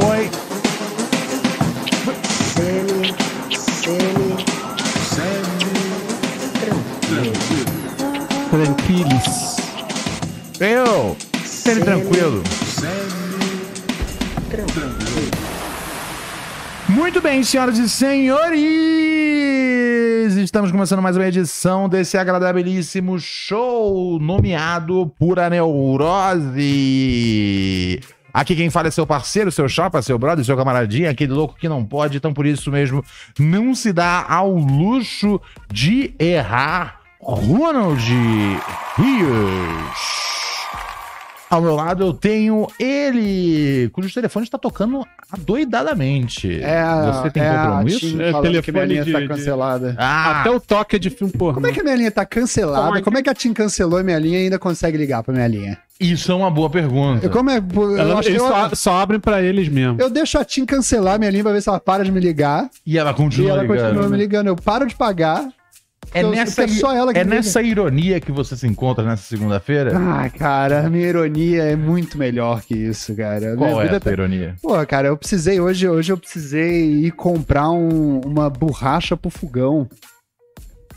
boy. Semi, semi, semi. Tranquilos. Eu, semi tranquilo. Muito bem, senhoras e senhores! Estamos começando mais uma edição desse agradabilíssimo show nomeado Pura Neurose. Aqui quem fala é seu parceiro, seu chapa, seu brother, seu camaradinha, aquele louco que não pode, então por isso mesmo não se dá ao luxo de errar. Ronald Rios. Ao meu lado eu tenho ele, cujo telefone está tocando adoidadamente. Você tem é a compromisso? Tim É, falando que minha telefone linha de- tá de- cancelada. Ah, Até o toque é de filme pornô. Como é que a minha linha tá cancelada? Olha. Como é que a Tim cancelou a minha linha e ainda consegue ligar pra minha linha? isso é uma boa pergunta. Eu, como é, eu, Ela- acho que eles eu- só, só abrem pra eles mesmo. eu deixo a Tim cancelar minha linha pra ver se ela para de me ligar. E ela E continua ela ligando. continua me ligando. Eu paro de pagar. É, eu- nessa, porque é só ela que é liga. nessa ironia que você se encontra nessa segunda-feira? Ah, cara, a minha ironia é muito melhor que isso, cara. A Qual minha é vida essa tá- ironia? Pô, cara, eu precisei hoje, hoje eu precisei ir comprar um- uma borracha pro fogão.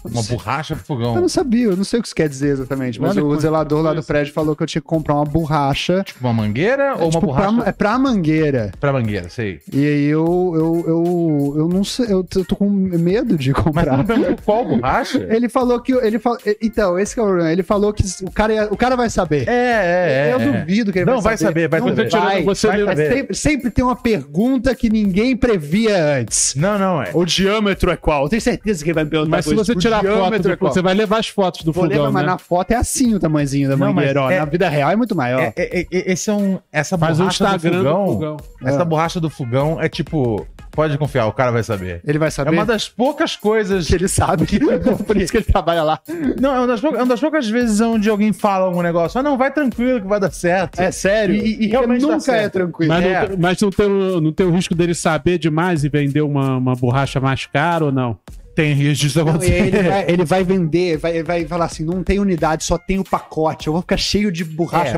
Uma borracha pro Eu fogão. não sabia, eu não sei o que isso quer dizer exatamente, mas Nada o que- zelador lá do prédio falou que eu tinha que comprar uma borracha. Tipo uma mangueira ou uma tipo, pra- borracha pra... é pra mangueira. mangueira, sei. E aí eu, eu, eu, eu não sei, eu, t- eu tô com medo de Mas comprar. não pergunto qual borracha? Ele falou que. Ele fal... Então, esse que é o problema. Ele falou que o cara, ia- o cara vai saber. É, é, é. eu é. duvido que ele Não, vai saber, vai Não saber. Vai. Você vai lembra- Mas saber. sempre, sempre tem uma pergunta que ninguém previa antes. Não, não, é. O diâmetro é qual? Eu tenho certeza que ele vai me perguntar. Mas se coisa. você O tirar a foto, diâmetro do- é qual? você vai levar as fotos do Vou levar, fogão, mas né? na foto é assim o tamanheiro da Não, mas mangueira. ó. é- Na vida real é muito maior. É, é, é, é, esse é um. Essa Faz um borracha do Instagram do fogão, fogão. Essa Ah. borracha do fogão é tipo. Pode confiar, o cara vai saber. Ele vai É saber uma das poucas coisas. que ele sabe. Por isso que ele trabalha lá. Não, é uma das, poucas, é uma das poucas vezes onde alguém fala algum negócio. Ah, não, vai tranquilo que vai dar certo. É sério. E- e Porque realmente dá nunca é certo. tranquilo. Mas, É. não, mas não, tem, o- não tem o risco dele saber demais e vender uma, uma borracha mais cara ou não? Tem risco disso Não, e acontecer. aí ele, vai, ele vai vender, vai, vai falar assim: não tem unidade, só tem o pacote. Eu vou ficar cheio de borracha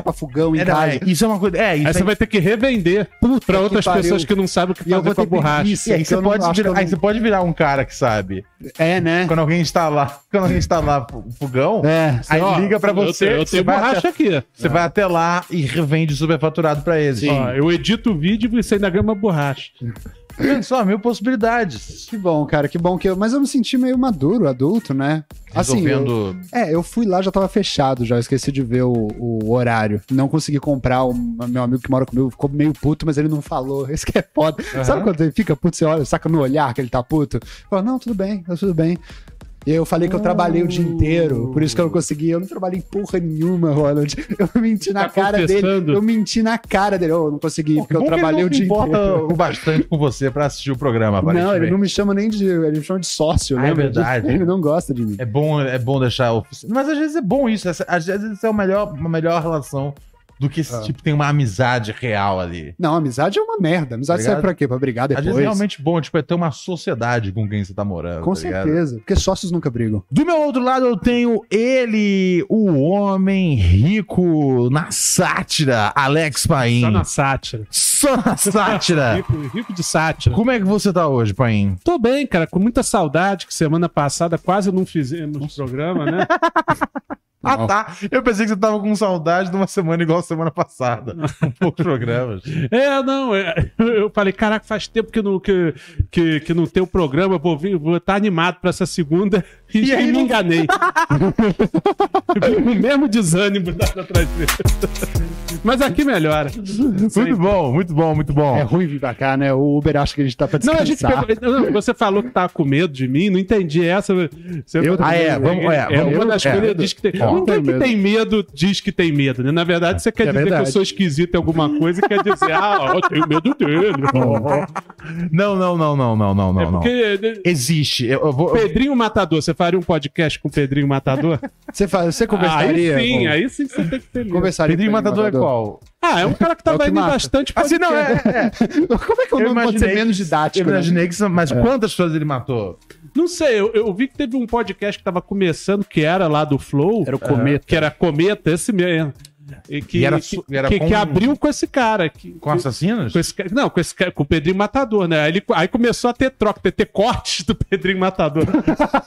É. pra fogão em É, não, casa. é, isso é uma coisa. É, isso Aí você aí- vai ter que revender pra outras pariu. pessoas que não sabem o que E eu fazer vou com a ter borracha. preguiça, E aí que você, eu não- pode acho que virar, eu não- aí você pode virar um cara que sabe. É, né? Quando alguém está lá, quando alguém está lá o fogão, É. aí Ó, liga pra eu você. tenho- Eu, você tenho vai borracha até, aqui. você vai até lá e revende superfaturado pra eles. Ó, Ó, eu edito o vídeo e você ainda ganha uma borracha. eu- Só mil possibilidades. Que bom, cara, que bom que eu. Mas eu me senti meio maduro, adulto, né? eu- Resolvendo. É, eu fui lá, já tava fechado, já esqueci de ver o, o horário. Não consegui comprar, o meu amigo que mora comigo ficou meio puto, mas ele não falou. Esse que é foda. Sabe quando ele fica puto, você olha, saca no olhar que ele tá puto? Fala, não, tudo bem, tá tudo bem. E aí eu falei que eu trabalhei o dia inteiro, por isso que eu não consegui. Eu não trabalhei porra nenhuma, Ronald. Eu menti na Tá cara dele. confessando? Eu menti na cara dele. Eu não consegui, porque Bom eu que ele trabalhei não o se dia importa inteiro. o bastante com você pra assistir o programa, Não, ele aparentemente. não me chama nem de. Ele me chama de sócio, Ah, né? é verdade. Ele não gosta de mim. É bom, é bom deixar a oficina. Mas às vezes é bom isso. essa- Às vezes isso é uma melhor, uma melhor relação do que Ah. esse tipo tem uma amizade real ali. Não, amizade é uma merda. Amizade Obrigado. serve pra quê? Pra brigar Às depois? vezes é realmente bom, tipo, é ter uma sociedade com quem você tá morando. Com tá ligado? certeza, porque sócios nunca brigam. Do meu outro lado eu tenho ele, o homem rico na sátira, Alex Paim. Só tá na sátira. Só na sátira. Rico, rico de sátira. Como é que você tá hoje, Paim? Tô bem, cara, com muita saudade, que semana passada quase não fizemos programa, né? Ah, tá. Eu pensei que você tava com saudade de uma semana igual a semana passada. Um Com poucos programas. É, não, é, eu falei, caraca, faz tempo que não, que, que, que não tem o programa, vou vir, vou estar animado pra essa segunda e, E aí me não- enganei. Tive o mesmo desânimo da da outra vez. Mas aqui melhora. Muito bom, muito bom, muito bom. É ruim vir pra cá, né? O Uber acha que a gente tá pra Não, descansar. a gente pegou- não, você falou que tava com medo de mim, não entendi essa. Você- Eu- ah, é, vamos- é, vamos- uma das é. coisas diz que tem. Ó. Ninguém que Tem medo. tem medo diz que tem medo, né? Na verdade, você quer É dizer que verdade. eu sou esquisito em alguma coisa e quer dizer, ah, ó, eu tenho medo dele. Não, não, não, não, não, não, é não. porque. né, Existe. Eu, eu vou. eu- Pedrinho Matador, você faria um podcast com o Pedrinho Matador? Você, fa- você conversaria? aí sim, com- aí sim que você tem que ter medo. Conversaria Pedrinho com o Matador é qual? Ah, é um cara que É o que tava indo mata. bastante Assim, não, é. é. Como é que o Eu nome pode ser imaginei- menos didático? Eu né? imaginei que. são- Mas É. quantas pessoas ele matou? Não sei, eu, eu vi que teve um podcast que tava começando, que era lá do Flow. Era o Cometa. É, que era Cometa, esse mesmo. E que, E era que, su- e era que- com- um- que abriu com esse cara. Que, Com assassinos? com esse cara- não, com, esse cara- com o Pedrinho Matador, né? Aí, ele- aí começou a ter troca, ter, ter cortes do Pedrinho Matador.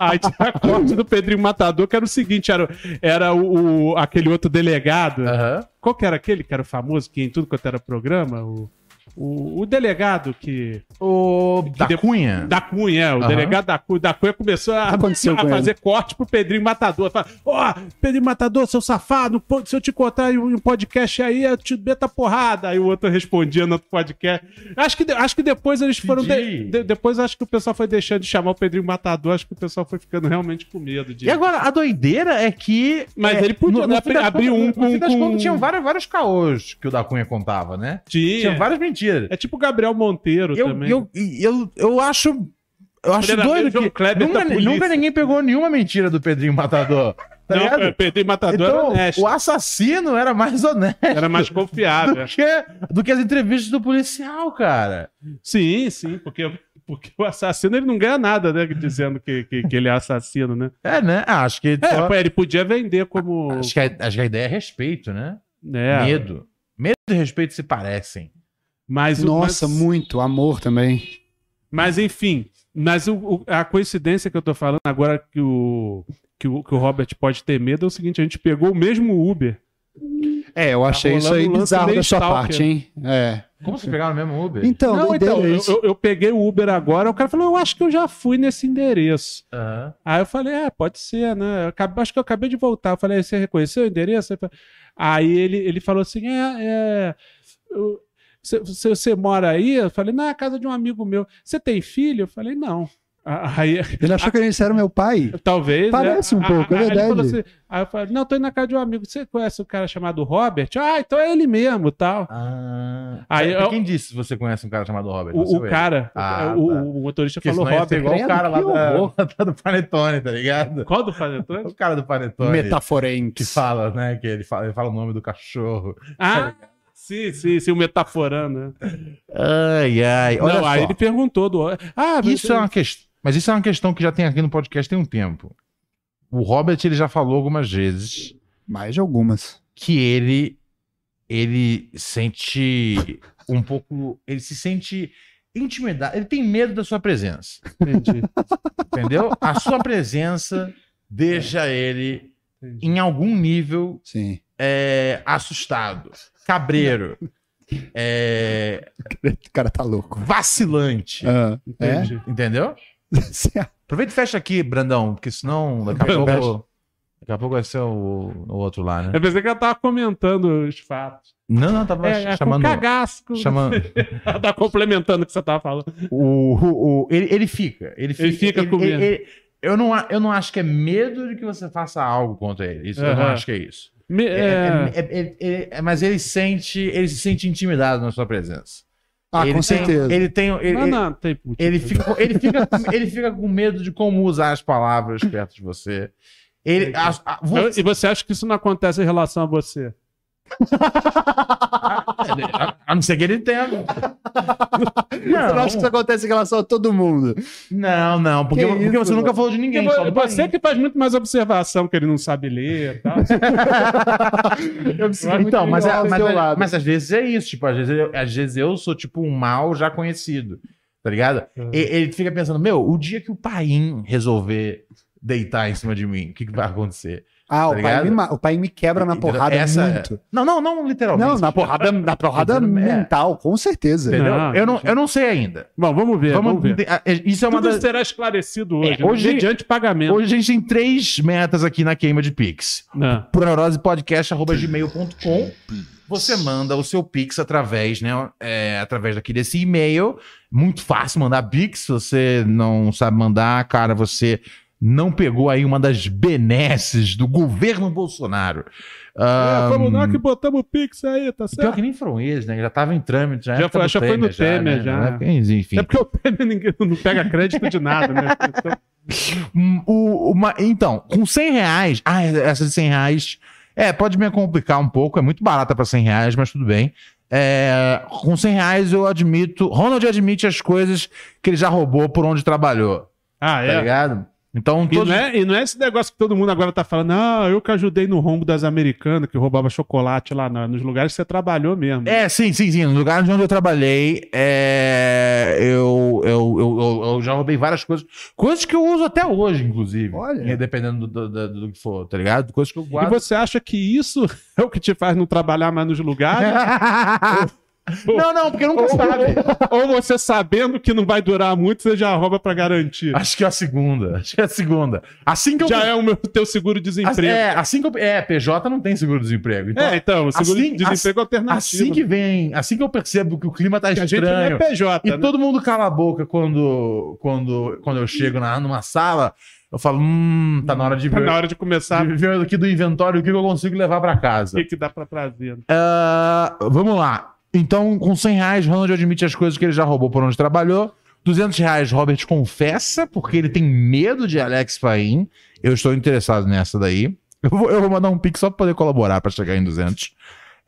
aí tinha corte do Pedrinho Matador, que era o seguinte: era, era o, o- aquele outro delegado. Aham. Qual que era aquele que era o famoso, que em tudo quanto era programa? O, o, o delegado que. O. Da de- Cunha? Da Cunha, é. O Aham. delegado da Cunha, da Cunha começou a, Aconteceu a com fazer corte pro Pedrinho Matador. Fala, Ó, Pedrinho Matador, seu safado, pô, se eu te contar em um em um podcast aí, eu te meto a porrada. Aí o outro respondia no outro podcast. Acho que, de- acho que depois eles foram... de- de- depois acho que o pessoal foi deixando de chamar o Pedrinho Matador. Acho que o pessoal foi ficando realmente com medo de... E agora, a doideira é que. Mas é, ele podia no- no abrir- fim das abrir contas- um No fim com- das com- contas, tinham vários, vários caôs que o da Cunha contava, né? Tinha. Tinham várias mentiras. É tipo o Gabriel Monteiro Eu, também. eu, eu, eu acho. Eu acho Primeira doido vez, João que. Kleber nunca, da polícia. nunca ninguém pegou nenhuma mentira do Pedrinho Matador. Tá Não, ligado? é, Pedrinho Matador era Então, honesto. o assassino era mais honesto Era mais confiável. do que, do que as entrevistas do policial, cara. Sim, sim, porque, porque o assassino ele não ganha nada, né? Dizendo que, que, que ele é assassino, né? É, né? Ah, acho que. É, só- pô, ele podia vender como. acho, que a, acho que a ideia é respeito, né? né, Medo. Medo e respeito se parecem. Mas, o- Nossa, mas, muito. Amor também. mas enfim, mas o- o- a coincidência que eu tô falando agora que o, que, o, que o Robert pode ter medo é o seguinte: a gente pegou o mesmo Uber. É, eu achei rolando isso aí um lance bizarro meio da sua stalker. parte, hein? É. Como se pegaram no mesmo Uber? Então, não, doideira então, eu, isso. eu- eu peguei o Uber agora, o cara falou: eu acho que eu já fui nesse endereço. Aham. Aí eu falei, é, pode ser, né? Eu acab- acho que eu acabei de voltar. Eu falei, você reconheceu o endereço? Ele falou- Aí ele, ele falou assim, é, é, eu- você- você, você mora aí? Eu falei, na casa de um amigo meu. Você tem filho? Eu falei, não. A- Aí, Ele achou que eles eram meu pai. talvez, né? Parece um A- pouco, é aí ele verdade. falou assim- aí eu falei, não, tô indo na casa de um amigo. Você conhece um cara chamado Robert? Ah, então é ele mesmo, tal. Ah. Aí Pra eu- Quem disse se você conhece um cara chamado Robert? O- Não sou O, eu. cara, Ah, o, tá. o motorista Porque falou senão ia ser igual Robert. o credo, cara lá que horror. da, lá do Panetone, tá ligado? Qual do Fazetone? O cara do Panetone. Que Metaforentes. fala, né? Que ele fala, ele fala o nome do cachorro. Ah, sim, sim, sim, o metaforando, né? Ai, ai. Olha não, só. aí ele perguntou do. Ah, mas- Isso é uma questão. Mas isso é uma questão que já tem aqui no podcast tem um tempo. O Robert ele já falou algumas vezes Mais de algumas. que ele ele sente um pouco, ele se sente intimidado, ele tem medo da sua presença, Entendi. entendeu? A sua presença deixa ele Entendi. em algum nível Sim. é, assustado, cabreiro, é, O cara tá louco. vacilante, Ah, é? Entendi. entendeu? Certo. Aproveita e fecha aqui, Brandão, porque senão daqui a Brandão. pouco. Daqui a pouco vai ser o, o outro lá, né? Eu pensei que ela tava comentando os fatos. Não, não, tava É, é com chamando. cagasco. chamando Ela tá complementando o que você tava falando. o, o, o- ele, ele fica. Ele fica, fica com medo. ele- eu, não, a- eu não acho que é medo de que você faça algo contra ele. Isso, Eu não Aham. acho que é isso. Me- É, é, é- é- é- é- é- mas ele sente. Ele se sente intimidado na sua presença. Ah, ele com tem- certeza. Ele tem. Ele, Não, ele- não, tem putz. Ele fica, com- ele, fica, com- ele fica com medo de como usar as palavras perto de você. Ele, a, a- Eu- E você acha que isso não acontece em relação a você? A, a não ser que ele tenha. Eu não acho que isso Não, acontece em relação a todo mundo. não, não porque, Que porque isso, você nunca falou de ninguém. só Porque do você é Bahia. que faz muito mais observação, que ele não sabe ler e tal. Eu me sinto Então, muito mas, é- ignorado mas, tá do teu lado. mas às vezes é isso. Tipo, às vezes, eu, às vezes eu sou tipo um mal já conhecido. Tá ligado? Uhum. É. E- ele fica pensando: meu, o dia que o Paim resolver deitar em cima de mim, o que, que vai acontecer? Ah, tá o pai, ligado? me, ma- o pai me quebra na porrada Essa- é muito. Não, não, não literalmente. Não, na porrada, na porrada É. mental, com certeza. Entendeu? Não, eu, não, eu não sei ainda. Bom, vamos ver. Vamos, Vamos, ver. Isso é uma Tudo das. será esclarecido hoje. É, hoje- Mediante pagamento. Hoje a gente tem três metas aqui na queima de Pix. Não. proneurosepodcast.gmail.com Você manda o seu Pix através, né? é, através daqui desse e-mail. Muito fácil mandar Pix. Se você não sabe mandar, cara, você não pegou aí uma das benesses do governo Bolsonaro. Ah, É, fomos hum. nós que botamos o Pix aí, tá Pior certo? que nem foram eles, né? Já tava em trâmite. Já foi- já foi no Temer, já. né, Enfim. É porque o Temer ninguém não pega crédito de nada, né? Então, Hum, o- uma- então, com 100 reais. Ah, essa de 100 reais. É, pode me complicar um pouco. É muito barata para 100 reais, mas tudo bem. É, com 100 reais eu admito. Ronald admite as coisas que ele já roubou por onde trabalhou. ah, Tá é. ligado? Então, E todos... não, é, e não é esse negócio que todo mundo agora tá falando, ah, eu que ajudei no rombo das americanas, que roubava chocolate lá na- nos lugares que você trabalhou mesmo. É, sim, sim, sim. No lugar onde eu trabalhei, é, eu, eu, eu, eu- eu já roubei várias coisas. Coisas que eu uso até hoje, inclusive. Olha. E Dependendo do, do- do- do que for, tá ligado? Coisas que eu E guardo. você acha que isso é o que te faz não trabalhar mais nos É. lugares? não, não, porque nunca sabe. Ou você sabendo que não vai durar muito, você já rouba pra garantir? Acho que é a segunda. Acho que é a segunda. Assim que eu. Já é o meu, teu seguro-desemprego. É, assim que eu. É, PJ não tem seguro-desemprego. Então, É, então, o seguro-desemprego assim- é alternativo. assim que vem. Assim que eu percebo que o clima tá a gente não é estranho. PJ, E né? todo mundo cala a boca quando, quando, quando eu chego na, numa sala. Eu falo, hum, tá na hora de Tá na ver, hora de começar, de o ver aqui do inventório o que eu consigo levar pra casa. que, que dá pra trazer? Ah, vamos lá. Então, com 100 reais, Ronald admite as coisas que ele já roubou por onde trabalhou. 200 reais, Robert confessa, porque ele tem medo de Alex Paim. Eu estou interessado nessa daí. Eu vou, eu vou mandar um pix só pra poder colaborar pra chegar em 200.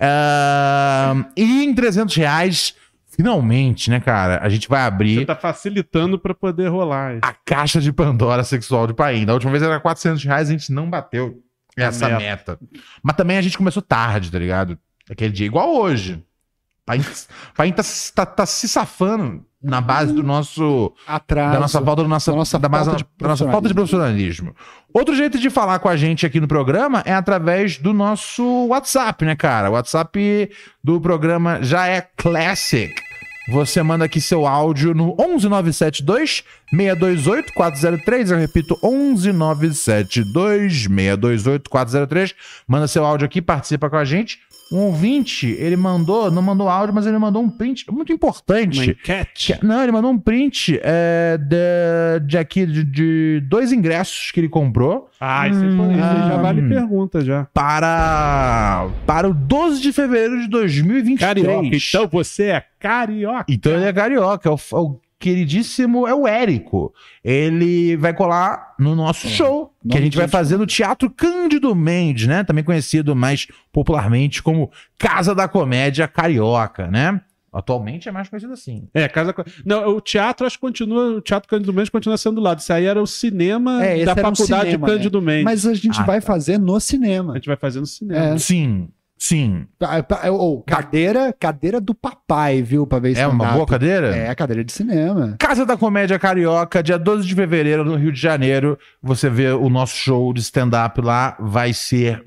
Ah, e em 300 reais, finalmente, né, cara? A gente vai Você abrir tá facilitando pra poder rolar. isso. a caixa de Pandora sexual de Paim. Da última vez era 400 reais, a gente não bateu essa Meta. meta. Mas também a gente começou tarde, tá ligado? Aquele dia, igual hoje. Paim, Paim tá, tá- tá se safando na base do nosso. Atraso. da nossa falta do nosso, da nossa da base- falta de da nossa falta de profissionalismo. Outro jeito de falar com a gente aqui no programa é através do nosso WhatsApp, né, cara? O WhatsApp do programa já é Classic. Você manda aqui seu áudio no 11972 628 403. Eu repito, 11972 628 403. Manda seu áudio aqui, participa com a gente. Um ouvinte, ele mandou, não mandou áudio, mas ele mandou um print muito importante. Uma enquete. Que- Não, ele mandou um print é, de, de aqui de, de dois ingressos que ele comprou Ah, isso, aí foi- isso aí já Hum. vale pergunta já. para, para o 12 de fevereiro de 2023. Carioca, então você é carioca. Então ele é carioca, é o, f- o queridíssimo é o Érico. Ele vai colar no nosso show, que a Nome gente vai disso. fazer no Teatro Cândido Mendes, né? Também conhecido mais popularmente como Casa da Comédia Carioca, né? Atualmente é mais conhecido assim. É, casa. Não, o teatro acho que continua. O teatro Cândido Mendes continua sendo do lado. Isso aí era o cinema É, esse da era um faculdade cinema, Cândido Mendes. Mas a gente Ah, vai tá. fazer no A cinema. gente vai fazer no cinema. É. Sim, sim. Ah, pa- Ou cadeira, cadeira do papai, viu? Pra ver É uma stand-up. boa cadeira? É, cadeira de cinema. Casa da Comédia Carioca, dia 12 de fevereiro, no Rio de Janeiro. Você vê o nosso show de stand-up lá, vai ser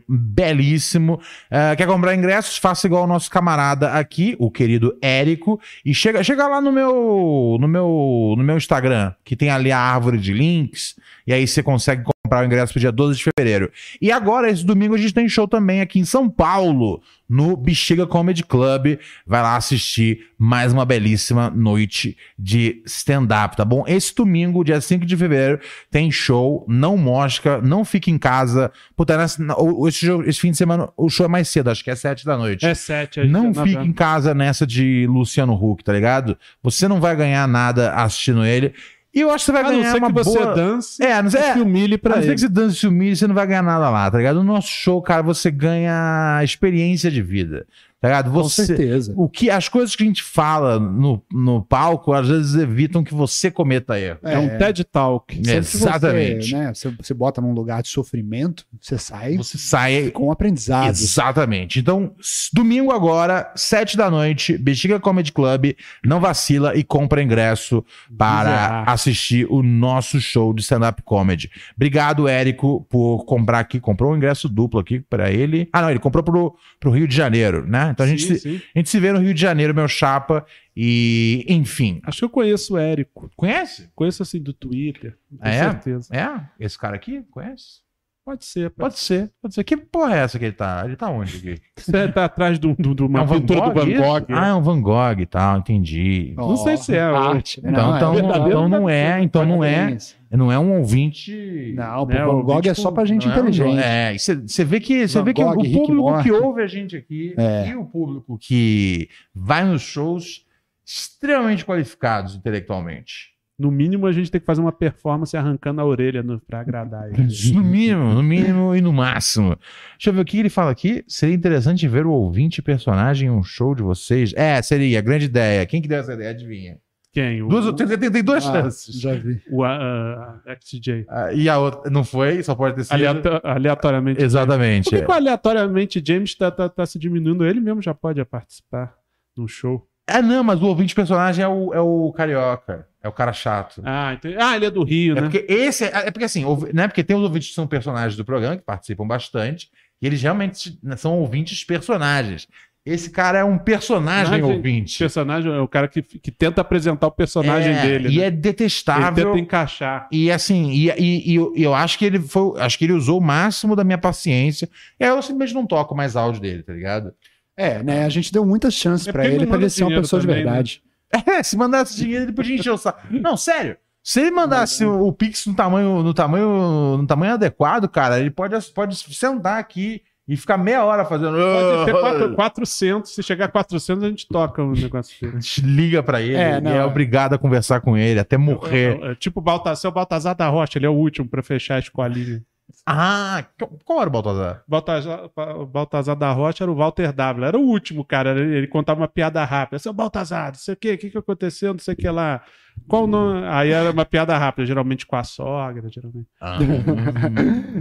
belíssimo. Eh, quer comprar ingressos? Faça igual o nosso camarada aqui, o querido Érico. E chega, chega lá no meu, no, meu, no meu Instagram, que tem ali a árvore de links. E aí você consegue comprar o ingresso pro dia 12 de fevereiro. E agora, esse domingo, a gente tem show também aqui em São Paulo, no Bexiga Comedy Club. Vai lá assistir mais uma belíssima noite de stand-up, tá bom? Esse domingo, dia 5 de fevereiro, tem show. Não mosca, não fique em casa. Puta, nessa- na- o- esse, jogo- esse fim de semana o show é mais cedo, acho que é 7 da noite. É sete. a gente Não tá fique vendo. em casa nessa de Luciano Huck, tá ligado? Você não vai ganhar nada assistindo ele. E eu acho que você vai A Ah, não ganhar ser uma que você boa... dance É, a não ser, e se é, humilhe a pra não ser ele. que você dança e se humilhe, você não vai ganhar nada lá, tá ligado? No nosso show, cara, você ganha experiência de vida, tá ligado? Com Você, certeza. o que, as coisas que a gente fala no, no palco, às vezes evitam que você cometa erro. É um TED Talk. Sempre que Exatamente. Você, né, você, você bota num lugar de sofrimento, você sai Você sai é com um aprendizado. Exatamente. Então, s- domingo agora, sete da noite, Bexiga Comedy Club. Não vacila e compra ingresso para Miserável. assistir o nosso show de stand-up comedy. Obrigado, Érico, por comprar aqui. Comprou um ingresso duplo aqui para ele. Ah, não, ele comprou pro, pro Rio de Janeiro, né? Então a gente, Sim, se, sim. a gente se vê no Rio de Janeiro, meu chapa. E, enfim. Acho que eu conheço o Érico. Conhece? Conheço assim do Twitter. Com É? certeza. É? Esse cara aqui? Conhece? Pode ser, pô. Pode ser, pode ser. Que porra é essa que ele tá? Ele tá onde aqui? Você tá atrás de, um, de de uma é um Van pintura Gogh? do Van isso? Gogh. Ah, é um Van Gogh e tal, entendi. Não sei se é, Arte, né? Então, então, é verdadeiro, então não verdadeiro. é, então não é, parabéns. não é um ouvinte. Não, né, pro Van Gogh ouvinte é só com- pra gente não é um- inteligente. É, você vê que você Van vê que Gogh, o Rick público Morty. que ouve a gente aqui né? É. e o público que vai nos shows extremamente qualificados intelectualmente. No mínimo, a gente tem que fazer uma performance arrancando a orelha no, pra agradar ele. No mínimo, no mínimo e no máximo. Deixa eu ver o que ele fala aqui. Seria interessante ver o ouvinte personagem em um show de vocês. É, seria grande ideia. Quem que deu essa ideia, adivinha? Quem? O, Duas, tem, tem- tem duas Ah, chances. já vi. o a- a- a XJ. Ah, e a outra não foi, só pode ter sido. Aleato- aleatoriamente. Exatamente. Por que, que o aleatoriamente James tá, tá, tá se diminuindo? Ele mesmo já pode participar num show. Ah, não, mas o ouvinte personagem é o, é o carioca. É o cara chato. Ah, entendi. ah ele é do Rio, É né? porque esse é, é porque assim, ouvi- né? Porque tem os ouvintes que são personagens do programa, que participam bastante, e eles realmente né, são ouvintes personagens. Esse cara é um personagem Personagem- O ouvinte. personagem é o cara que, que tenta apresentar o personagem É, dele. E né? é Ele detestável. tenta encaixar. E assim, e, e- e eu- eu acho que ele foi. Acho que ele usou o máximo da minha paciência. E aí eu simplesmente não toco mais áudio dele, tá ligado? É, né? A gente deu muitas chances É pra porque ele ele, não pra manda ele ser uma dinheiro pessoa de também, né? verdade. É, se mandasse dinheiro, ele podia encher o saco. Não, sério. Se ele mandasse o, o Pix no tamanho, no tamanho, no tamanho adequado, cara, ele pode, pode sentar aqui e ficar meia hora fazendo. Pode Ah. ter quatro- 400. Se chegar a 400, a gente toca um negócio dele. A gente liga pra ele É, não, e é é. obrigado a conversar com ele até morrer. É, é, tipo o Baltazar, o Baltazar da Rocha, ele é o último pra fechar a escolinha. Ah, qual- qual era o Baltazar? Baltazar, o Baltazar da Rocha era o Walter W. Era o último, cara. Ele, ele contava uma piada rápida. Seu Baltazar, não sei o quê, o que, que aconteceu, não sei o que lá. Qual o nome? Aí era uma piada rápida, geralmente com a sogra, geralmente. Ah,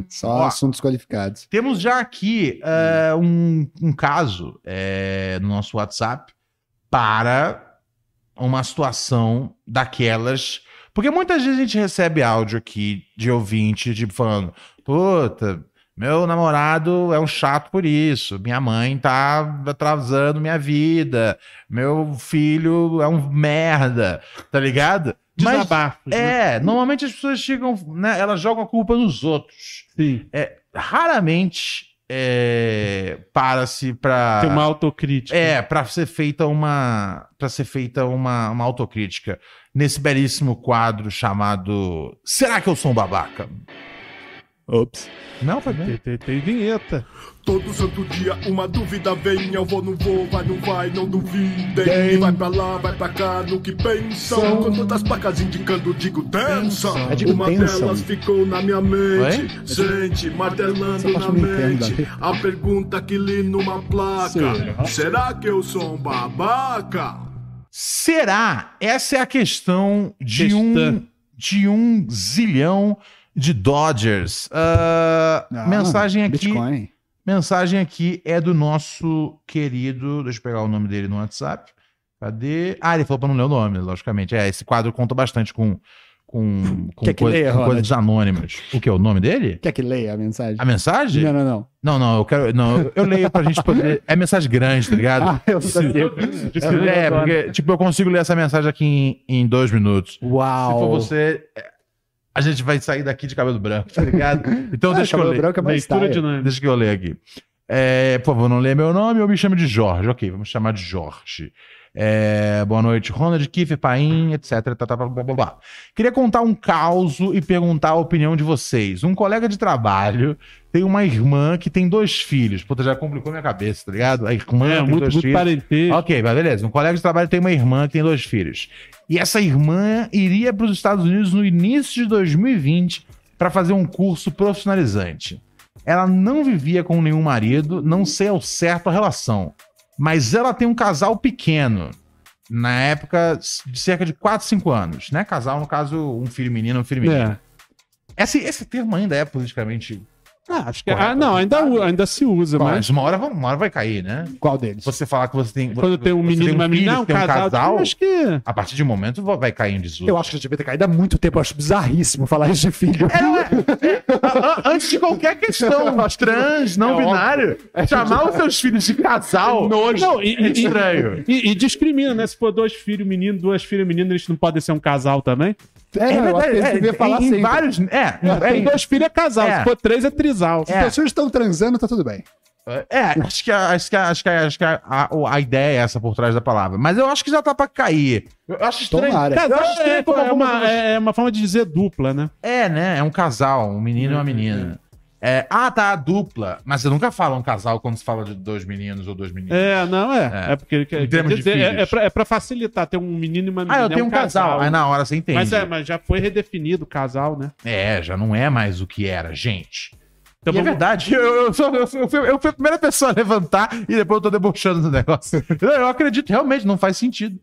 Só Ó. assuntos qualificados. Temos já aqui é, um, um caso é, no nosso WhatsApp para uma situação daquelas. Porque muitas vezes a gente recebe áudio aqui de ouvinte, tipo, falando: puta, meu namorado é um chato por isso, minha mãe tá atrasando minha vida, meu filho é um merda, tá ligado? Mas, Desabafos, né? é, normalmente as pessoas chegam, né, elas jogam a culpa nos outros Sim, raramente é, para-se para tem uma autocrítica. Ah. é para ser feita uma para ser feita uma, uma autocrítica nesse belíssimo quadro chamado será que eu sou um babaca Ops. não foi bem Tem, tem- tem vinheta. Todo santo dia uma dúvida vem, eu vou, não vou, vai, não vai, não duvidem. Tem. E vai pra lá, vai pra cá, no que pensam. São. É Com todas as placas indicando, digo tensa. Eu digo uma tensa. delas ficou na minha mente, gente, Essa martelando parte na eu não entendo, mente. A pergunta que li numa placa: Sim. será que eu sou um babaca? será essa é a questão de Questão. um de um zilhão de Dodgers Ah, Ah, mensagem aqui Bitcoin. Mensagem aqui é do nosso querido. Deixa eu pegar o nome dele no WhatsApp. Cadê? Ah, ele falou pra não ler o nome, logicamente. É, esse quadro conta bastante com, com, com, Quer que coi- leia, com Ronald? coisas anônimas. O que? O nome dele? Quer que leia a mensagem? A mensagem? Não, não, não. Não, não, eu quero. Não, eu- eu leio pra gente poder. É mensagem grande, tá ligado? Ah, eu sabia. É, porque, tipo, eu consigo ler essa mensagem aqui em, em dois minutos. Se Uau. for você, é, a gente vai sair daqui de cabelo branco, tá ligado? Então Ah, deixa que eu cabelo ler. branco é mais Leitura style. dinâmica. Deixa que eu ler aqui. É, por favor, não leia meu nome ou me chame de Jorge. Ok, vamos chamar de Jorge. É, boa noite, Ronald, Kiefer, Paim, etc. tá, tá, blá, blá, blá, blá. Queria contar um caos e perguntar a opinião de vocês. Um colega de trabalho tem uma irmã que tem dois filhos. Puta, já complicou minha cabeça, tá ligado? A irmã É, tem muito, dois muito filhos. parentesco. Ok, mas beleza. Um colega de trabalho tem uma irmã que tem dois filhos. E essa irmã iria para os Estados Unidos no início de 2020 para fazer um curso profissionalizante. Ela não vivia com nenhum marido, não sei ao certo a relação. Mas ela tem um casal pequeno, na época de cerca de 4, 5 anos, né? Casal, no caso, um filho menino, um filho menino. É. Esse, esse termo ainda é politicamente. Ah, acho que- ah, não, ainda, u- ainda se usa, mas Mas uma hora, vão- uma hora vai cair, né? Qual deles? Você falar que você tem. quando tem um você menino e uma filho, menina, você um casal, eu acho que. A partir de um momento vo- vai cair em desuso. Eu acho que já devia ter caído há muito tempo. Eu acho bizarríssimo falar isso de filho. É, não é? É, a- antes de qualquer questão trans, não binário, chamar os seus filhos de casal Não, e, é e- estranho. e- e discrimina, né? Se for dois filhos menino, duas filhas meninas, eles não podem ser um casal também. É, eu acho que eles deviam falar em, sempre. em vários. É, é, Tem em- dois filhos é casal, É. se for três é trisal. É. Pessoas estão transando, tá tudo bem. É, acho que, a- acho que, a- acho que, a- acho que a, a- o- a ideia é essa por trás da palavra. Mas eu acho que já tá pra cair. Eu acho estranho. Tomara. Cara, eu acho Casal estranho é, como é uma, algumas- é uma forma de dizer dupla, né? É, né? É um casal, um menino e uma menina. É, ah, tá, a dupla. Mas você nunca fala um casal quando se fala de dois meninos ou dois meninas. É, não, é. É, É. porque quer- Em termos quer de dizer, é, filhos. é, pra, é pra facilitar ter um menino e uma menina. ah, eu é tenho um casal. Aí na hora você entende. Mas, é, mas já foi redefinido o casal, né? É, já não é mais o que era, gente. Então E é vamos- verdade, eu, eu, sou- eu, sou- eu fui, eu fui a primeira pessoa a levantar e depois eu tô debochando do negócio. Eu, eu acredito, realmente, não faz sentido.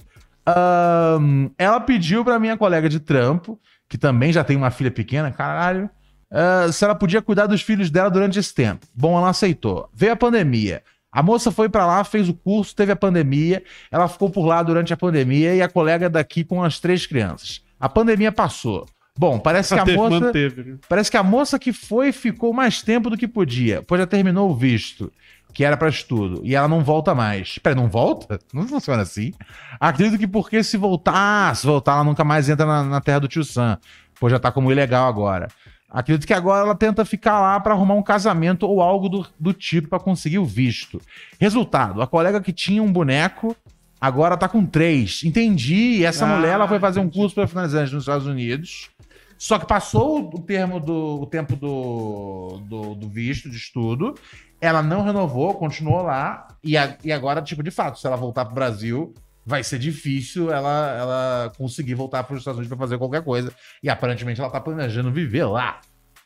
Ahn, ela pediu pra minha colega de trampo, que também já tem uma filha pequena, caralho, ah, se ela podia cuidar dos filhos dela durante esse tempo. Bom, ela aceitou. Veio a pandemia. A moça foi pra lá, fez o curso, teve a pandemia, ela ficou por lá durante a pandemia e a colega daqui com as três crianças. A pandemia passou. Bom, parece que a Manteve, moça. manteve, né? Parece que a moça que foi ficou mais tempo do que podia, pois já terminou o visto, que era pra estudo, e ela não volta mais. Peraí, não volta? Não funciona assim. Acredito que porque se voltar, ah, se voltar, ela nunca mais entra na, na terra do tio Sam, pois já tá como ilegal agora. Acredito que agora ela tenta ficar lá pra arrumar um casamento ou algo do, do tipo pra conseguir o visto. Resultado: a colega que tinha um boneco agora tá com três. Entendi. Essa Ah, mulher ela foi fazer um curso para finalizantes nos Estados Unidos. Só que passou o termo do o tempo do, do, do visto de estudo, ela não renovou, continuou lá e, a- e agora tipo de fato, se ela voltar pro Brasil, vai ser difícil ela ela conseguir voltar para os Estados Unidos para fazer qualquer coisa. E aparentemente ela tá planejando viver lá.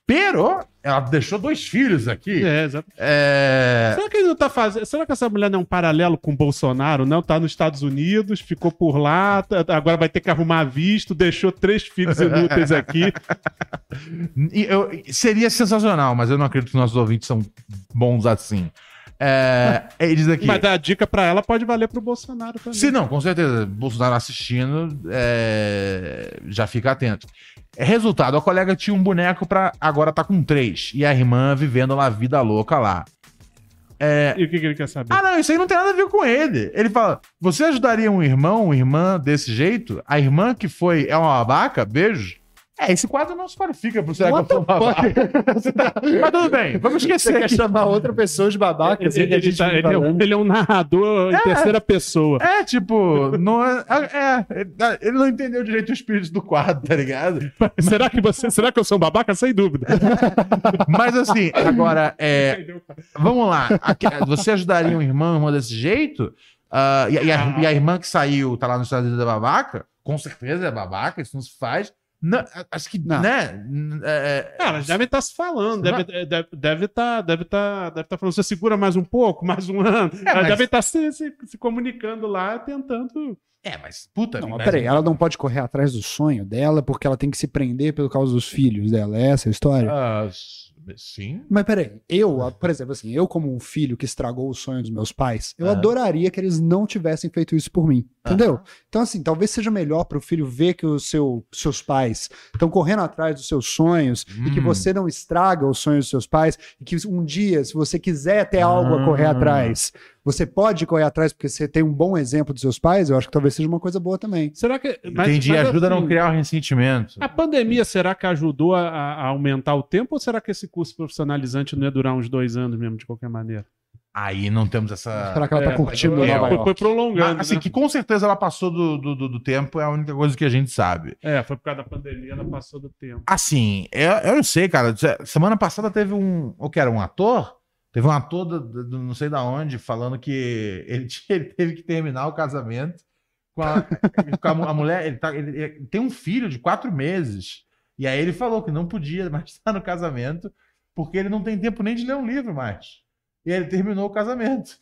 Pero ela deixou dois filhos aqui. É, exato. É, Será que ele não tá fazendo. Será que essa mulher não é um paralelo com o Bolsonaro? Não, tá nos Estados Unidos, ficou por lá, tá- agora vai ter que arrumar visto, deixou três filhos inúteis aqui. E eu- seria sensacional, mas eu não acredito que nossos ouvintes são bons assim. É, eles aqui. Mas a dica pra ela pode valer pro Bolsonaro também. Se não, com certeza, Bolsonaro assistindo, é, já fica atento. É Resultado, a colega tinha um boneco pra agora tá com três. E a irmã vivendo uma vida louca lá. E o que, que ele quer saber? Ah, não, isso aí não tem nada a ver com ele. Ele fala: você ajudaria um irmão, uma irmã desse jeito? A irmã que foi é uma babaca? Beijo. É, esse quadro não se qualifica pro será que eu sou um babaca. Você tá- Mas tudo bem, vamos esquecer Quer aqui. chamar outra pessoa de babaca? Ele, ele tá- ele é, um- ele é um narrador em terceira pessoa. É, tipo, não é, é, ele- ele não entendeu direito o espírito do quadro, tá ligado? Será que você. Será que eu sou um babaca? Sem dúvida. Mas assim, agora, é, vamos lá. Aqui- Você ajudaria um irmão, irmã desse jeito? Ah, e, e a, e a irmã que saiu tá lá nos Estados Unidos é babaca? Com certeza é babaca, isso não se faz. Não, acho que, Não. né? É, Cara, elas devem estar se falando, deve estar deve, deve tá, deve tá, deve tá falando, você segura mais um pouco, mais um ano. Elas É, mas- devem estar se, se, se comunicando lá, tentando. é, mas puta. Não, mas mas- é peraí, ela não pode correr atrás do sonho dela porque ela tem que se prender pelo causa dos filhos dela. É essa a história? Ah, s- sim. Mas peraí, eu, ah, por exemplo, assim, eu como um filho que estragou o sonho dos meus pais, eu Aham. adoraria que eles não tivessem feito isso por mim, entendeu? Então, assim, talvez seja melhor para o filho ver que os seu, seus pais estão correndo atrás dos seus sonhos e que Hum. você não estraga os sonhos dos seus pais e que um dia, se você quiser ter algo a correr Ah. atrás, você pode correr atrás porque você tem um bom exemplo dos seus pais, eu acho que talvez seja uma coisa boa também. Será que. mas- Entendi, mas ajuda a não assim, Ah. criar o ressentimento. A pandemia, será que ajudou a, a aumentar o tempo ou será que esse curso profissionalizante não ia durar uns dois anos mesmo, de qualquer maneira? Aí não temos essa. Será que ela É, tá curtindo Ah, eu- Nova eu- Foi, York? foi prolongando. Mas, assim, né? que com certeza ela passou do, do, do- do tempo, é a única coisa que a gente sabe. É, foi por causa da pandemia, ela passou do tempo. Assim, eu, eu não sei, cara. se- Semana passada teve um. O que era? Um ator? Teve um ator, do, do- do não sei da onde, falando que ele, tinha- ele teve que terminar o casamento com a, com a mu- a mulher. Ele, tá- ele- ele tem um filho de quatro meses. E aí ele falou que não podia mais estar no casamento, porque ele não tem tempo nem de ler um livro mais. E aí ele terminou o casamento.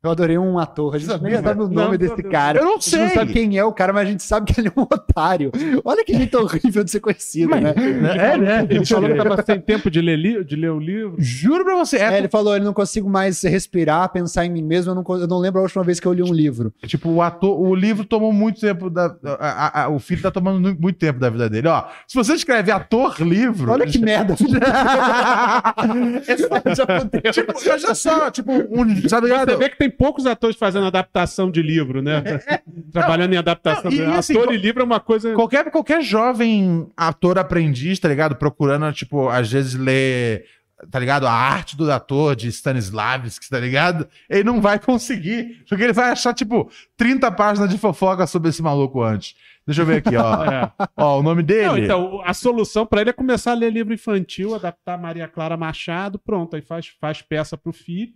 Eu adorei um ator. A gente nem sabe o nome Não, desse não, cara. eu não A gente sei. não sabe quem é o cara, mas a gente sabe que ele é um otário. Olha que jeito horrível de ser conhecido, né? É, né? Ele falou que tava sem tempo de ler, li- de ler o livro. Juro pra você. É, É, ele falou, ele não consigo mais respirar, pensar em mim mesmo, eu não, con- eu não lembro a última vez que eu li um livro. Tipo, o ator, o livro tomou muito tempo da. a- a- a- o filho tá tomando nu- muito tempo da vida dele. Ó, se você escreve ator livro. Olha que merda. tipo, veja só, tipo, um. Sabe, Você vê que tem poucos atores fazendo adaptação de livro, né? Trabalhando em adaptação. É. Não, e- de... e assim, Ator co- e livro é uma coisa. Qualquer, qualquer jovem ator aprendiz, tá ligado? Procurando, tipo, às vezes ler, tá ligado? A arte do ator de Stanislavski, tá ligado? Ele não vai conseguir, porque ele vai achar, tipo, 30 páginas de fofoca sobre esse maluco antes. Deixa eu ver aqui, ó. É. ó, o nome dele. Não, então, a solução pra ele é começar a ler livro infantil, adaptar Maria Clara Machado, pronto, aí faz, faz peça pro filho.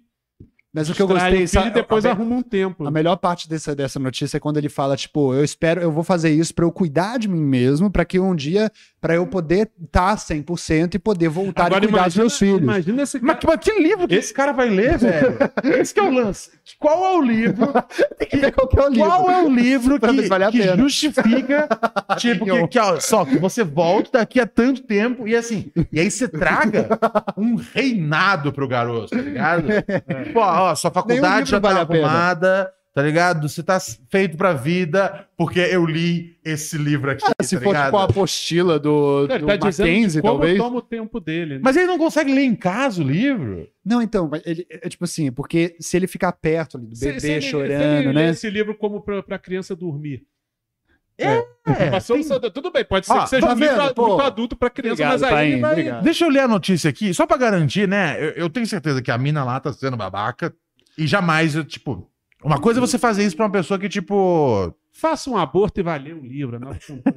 Mas o que eu trai gostei... o filho sabe- e depois a, arruma um tempo. a melhor parte dessa, dessa notícia é quando ele fala, tipo, eu espero, eu vou fazer isso pra eu cuidar de mim mesmo, pra que um dia, pra eu poder tá estar 100% e poder voltar e cuidar dos meus filhos. Imagina esse Mas, cara. que- mas que livro que esse cara vai ler, velho? Esse que é o lance. Qual é o livro? Tem que ver qual que é o livro. Qual é o livro Pra ver que, se vale a que pena. justifica, tipo, que, que, ó, só que você volta daqui a tanto tempo e assim, e aí você traga um reinado pro garoto, tá ligado? Pô, ó, sua É. Nenhum faculdade livro já tá vale a pena. arrumada, tá ligado? Você tá feito pra vida porque eu li esse livro aqui, Se tá for ligado? tipo a apostila do, Ele do tá dizendo de Mackenzie, como talvez. toma o tempo dele. né? Mas ele não consegue ler em casa o livro? Não, então, mas ele, é tipo assim, porque se ele ficar perto ali do Se- bebê se ele- se chorando, ele lê né? Esse livro como pra, pra criança dormir. É, Passou tem- o- Tudo bem, pode ser Ó, que seja tá muito, vendo, a- pô? muito adulto pra criança, Obrigado, mas aí ele Paim, vai. obrigado. Deixa eu ler a notícia aqui, só pra garantir, né? Eu, eu tenho certeza que a mina lá tá sendo babaca. E jamais, eu, tipo. Uma coisa é você fazer isso pra uma pessoa que, tipo. Faça um aborto e vai ler um livro. a nova campanha.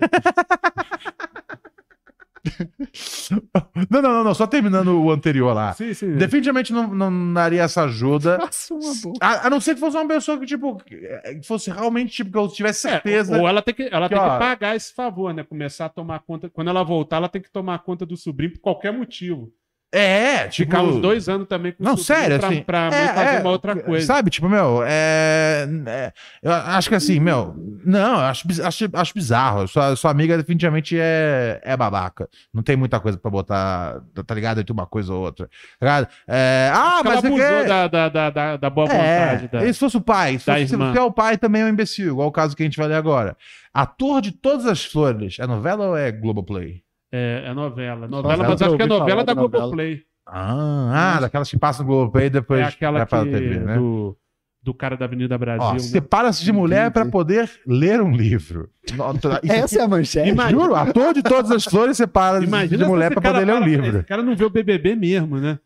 Não, não, não, não, só terminando o anterior lá. sim, sim. Definitivamente não, não daria essa ajuda. Faça uma boa. A, a não ser que fosse uma pessoa que, tipo, que fosse realmente, tipo, que eu tivesse É, certeza. Ou ela tem, que, ela Que, tem que ó, pagar esse favor, né? Começar a tomar conta. Quando ela voltar, ela tem que tomar conta do sobrinho por qualquer motivo. É, tipo. Ficar uns dois anos também com Não, o sobrinho sério, pra, assim, pra mãe é, fazer é, uma outra coisa. Sabe, tipo, meu, é, é, Eu acho que assim, meu. Não, eu acho, biz- acho, acho bizarro. Sua, sua amiga definitivamente é, é babaca. Não tem muita coisa pra botar, tá- tá ligado? Entre uma coisa ou outra. Tá ligado? É, ah, Porque mas ela é abusou que- da, da, da, da, da boa é, vontade. da- E se fosse o pai? Se, da fosse, se irmã. você é o pai, também é um imbecil, igual o caso que a gente vai ler agora. Ator de Todas as Flores. É novela ou é Globoplay? É, é novela. Novela, Novela, mas acho que é eu ouvi novela falar da da novela. Globoplay. Ah, ah, daquelas que passam no Globoplay e depois Hum. É aquela vai que, pra TV, né? do, do cara da Avenida Brasil. Ó, né? separa-se de mulher para poder ler um livro. Nota- Isso Essa é a manchete. aqui- Juro, ator de todas as flores separa-se de se mulher esse para poder cara ler um para- livro. Esse cara não vê o BBB mesmo, né?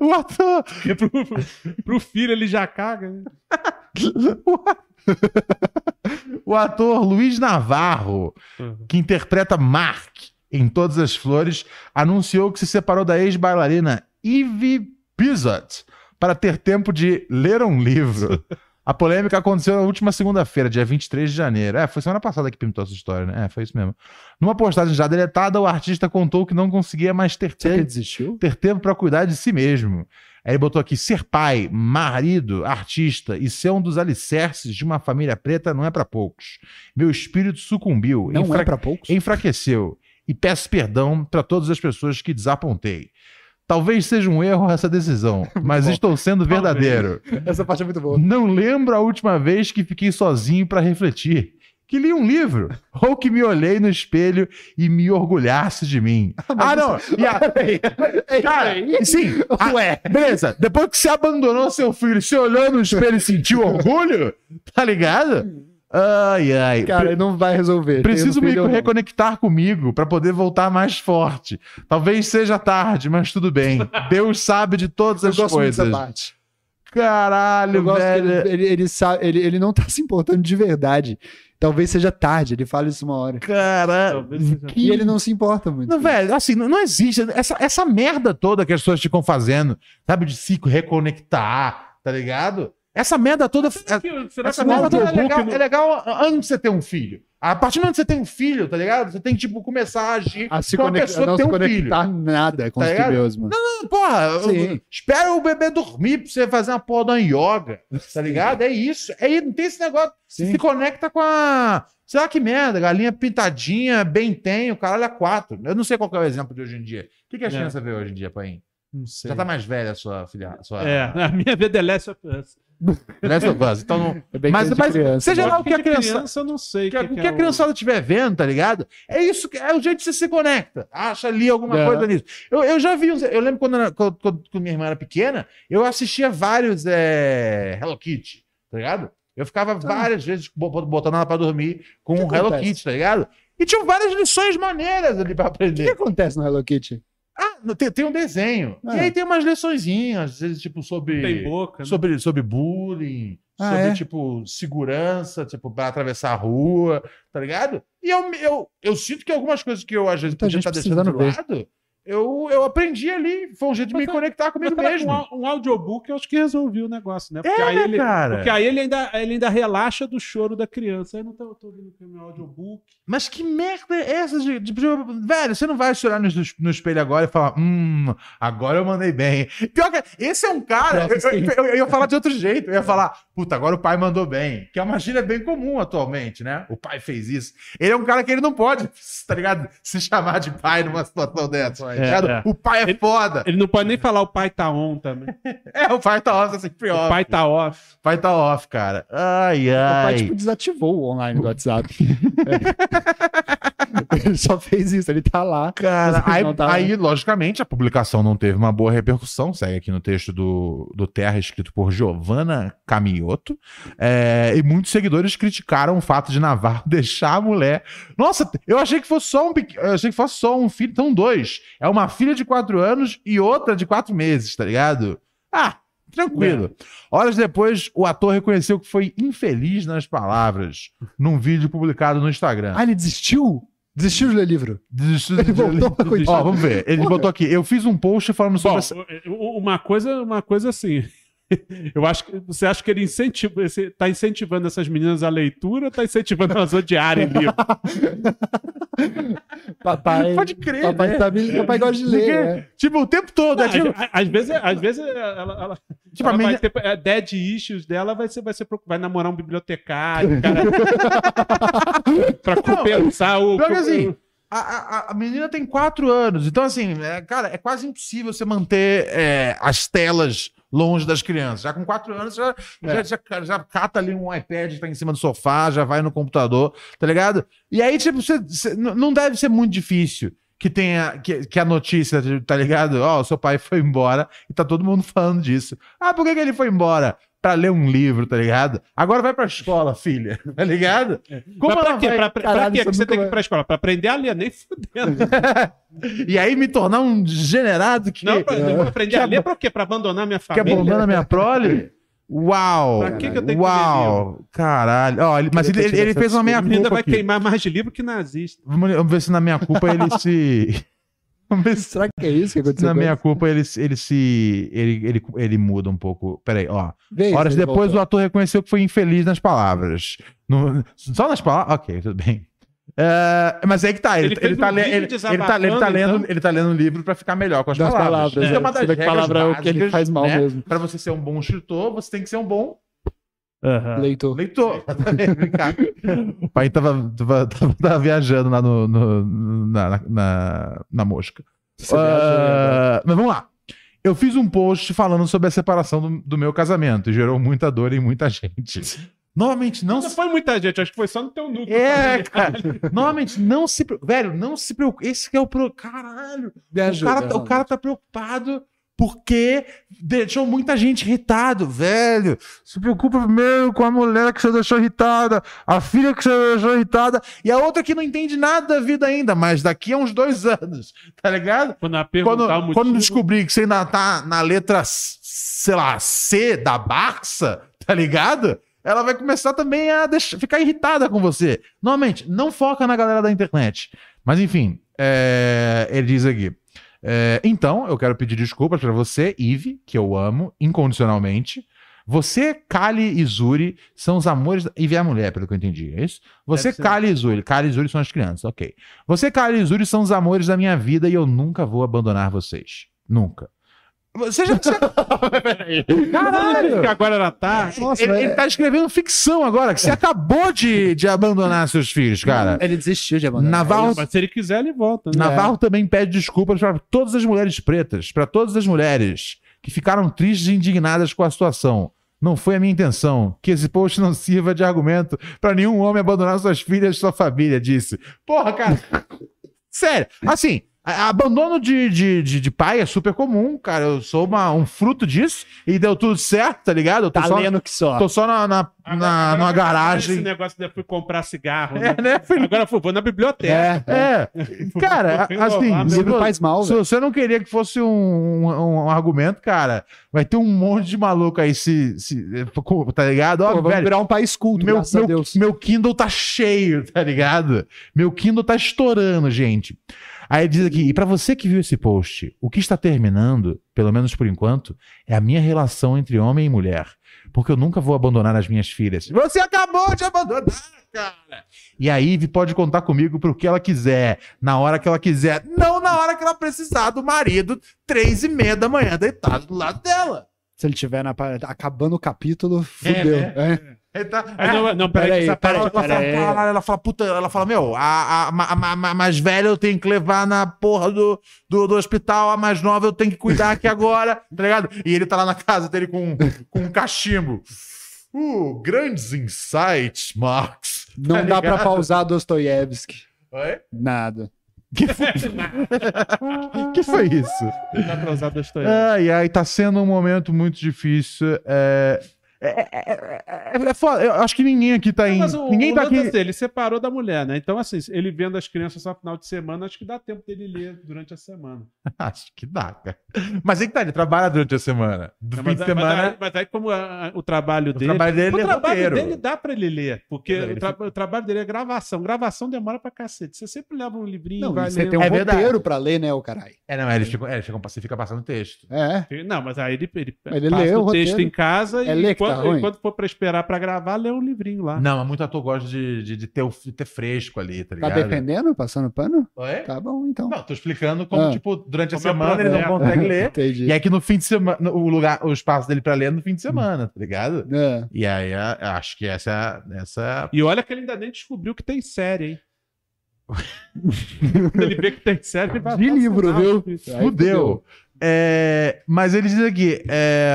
O ator. Porque pro, pro filho ele já caga. né? O ator Luiz Navarro, Uhum. que interpreta Mark em Todas as Flores, anunciou que se separou da ex-bailarina Ivy Pizzot para ter tempo de ler um livro. A polêmica aconteceu na última segunda-feira, dia 23 de janeiro. É, foi semana passada que pintou essa história, né? É, foi isso mesmo. Numa postagem já deletada, o artista contou que não conseguia mais ter Será que ele tempo desistiu? ter tempo para cuidar de si mesmo. Aí ele botou aqui: ser pai, marido, artista e ser um dos alicerces de uma família preta não é para poucos. Meu espírito sucumbiu, Não enfra- é pra poucos? enfraqueceu e peço perdão para todas as pessoas que desapontei. Talvez seja um erro essa decisão, mas bom. estou sendo verdadeiro. Essa parte é muito boa. Não lembro a última vez que fiquei sozinho para refletir. Que li um livro, ou que me olhei no espelho e me orgulhasse de mim. ah, não! é E a, Cara, e sim, a- Ué. beleza. Depois que você abandonou seu filho, você olhou no espelho e sentiu orgulho, tá ligado? Ai, ai. Cara, não vai resolver. Preciso me Tendo filho ou não. reconectar comigo pra poder voltar mais forte. Talvez seja tarde, mas tudo bem. Deus sabe de todas Eu as gosto muito dessa coisas. parte. Eu Caralho, gosto que velho. ele, ele, ele, sabe, ele, ele não tá se importando de verdade. Talvez seja tarde, ele fala isso uma hora. Caralho. Talvez seja- E ele não se importa muito. Não, velho, assim, não, não existe. Essa, essa merda toda que as pessoas ficam fazendo, sabe, de se reconectar, tá ligado? Essa merda toda. Será que Essa eu merda não toda é vou legal, no- é legal antes de você ter um filho. A partir do momento que você tem um filho, tá ligado? Você tem que, tipo, começar a agir A se como uma conectar- pessoa que não tem se um filho. conectar nada é com Tá os ligado? pneus, mano. Porra, Sim. eu- espera o bebê dormir pra você fazer uma porra da yoga, tá ligado? É isso. É, isso, não tem esse negócio. Sim. Se conecta com a. Sei lá que merda, galinha pintadinha, bem tem, o caralho é quatro. Eu não sei qual que é o exemplo de hoje em dia. O que, que a É. criança vê hoje em dia, Paim? Não sei. Já tá mais velha a sua filha. Sua... É, a minha vida é The Last of Us. Last of Us. Então não. É bem Mas, coisa de mas criança, seja né? lá o que a De criança. eu não sei. O que, a- o que é a o- criançada estiver vendo, tá ligado? É isso, que- é o jeito que você se conecta. Acha ali alguma É. coisa nisso. Eu, eu já vi, uns- eu lembro quando, era- quando, quando- quando minha irmã era pequena, eu assistia vários é, Hello Kitty, tá ligado? Eu ficava várias vezes bo- botando ela pra dormir com que um Hello acontece? Kitty, tá ligado? E tinham várias lições maneiras ali pra O que aprender. acontece no Hello Kitty? Ah, não, tem, tem um desenho. É. E aí tem umas liçõezinhas, às vezes, tipo, sobre Tem boca, né? sobre, sobre bullying, Ah, sobre, é? tipo, segurança, tipo, pra atravessar a rua, tá ligado? E eu, eu, eu sinto que algumas coisas que eu, às vezes, Muita podia gente estar deixando de precisando ver. lado, eu, eu aprendi ali, foi um jeito de Mas me tá- conectar comigo Mas tá mesmo. com au- Um, audiobook eu acho que resolvi o negócio, né? Porque É, aí né, ele, cara? Porque aí ele ainda, ele ainda relaxa do choro da criança. Aí não tá, eu tô ouvindo aqui o meu audiobook. Mas que merda é essa? De, de- de- velho, você não vai chorar no, es- no espelho agora e falar, hum, agora eu mandei bem. Pior que esse é um cara, Pior que eu, eu- sim. eu- eu ia falar de outro jeito. Eu ia falar, puta, agora o pai mandou bem. Que é uma gíria bem comum atualmente, né? O pai fez isso. Ele é um cara que ele não pode, tá ligado? Se chamar de pai numa situação dessa. tá ligado? é. O pai é Ele- foda. Ele não pode nem falar o pai tá on também. É, o pai tá off, assim, pior. O pai tá off. pai tá off, cara. Ai, O pai, ai. tipo, desativou o online do WhatsApp. É. ele só fez isso, ele tá lá. Cara, Mas aí, não tá- aí, logicamente, a publicação não teve uma boa repercussão. Segue aqui no texto do, do Terra, escrito por Giovanna Camioto. É, e muitos seguidores criticaram o fato de Navarro deixar a mulher. Nossa, eu achei que fosse só um pequ- eu achei que fosse só um filho. Então, dois. É uma filha de quatro anos e outra de quatro meses, tá ligado? Ah, tranquilo. Horas depois, o ator reconheceu que foi infeliz nas palavras num vídeo publicado no Instagram. Ah, ele desistiu? Desistiu de ler livro. Desistiu Ele de- voltou pra Ó, coitada. vamos ver. Ele Porra. botou aqui. Eu fiz um post falando sobre Bom, essa. u- u- uma coisa, uma coisa assim. Eu acho que você acha que ele incentiva, esse- tá incentivando essas meninas à leitura ou tá incentivando elas a odiarem livro? Papai. Pode crer, papai, né? tá, papai gosta de ler. Porque, né? Tipo, o tempo todo. é, Não, tipo, às- às vezes, às vezes ela, ela- tipo, a ela vai menina- ter é, dead issues dela, vai ser, vai ser pro- vai namorar um bibliotecário, cara. pra compensar o. pior que assim, a, a- a menina tem quatro anos. Então, assim, é, cara, é quase impossível você manter é, as telas longe das crianças. Já com quatro anos, já, É. já, já- já cata ali um iPad que tá em cima do sofá, já vai no computador, tá ligado? E aí, tipo, você, você- n- não deve ser muito difícil. Que tenha que, que a notícia, tá ligado? Ó, o seu pai foi embora e tá todo mundo falando disso. Ah, por que, que ele foi embora? Pra ler um livro, tá ligado? Agora vai pra escola, filha, tá ligado? Como É. pra ela quê? vai- Pra, pra Caralho, quê isso que é você muito tem que ir bom. pra escola? Pra aprender a ler, nem fudendo. E aí me tornar um degenerado que, Não, pra, que eu vou aprender a Que ler pra quê? Pra abandonar minha família? abandona minha prole? Uau! Pra que que eu tenho que Uau! Caralho! Ó, ele- mas ele, ele- ele fez uma a menina meia-culpa vai aqui. queimar mais de livro que nazista. Vamos vamos ver se na meia-culpa ele se... Vamos ver se Será que é isso que aconteceu? na com ele? meia-culpa ele, se- ele se... Ele, ele, ele muda um pouco. Peraí, ó. Vê isso, Horas ele depois, voltou. o ator reconheceu que foi infeliz nas palavras. No- só nas palavras? Ok, tudo bem. É, mas aí que tá, ele, Ele fez ele tá um le- ele- vídeo ele tá- ele tá desabafando, lendo, então? ele tá lendo um livro pra ficar melhor com as Das né? palavras. palavras, Isso é. Você vê que regras palavra é o que ele básicas, faz mal mesmo. Pra você ser um bom escritor, você tem que ser um bom Leitor. leitor. o pai tava, tava- tava- tava viajando lá no, no- na, na- na mosca. Você Ah, viaja, né? mas vamos lá. Eu fiz um post falando sobre a separação do, do meu casamento e gerou muita dor em muita gente. Normalmente não Não se foi muita gente, acho que foi só no teu núcleo. é, cara. Normalmente, não se. pre- Velho, não se preocupe. Esse que é o. Pro... Caralho. Me o, ajuda, cara, tá- o cara tá preocupado porque deixou muita gente irritado, velho. Se preocupa primeiro com a mulher que você deixou irritada, a filha que você deixou irritada e a outra que não entende nada da vida ainda, mas daqui a uns dois anos, tá ligado? Quando a perguntar Quando, o motivo, quando descobrir que você ainda tá na letra, s- sei lá, C da Barça, tá ligado? Ela vai começar também a deixar- ficar irritada com você. Normalmente, não foca na galera da internet. Mas enfim, é, ele diz aqui. é, então, eu quero pedir desculpas pra você, Ive, que eu amo incondicionalmente. Você, Kali e Zuri são os amores. da- E vem a mulher, pelo que eu entendi, é isso? Você, Deve ser. Kali e Zuri. Kali e Zuri são as crianças, ok. Você, Kali e Zuri são os amores da minha vida e eu nunca vou abandonar vocês. Nunca. Você já. você- Caralho! Que agora na tarde. Nossa, Ele, mas- ele tá escrevendo ficção agora, que você acabou de, de abandonar seus filhos, cara. Ele desistiu de abandonar. Navarro, Mas se ele quiser, ele volta. Né? Navarro também pede desculpas para todas as mulheres pretas, para todas as mulheres que ficaram tristes e indignadas com a situação. Não foi a minha intenção que esse post não sirva de argumento para nenhum homem abandonar suas filhas e sua família, disse. Porra, cara. Sério, assim, a- abandono de, de, de, de pai é super comum, cara. Eu sou uma- um fruto disso e deu tudo certo, tá ligado? Eu tô Tá só, lendo que só. tô só na, na, na, numa Esse garagem. negócio de fui comprar cigarro. Né? É, né? Fui- Agora fui, vou na biblioteca. É. É, cara, Fui assim, inovar, O se livro vo- faz mal, se velho. você não queria que fosse um, um- um argumento, cara, vai ter um monte de maluco aí se. se tá ligado? Ó, Pô, vamos velho, virar um país culto, meu, graças a meu, Deus. meu Kindle tá cheio, tá ligado? Meu Kindle tá estourando, gente. Aí diz aqui, e pra você que viu esse post, o que está terminando, pelo menos por enquanto, é a minha relação entre homem e mulher. Porque eu nunca vou abandonar as minhas filhas. Você acabou de abandonar, cara! E a Ive pode contar comigo pro que ela quiser, na hora que ela quiser, não na hora que ela precisar do marido, três e meia da manhã, deitado do lado dela. Se ele tiver na par- acabando o capítulo, fudeu. né? É. Ele tá- Ah, não, não, peraí, Peraí, essa parte- peraí, ela, fala, peraí. caralho, ela fala, puta, ela fala, meu, a, a, ma- ma- ma- mais velha eu tenho que levar na porra do, do, do hospital, a mais nova eu tenho que cuidar aqui agora, tá ligado? E ele tá lá na casa dele com, com um cachimbo. Uh, grandes insights, Marx. Não Tá dá ligado? pra pausar Dostoiévski. Oi? Nada. Tá O que foi isso? Não dá pra usar Dostoiévski. É, Ai, ai, tá sendo um momento muito difícil. É. É, é, é, é- é foda. Eu acho que ninguém aqui tá em. Mas o, ninguém o tá lance aqui. dele, ele separou da mulher, né? Então, assim, ele vendo as crianças só final de semana, acho que dá tempo dele ler durante a semana. Acho que dá, cara. Mas aí que tá, ele trabalha durante a semana. Do Mas, é, fim de mas semana. aí- mas aí, como a- a- o trabalho O dele. trabalho dele o é trabalho roteiro. dele dá pra ele ler, porque Ele o, tra- o trabalho dele é gravação. Gravação demora pra cacete. Você sempre leva um livrinho, Não, vai e você ler tem um um- É roteiro verdade. pra ler, né, o caralho? É, não, eles ficam, é, eles ficam, você fica passando texto. É. Não, mas aí ele, ele, Ele passa lê o o texto roteiro. em casa É e ler que tá quando, ruim. enquanto for pra esperar pra gravar, lê um livrinho lá. Não, mas muito ator gosta de, de, de ter, o- de ter fresco ali, Ah. tá Tá ligado? defendendo? Passando pano? Oi? Tá bom, então. Não, tô explicando como, Ah. tipo, durante a Como é o semana ele não projeto. consegue ler. Entendi. E é que no fim de semana, o lugar, o espaço dele pra ler é no fim de semana, tá ligado? É. E aí, a- acho que essa, é essa... E olha que ele ainda nem descobriu que tem série, hein? Quando ele vê que tem série, ele vai. De livro, viu? Aí Fudeu. É, mas ele diz aqui, é,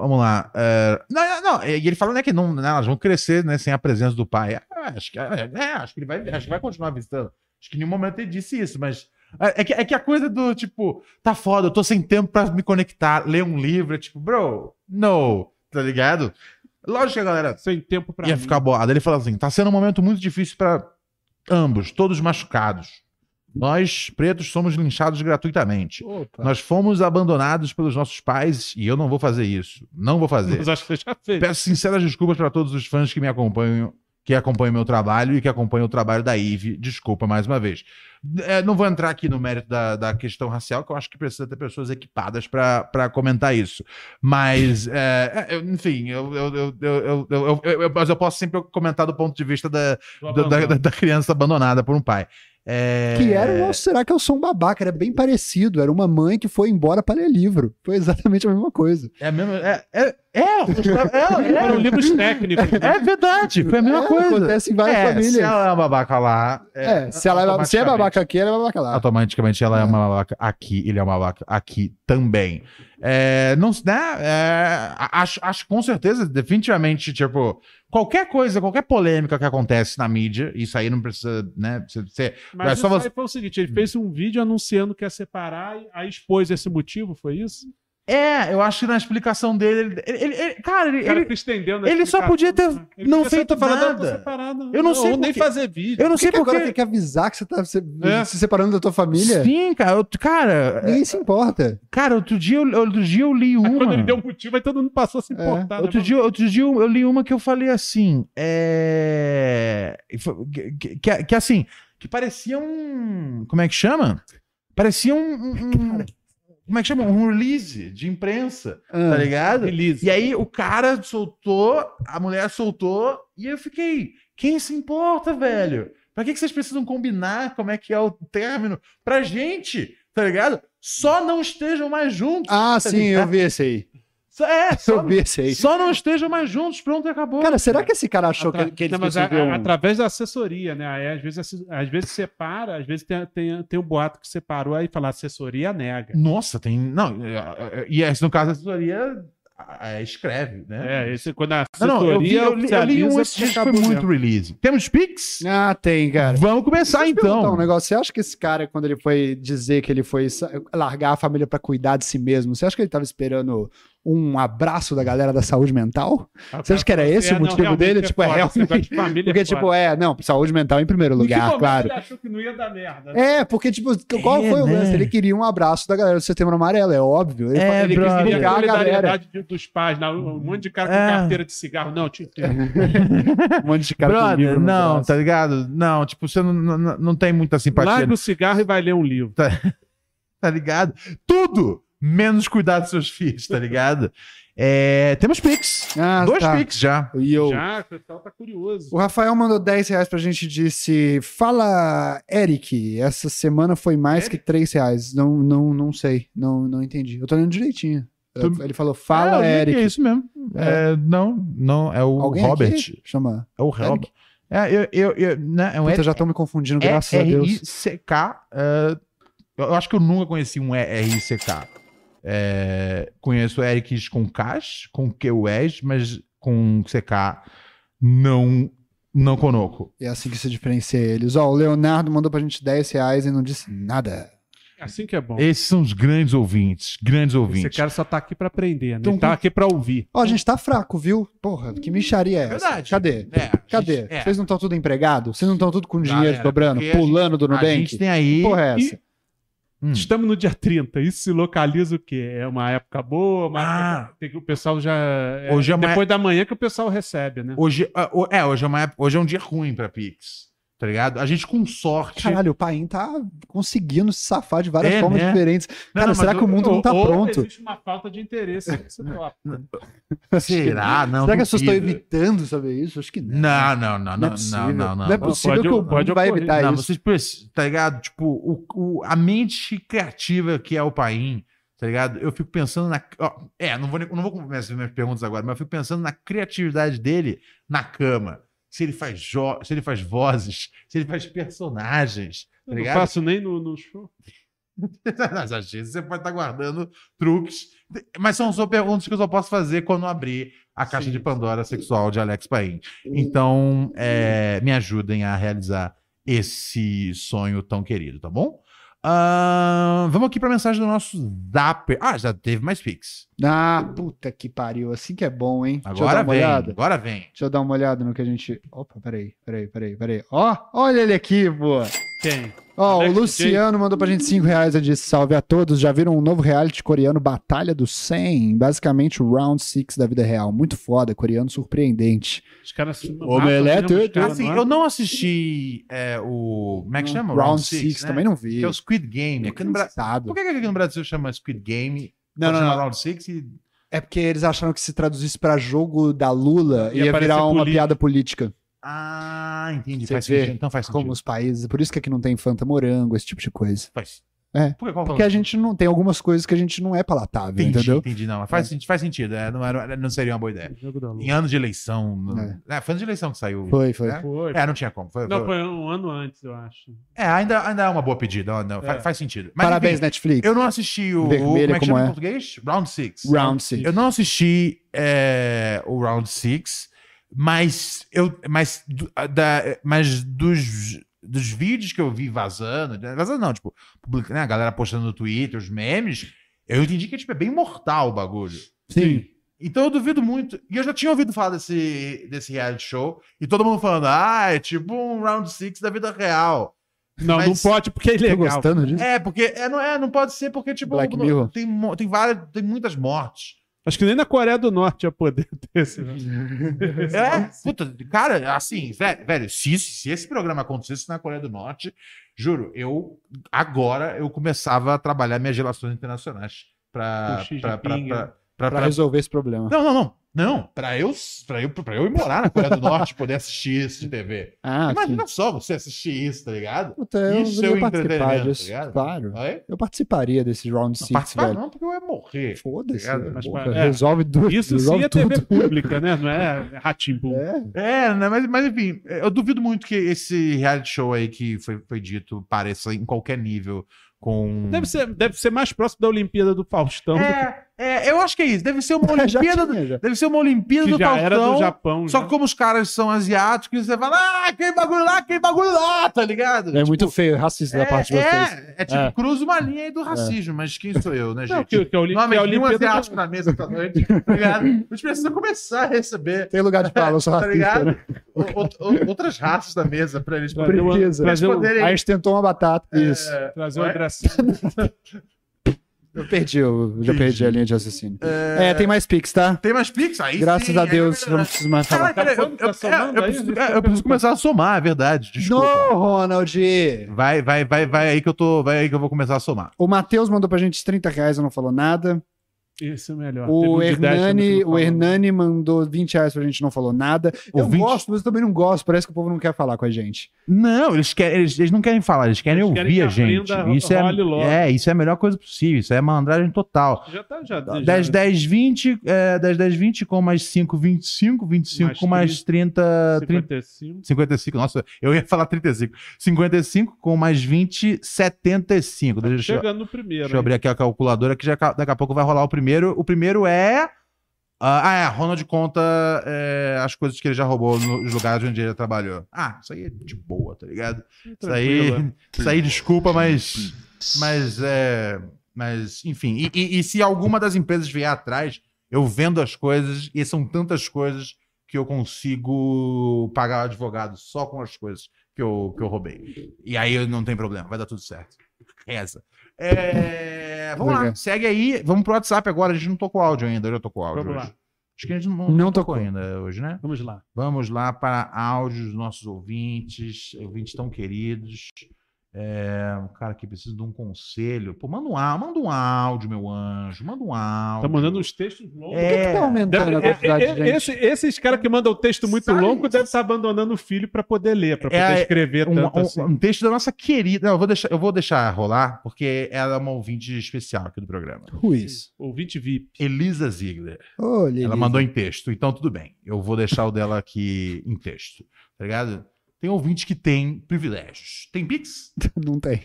vamos lá. é, não, não, não, e ele falou né, que não, né, elas vão crescer né, sem a presença do pai. Ah, acho, que, é, é, acho, que ele vai, acho que vai continuar visitando. Acho que em nenhum momento ele disse isso, mas. É é que, é que a coisa do tipo, tá foda, eu tô sem tempo pra me conectar, ler um livro, é tipo, bro, no, tá ligado? Lógico que a galera Sem tempo pra. ia mim. ficar boada. Ele fala assim: tá sendo um momento muito difícil para ambos, todos machucados. Nós, pretos, somos linchados gratuitamente. Tá. Opa. Nós fomos abandonados pelos nossos pais e eu não vou fazer isso. Não vou fazer. Mas acho que você já fez. Peço sinceras desculpas para todos os fãs que me acompanham, que acompanham meu trabalho e que acompanham o trabalho da Ive. Desculpa mais uma vez. É, não vou entrar aqui no mérito da, da questão racial, que eu acho que precisa ter pessoas equipadas para comentar isso. Mas, é, é, eu- enfim, eu, eu, eu, eu, eu, eu- eu- mas eu posso sempre comentar do ponto de vista da, Do da, da- abandono. da criança abandonada por um pai. É, Que era o nosso Será que eu sou um babaca? Era bem parecido. Era uma mãe que foi embora pra ler livro. Foi exatamente a mesma coisa. É mesmo. É, é, é, é, é, Foram livros técnicos. né? É verdade, foi a mesma É, coisa. Acontece em várias É, famílias. se ela é uma babaca lá. É, se, ela é, se é automaticamente- babaca aqui, ela é babaca lá. Automaticamente ela é uma babaca aqui, ele é uma babaca aqui também. É, não, né, é, a- acho, acho com certeza, definitivamente, tipo, qualquer coisa, qualquer polêmica que acontece na mídia, isso aí não precisa, né? Você, você- Mas É isso só você- aí foi o seguinte: ele fez um vídeo anunciando que ia separar, e aí expôs esse motivo, foi isso? É, eu acho que na explicação dele, ele, ele- ele- cara, ele, O cara ele- fica estendendo a ele só explicação, podia ter né? Ele não podia só feito ter falado, "Ah, tô nada." separado, Eu não sei Ou nem por quê. fazer vídeo. eu não sei Por que que porque. agora tem que avisar que você tá se, É. se separando da tua família? Sim, cara, eu- cara, Ninguém se importa. cara, outro dia, eu- outro dia eu li uma. Aí quando ele deu um motivo, aí todo mundo passou a se É. importar. né? Outro dia, outro dia eu eu li uma que eu falei assim, é... e foi- que, que- que assim, que parecia um... Como é que chama? Parecia um... um- um- Como é que chama? Um release de imprensa, Ah, tá ligado? Release. E aí o cara soltou, a mulher soltou, e eu fiquei, quem se importa, velho? Pra que, que vocês precisam combinar como é que é o término? Pra gente, tá ligado? Só não estejam mais juntos. Ah, tá sim, eu ligado? vi esse aí. Só- É, só, Eu vi esse aí. só um não estejam mais juntos, pronto, acabou. Cara, será que esse cara achou Atra- que, que eles Não, mas a- conseguiram... a- Através da assessoria, né? Aí, às, vezes, asses- às vezes separa, às vezes tem, tem, tem um boato que separou, aí fala assessoria nega. Nossa, tem. Não, é, é, é, e esse, no caso, a assessoria é, escreve, né? É, esse, quando a Não, não, eu vi, assessoria eu li, eu li um oficializa, esses dias que foi acabou muito mesmo. release. Temos Pix? Ah, tem, cara. Vamos começar Deixa eu perguntar Um então. negócio. Você acha que esse cara, quando ele foi dizer que ele foi sa- largar a família pra cuidar de si mesmo, você acha que ele tava esperando um abraço da galera da saúde mental? Você acha que era esse É, não, o motivo realmente dele? tipo, é foda, esse negócio realmente. de família é Porque, foda. tipo, é, não, saúde mental em primeiro Em que lugar, momento claro. Ele achou que não ia dar merda. né? É, porque, tipo, qual É, foi o né? lance? Ele queria um abraço da galera do Setembro Amarelo, é óbvio. Ele, É, fa- ele quis brother. Queria ligar a galera. solidariedade de- dos pais, né? um monte de cara com É. carteira de cigarro. Não, te entendo. Um monte de cara com Brother, livro no não, braço. tá ligado? Não, tipo, você não, não, não tem muita simpatia, Larga o cigarro e vai ler um livro. tá ligado? Tudo menos cuidar dos seus filhos, tá ligado? É, temos Pix. Ah, Dois tá. Pix já. E eu. Já, o pessoal tá curioso. O Rafael mandou 10 reais pra gente e disse: Fala, Eric, essa semana foi mais que 3 reais. Não, não, não sei, não, não entendi. Eu tô lendo direitinho. Tu- Ele falou: Fala, É, eu vi que Eric. É isso mesmo. É, não, não, é o Alguém Robert. aqui? Chama. É o Eric? Robert. É, eu, eu, eu, né, é um Puta, já estão me confundindo, graças a Deus. E-R-I-C-K. eh, eu acho que eu nunca conheci um E-R-I-C-K. Eh, conheço Erics com Ks, com QS, mas com CK não, não conoco. É assim que se diferencia eles. Ó, o Leonardo mandou pra gente 10 reais e não disse nada. Assim que é bom. Esses são os grandes ouvintes, grandes Esse ouvintes. cara só tá aqui pra aprender, né? Então, Ele tá aqui pra ouvir. um Ó, a gente tá fraco, viu? Porra, que micharia é essa? Cadê? É, a Cadê? gente- é, Vocês não estão tudo empregados? Vocês não estão tudo com dinheiro Galera, dobrando, porque a pulando do a Nubank? gente tem aí... Que porra é essa? Hum. Estamos no dia 30. Isso se localiza o quê? É uma época boa, mas Ah. tem que o pessoal já. é Hoje é uma- depois da manhã que o pessoal recebe, né? Hoje, ah, ho- é, hoje é, uma época- hoje é um dia ruim pra Pix, tá ligado? A gente com sorte... Caralho, o Paim tá conseguindo se safar de várias É, formas né? diferentes. Cara, não, será mas que o mundo não tá Ou- ou pronto? Existe uma falta de interesse. é nesse papo. Será? Não, será que as pessoas estão duvido. evitando saber isso? Acho que não. Não, não, não, Não é não, possível. não, não, não. Não é possível Pode- que o pode mundo vai ocorrer. evitar não, isso. vocês precisam, tá ligado? Tipo, o, o- a mente criativa que é o Paim, tá ligado? Eu fico pensando na. ó, é, não vou, nem- não vou começar as minhas perguntas agora, mas eu fico pensando na criatividade dele na cama. Se ele faz, jo- se ele faz vozes, se ele faz personagens, tá Eu não ligado? faço nem no, no show. Nas agências você pode estar guardando truques, mas são só perguntas que eu só posso fazer quando abrir a caixa Sim. de Pandora sexual de Alex Paim. Uhum. Então, é, me ajudem a realizar esse sonho tão querido, tá bom? Ahn, vamos aqui para mensagem do nosso Zapper. Ah, já teve mais Pix. Ah, puta que pariu. Assim que é bom, hein? Deixa eu dar Agora uma vem. olhada. Agora vem. Deixa eu dar uma olhada no que a gente. Opa, peraí, peraí, peraí, peraí. Ó, olha ele aqui, boa. Tem. Ó, Alex o Luciano mandou pra gente 5 reais e disse: Salve a todos. Já viram um novo reality coreano Batalha do 100? Basicamente, o round 6 da vida real. Muito foda, é coreano surpreendente. Os caras se matam Omelete, mesmo, os caras, Assim, não é? eu não assisti é, o. Como é que chama? Round 6 né? também não vi. Que é o Squid Game. Aqui no Bra- Cansado. Por que, que aqui no Brasil chama Squid Game? Não, Pode não, chamar não. Round 6 e É porque eles acharam que se traduzisse pra jogo da Lula Ia ia, virar parecer uma política. piada política. Ah, entendi. Você faz vê sentido. Então faz sentido. Como os países. Por isso que aqui não tem Fanta Morango, esse tipo de coisa. Faz. É, Por que, qual Porque a gente não tem algumas coisas que a gente não é palatável, Entendi, entendeu? entendi. Não, mas faz, sentido, faz sentido. é, não, era- não seria uma boa ideia. Jogo da Em Lua. anos de eleição. não- É. É, foi ano de eleição que saiu. Foi, foi. É? Foi. É, não tinha como. foi- Não, foi- foi um ano antes, eu acho. É, ainda, ainda é uma boa pedida. ó, não, fa- É. faz, sentido. Mas, Parabéns, enfim, Netflix. Eu não assisti o. Vermelho, como é que como chama é? em português? Round 6. Round 6. Eu não assisti é, o Round 6, mas eu. Mas, do- da, mas dos, dos vídeos que eu vi vazando, né, vazando não, tipo, publica- né, a galera postando no Twitter, os memes, eu entendi que tipo, é bem mortal o bagulho. Sim. Então eu duvido muito. E eu já tinha ouvido falar desse, desse reality show, e todo mundo falando, ah, é tipo um Round 6 da vida real. Não, Mas- tá não pode, porque é Tô ilegal. gostando disso? É, porque é, não, é, não pode ser, porque, tipo, Black não- Mirror. tem, mo- tem várias, tem muitas mortes. Acho que nem na Coreia do Norte ia poder ter esse. É, puta, cara, assim, velho, velho se, isso- se esse programa acontecesse na Coreia do Norte, Juro, eu agora eu começava a trabalhar minhas relações internacionais Com para Xi para Jinping, né? Pra resolver esse problema. Não, não, não. Não, para eu, pra eu, pra eu ir morar na Coreia do Norte e poder assistir isso de TV. Ah, sim. Imagina só você assistir isso, tá ligado? Puta, eu Isso é ia o participar entretenimento, disso. tá ligado? claro. Aí, Eu participaria desses round não six, participar velho. não, tá porque eu ia morrer. Foda-se. Obrigado, né? mas Porra, pra- é. Resolve duas. Isso sim resolve é TV pública, né? Não é Ratimbu. É. É, né, mas, mas enfim, eu duvido muito que esse reality show aí que foi, foi dito pareça em qualquer nível com. Deve ser, deve ser mais próximo da Olimpíada do Faustão, É, é, eu acho que é isso. Deve ser uma Já Olimpíada. tinha, já. Deve ser uma Olimpíada que do já era do Faustão. Japão. né? Só já. que como os caras são asiáticos, você fala, ah, quem bagulho lá, quem bagulho lá, tá ligado? Tipo, É muito feio, racista da parte de vocês. É, é tipo, É. cruza uma linha aí do racismo, mas quem sou eu, né, Não, gente? que, que a Oli- Não, que a mas nenhum Olimpíada asiático na mesa esta noite, tá ligado? A gente precisa começar a receber, Tem lugar de fala, eu sou tá racista, ligado? né? O- o- o- outras raças da mesa pra eles Trazer o- Precisa. trazer o- poderem- Aí a gente tentou uma batata. Isso. É, Trazer um o Ué? André Silva. Eu perdi, eu já perdi a linha de raciocínio. É, tem mais Pix, tá? Tem mais Pix aí? Graças sim, a aí- Deus, não preciso mais Caralho, falar. peraí, eu, eu- Tá somando eu aí? preciso, é, eu preciso começar a somar, é verdade. Desculpa. Não, Ronald! Vai, vai, vai, vai aí que eu tô. Vai aí que eu vou começar a somar. O Matheus mandou pra gente 30 reais, eu não falou nada. Isso é melhor. Teve um O de dez Hernani, também que não o falou. Hernani mandou 20 reais pra gente, não falou nada. Eu Ouvinte. gosto, mas eu também não gosto. Parece que o povo não quer falar com a gente. Não, eles, querem, eles, eles não querem falar, eles querem Eles ouvir querem que a a gente. Brenda Isso é, role logo. é, isso é a melhor coisa possível. Isso é malandragem total. Já tá, já. já- 10, 10, 20, é, 10, 10, 20 com mais 5, 25, 25 Mais com mais 30, 30, 55. 55, nossa, eu ia falar 35. 55 com mais 20, 75. Deixa, deixa, eu- Chegando no primeiro. deixa eu abrir aqui a calculadora que já, ca- daqui a pouco vai rolar o primeiro. O primeiro é. Ah, ah, é, Ronald conta é, as coisas que ele já roubou no- nos lugares onde ele trabalhou. Ah, isso aí é de boa, tá ligado? hein? Isso aí, Tranquilo, isso aí desculpa, mas. Mas é. Mas, enfim. E, e- e se alguma das empresas vier atrás, eu vendo as coisas, e são tantas coisas que eu consigo pagar o advogado só com as coisas que eu, que eu roubei. E aí não tem problema, vai dar tudo certo. Reza. É, vamos lá, Legal. segue aí. Vamos pro WhatsApp agora. A gente não tocou áudio ainda, eu já tocou é. áudio. Vamos hoje. lá. Acho que a gente não, Não não tocou tocou. ainda hoje, né? Vamos lá. Tá Vamos lá para áudios, nossos ouvintes, ouvintes tão queridos. É, um cara que precisa de um conselho. Pô, manda um áudio, manda um áudio, meu anjo. Manda um áudio. Tá mandando uns textos longos. É. Por que, que tá aumentando a Deve- quantidade é- é- de gente? esse- esses caras que mandam texto muito Sai. longo devem estar abandonando o filho pra poder ler, pra poder É, escrever um, tanto um- assim. um texto da nossa querida. Não, eu vou deixar, eu vou deixar rolar, porque ela é uma ouvinte especial aqui do programa. Ruiz. Ouvinte VIP. Elisa Ziegler. Ô, Lili. Ela mandou em texto, então tudo bem. Eu vou deixar o dela aqui em texto. Tá ligado? Tem ouvinte que tem privilégios. Tem Pix? Não tem.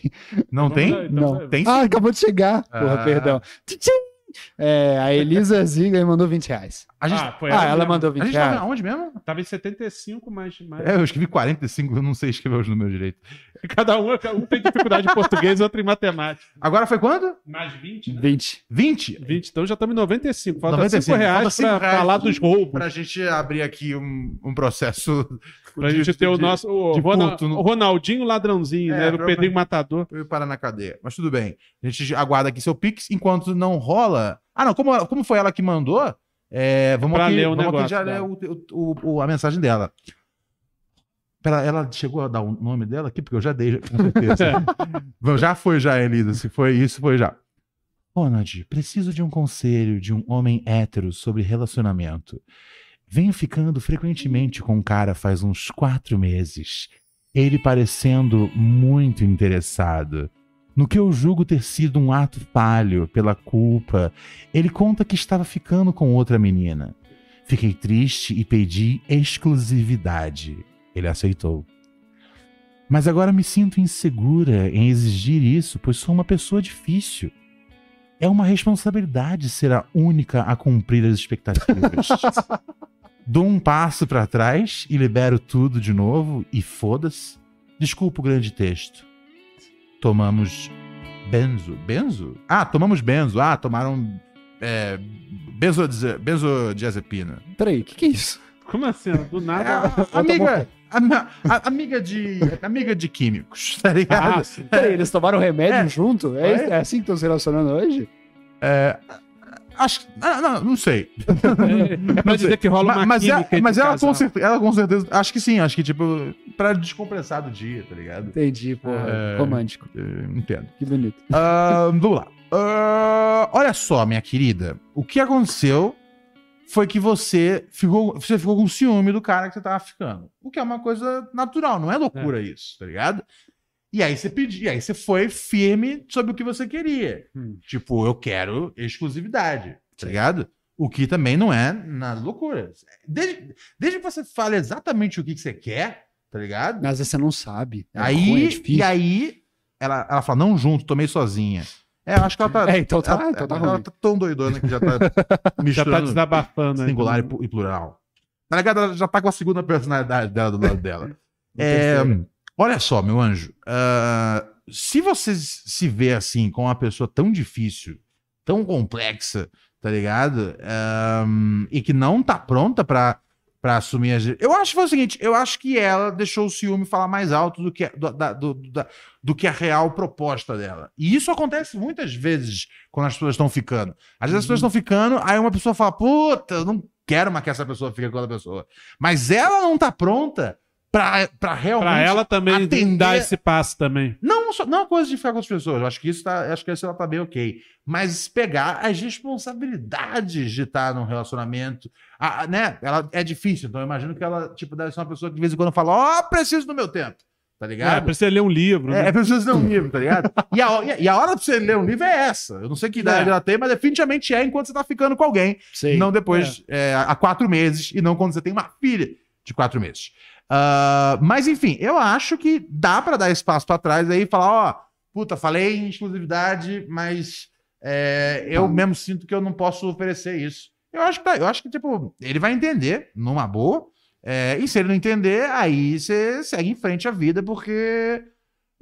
Não tem? então, Não. Tem Ah, acabou de chegar. Ah. Porra, perdão. Tchim! É, a Elisa Ziga mandou 20 reais. A gente, Ah, foi Ah, ela mesmo. mandou a 20 gente tava reais. aonde mesmo? Tava em 75, mas. mas... É, eu escrevi 45, eu não sei escrever os números direito. Cada um, um tem dificuldade em português, outro em matemática. Agora foi quando? Mais 20, né? 20. 20? 20, então já estamos em 95. Falta 95, 5 reais falta cinco pra reais. falar dos roubos. Pra gente abrir aqui um, um processo. Pra de- gente ter o de- nosso. O de Rona- furto, né? o Ronaldinho ladrãozinho, É, né? O provavelmente. Pedrinho Matador. Eu ia parar na cadeia. Mas tudo bem. A gente aguarda aqui seu Pix, enquanto não rola. Ah, não, como, como foi ela que mandou, é, vamos Pra aqui, ler o vamos aqui negócio já ler dela. o, o- o- a mensagem dela. Pera, ela chegou a dar o nome dela aqui, porque eu já dei, com certeza. Bom, já foi já, Elisa. Se foi isso, foi já. Ronald, preciso de um conselho de um homem hétero sobre relacionamento. Venho ficando frequentemente com um cara faz uns quatro meses. Ele parecendo muito interessado. No que eu julgo ter sido um ato falho pela culpa, ele conta que estava ficando com outra menina. Fiquei triste e pedi exclusividade. Ele aceitou. Mas agora me sinto insegura em exigir isso, pois sou uma pessoa difícil. É uma responsabilidade ser a única a cumprir as expectativas. Dou um passo para trás e libero tudo de novo e foda-se. Desculpa o grande texto. Tomamos benzo. Benzo? Ah, tomamos benzo. Ah, tomaram é, benzodiaze- benzodiazepina. Peraí, o que, que é isso? Como assim? Do nada. É, amiga, ama- a- amiga de amiga de químicos, tá ligado? Ah, sim. Peraí, eles tomaram remédio É. junto? É, É. é assim que estão se relacionando hoje? Acho, ah, não, não sei. É, é pra Não sei. dizer que rola Ma- uma mas química ela, entre mas é ela com casal. certeza, ela com certeza, acho que sim, acho que tipo, pra descompensar do dia, tá ligado? Entendi, pô. É. Romântico. Eh, Entendo. Que bonito. Ahn, vamos lá. Ahn, olha só, minha querida. O que aconteceu foi que você ficou, você ficou com ciúme do cara que você tava ficando. O que é uma coisa natural, não é loucura isso, tá ligado? E aí você pediu, aí você foi firme sobre o que você queria. Hum. Tipo, eu quero exclusividade, tá ligado? O que também não é nada loucura. Desde, desde que você fale exatamente o que, que você quer, tá ligado? Mas você não sabe. É aí, ruim, é e difícil. aí, ela, ela fala, não junto, tomei sozinha. É, eu acho que ela tá. É, então tá- ela, então tá ela ruim. tá tão doidona que já tá Já tá misturando desabafando. aí. singular né? e pu- e plural. Tá ligado? Ela já tá com a segunda personalidade dela do lado dela. É, olha só, meu anjo. ah, se você se vê assim, com uma pessoa tão difícil, tão complexa, tá ligado? Ah, e que não tá pronta pra, pra assumir as. Eu acho que foi o seguinte: eu acho que ela deixou o ciúme falar mais alto do que, do, da- do- da- do que a real proposta dela. E isso acontece muitas vezes quando as pessoas estão ficando. Às vezes as pessoas estão ficando, aí uma pessoa fala: puta, eu não quero mais que essa pessoa fique com outra pessoa. Mas ela não tá pronta pra, pra realmente. Pra ela também atender- dar esse passo também. Não, só- não é uma coisa de ficar com as pessoas. Eu acho que isso tá, acho que isso ela tá bem ok. Mas pegar as responsabilidades de estar num relacionamento, a- a- né? Ela é difícil, então eu imagino que ela tipo deve ser uma pessoa que de vez em quando fala, ó, preciso do meu tempo, tá É, ligado? precisa ler um livro. É, né? é preciso ler um livro, tá ligado? E a, ho- e a- e a hora pra você ler um livro é essa. Eu não sei que idade É. ela tem, mas definitivamente é enquanto você tá ficando com alguém. Sei. Não depois, é, há quatro meses, e não quando você tem uma filha de quatro meses. Ah, mas, enfim, eu acho que dá pra dar espaço pra trás aí e falar: ó, puta, falei em exclusividade, mas é, eu mesmo sinto que eu não posso oferecer isso. Eu acho que, tá- eu acho que tipo, ele vai entender, numa boa. É, e se ele não entender, aí você segue em frente a vida, porque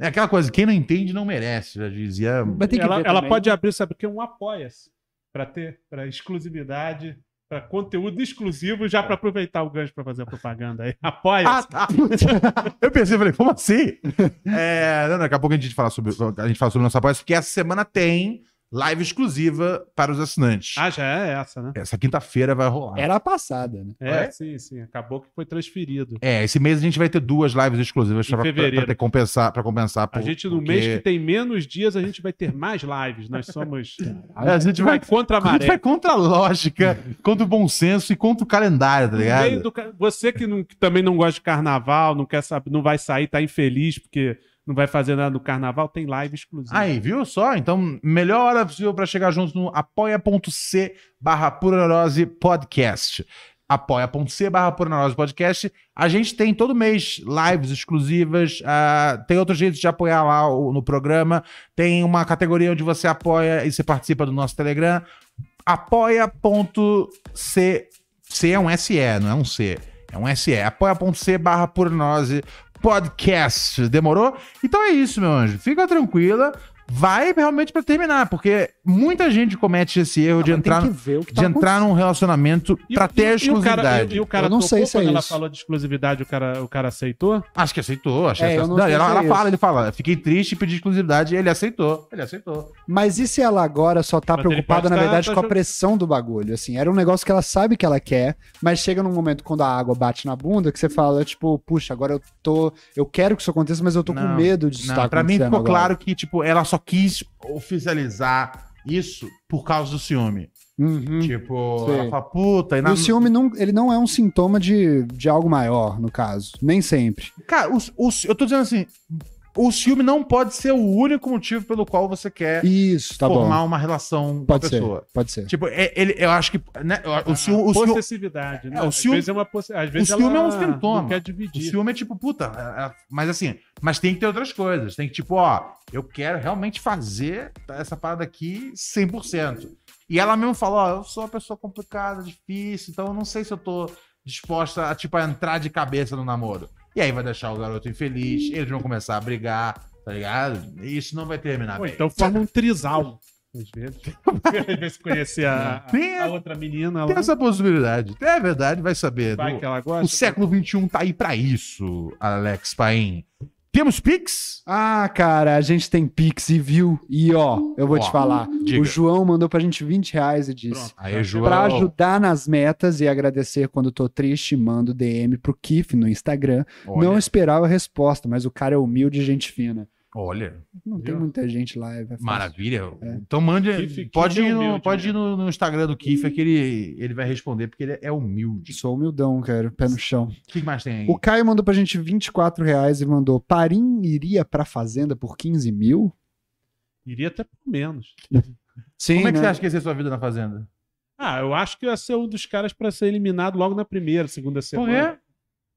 é aquela coisa: quem não entende não merece, já dizia. Mas tem que ela ver ela também. pode abrir, sabe o que? Um apoia-se. Pra ter, pra exclusividade, pra conteúdo exclusivo, já pra aproveitar o gancho pra fazer a propaganda aí. Apoia-se. É. Ah, tá. Eu pensei, falei, como assim? É, não, daqui a pouco a gente fala sobre, a gente fala sobre o nosso apoio, porque essa semana tem live exclusiva para os assinantes. Ah, É. já é essa, né? Essa quinta-feira vai rolar. Era a passada, né? É, É? sim, sim. Acabou que foi transferido. É, esse mês a gente vai ter duas lives exclusivas Em para fevereiro. compensar, pra compensar. A por- gente, no porque- mês que tem menos dias, a gente vai ter mais lives. Nós somos. É, a gente vai, vai contra a a gente maré. vai contra a lógica, contra o bom senso e contra o calendário, tá No ligado? meio do ca- Você que, não- que também não gosta de carnaval, não quer saber, não vai sair, tá infeliz porque não vai fazer nada no carnaval, tem live exclusiva. Aí, viu só? Então, melhor hora possível para chegar junto no apoia.c barra Pura Neurose podcast. apoia.c barra Pura Neurose podcast. A gente tem todo mês lives exclusivas, ah, tem outros jeitos de apoiar lá o- no programa, tem uma categoria onde você apoia e você participa do nosso Telegram, apoia.c C é um SE, não é um C. É um SE. Apoia.c barra Purinose Podcast. Demorou? Então é isso, meu anjo. Fica tranquila. Vai realmente pra terminar, porque muita gente comete esse erro de Ah, Mas entrar, tem que ver o que de tá entrar num relacionamento E- pra ter a e- e o cara- exclusividade. E, e o cara Eu não topou sei se é quando ela isso. falou de exclusividade, o cara, o cara aceitou? Ah, Acho que aceitou. Acho É, que eu aceitou. não Não, sei ela se é ela isso. fala, ele fala, fiquei triste e pedi exclusividade. Ele aceitou. Ele aceitou. Mas e se ela agora só tá Mas ele preocupada, pode na tá- verdade, tá com a jogando- pressão do bagulho? Assim, era um negócio que ela sabe que ela quer, mas chega num momento quando a água bate na bunda que você fala, tipo, puxa, agora eu tô. Eu quero que isso aconteça, mas eu tô Não, com medo de Não, estar tá acontecendo. pra mim ficou agora. claro que, tipo, ela só quis oficializar isso por causa do ciúme. Uhum. Tipo, Sei. ela fala, puta, e E o ciúme não, ele não é um sintoma de, de algo maior, no caso. Nem sempre. Cara, o, o- eu tô dizendo assim, o ciúme não pode ser o único motivo pelo qual você É. quer Isso, tá formar bom. uma relação Pode com a ser. pessoa. Pode ser. Tipo, é- ele, eu acho que. Né, o, ciúme, o, ciúme, Ah, Possessividade, né? É, o ciúme- às vezes, é, uma possi- às vezes ciúme ela é um sintoma. Não quer o dividir. ciúme é tipo, puta, é- é- mas assim, mas tem que ter outras coisas. Tem que, tipo, ó, eu quero realmente fazer essa parada aqui 100%. E ela mesmo fala, ó, eu sou uma pessoa complicada, difícil, então eu não sei se eu tô disposta a, tipo, a entrar de cabeça no namoro. E aí vai deixar o garoto infeliz, eles vão começar a brigar, tá ligado? E isso não vai terminar Pô, bem. então forma um trisal. Às vezes. às vezes conhecer a, Tem- a, a outra menina Tem lá. essa possibilidade. É verdade, vai saber. Vai No- que ela O gosta. século XXI tá aí pra isso, Alex Paim. Temos Pix? Ah, cara, a gente tem Pix e viu. E ó, eu vou Ó, te falar. diga. O João mandou pra gente 20 reais e disse. Aí, João. Pra ajudar nas metas e agradecer quando tô triste, mando DM pro Kif no Instagram. Olha, Não esperava a resposta, mas o cara é humilde e gente fina. olha, Não tem Viu? muita gente lá. É fácil. maravilha. Então mande. Kiff- pode Kiff é ir, no, humilde, pode né? ir no, no Instagram do Kiffer que ele, ele vai responder, porque ele é humilde. Sou humildão, cara. Pé no chão. O que mais tem aí? O Caio mandou pra gente 24 reais e mandou Parim iria pra fazenda por 15 mil? Iria até por menos. Sim, Como é que né? você acha que ia ser sua vida na Fazenda? Ah, eu acho que eu ia ser um dos caras pra ser eliminado logo na primeira, segunda semana. é?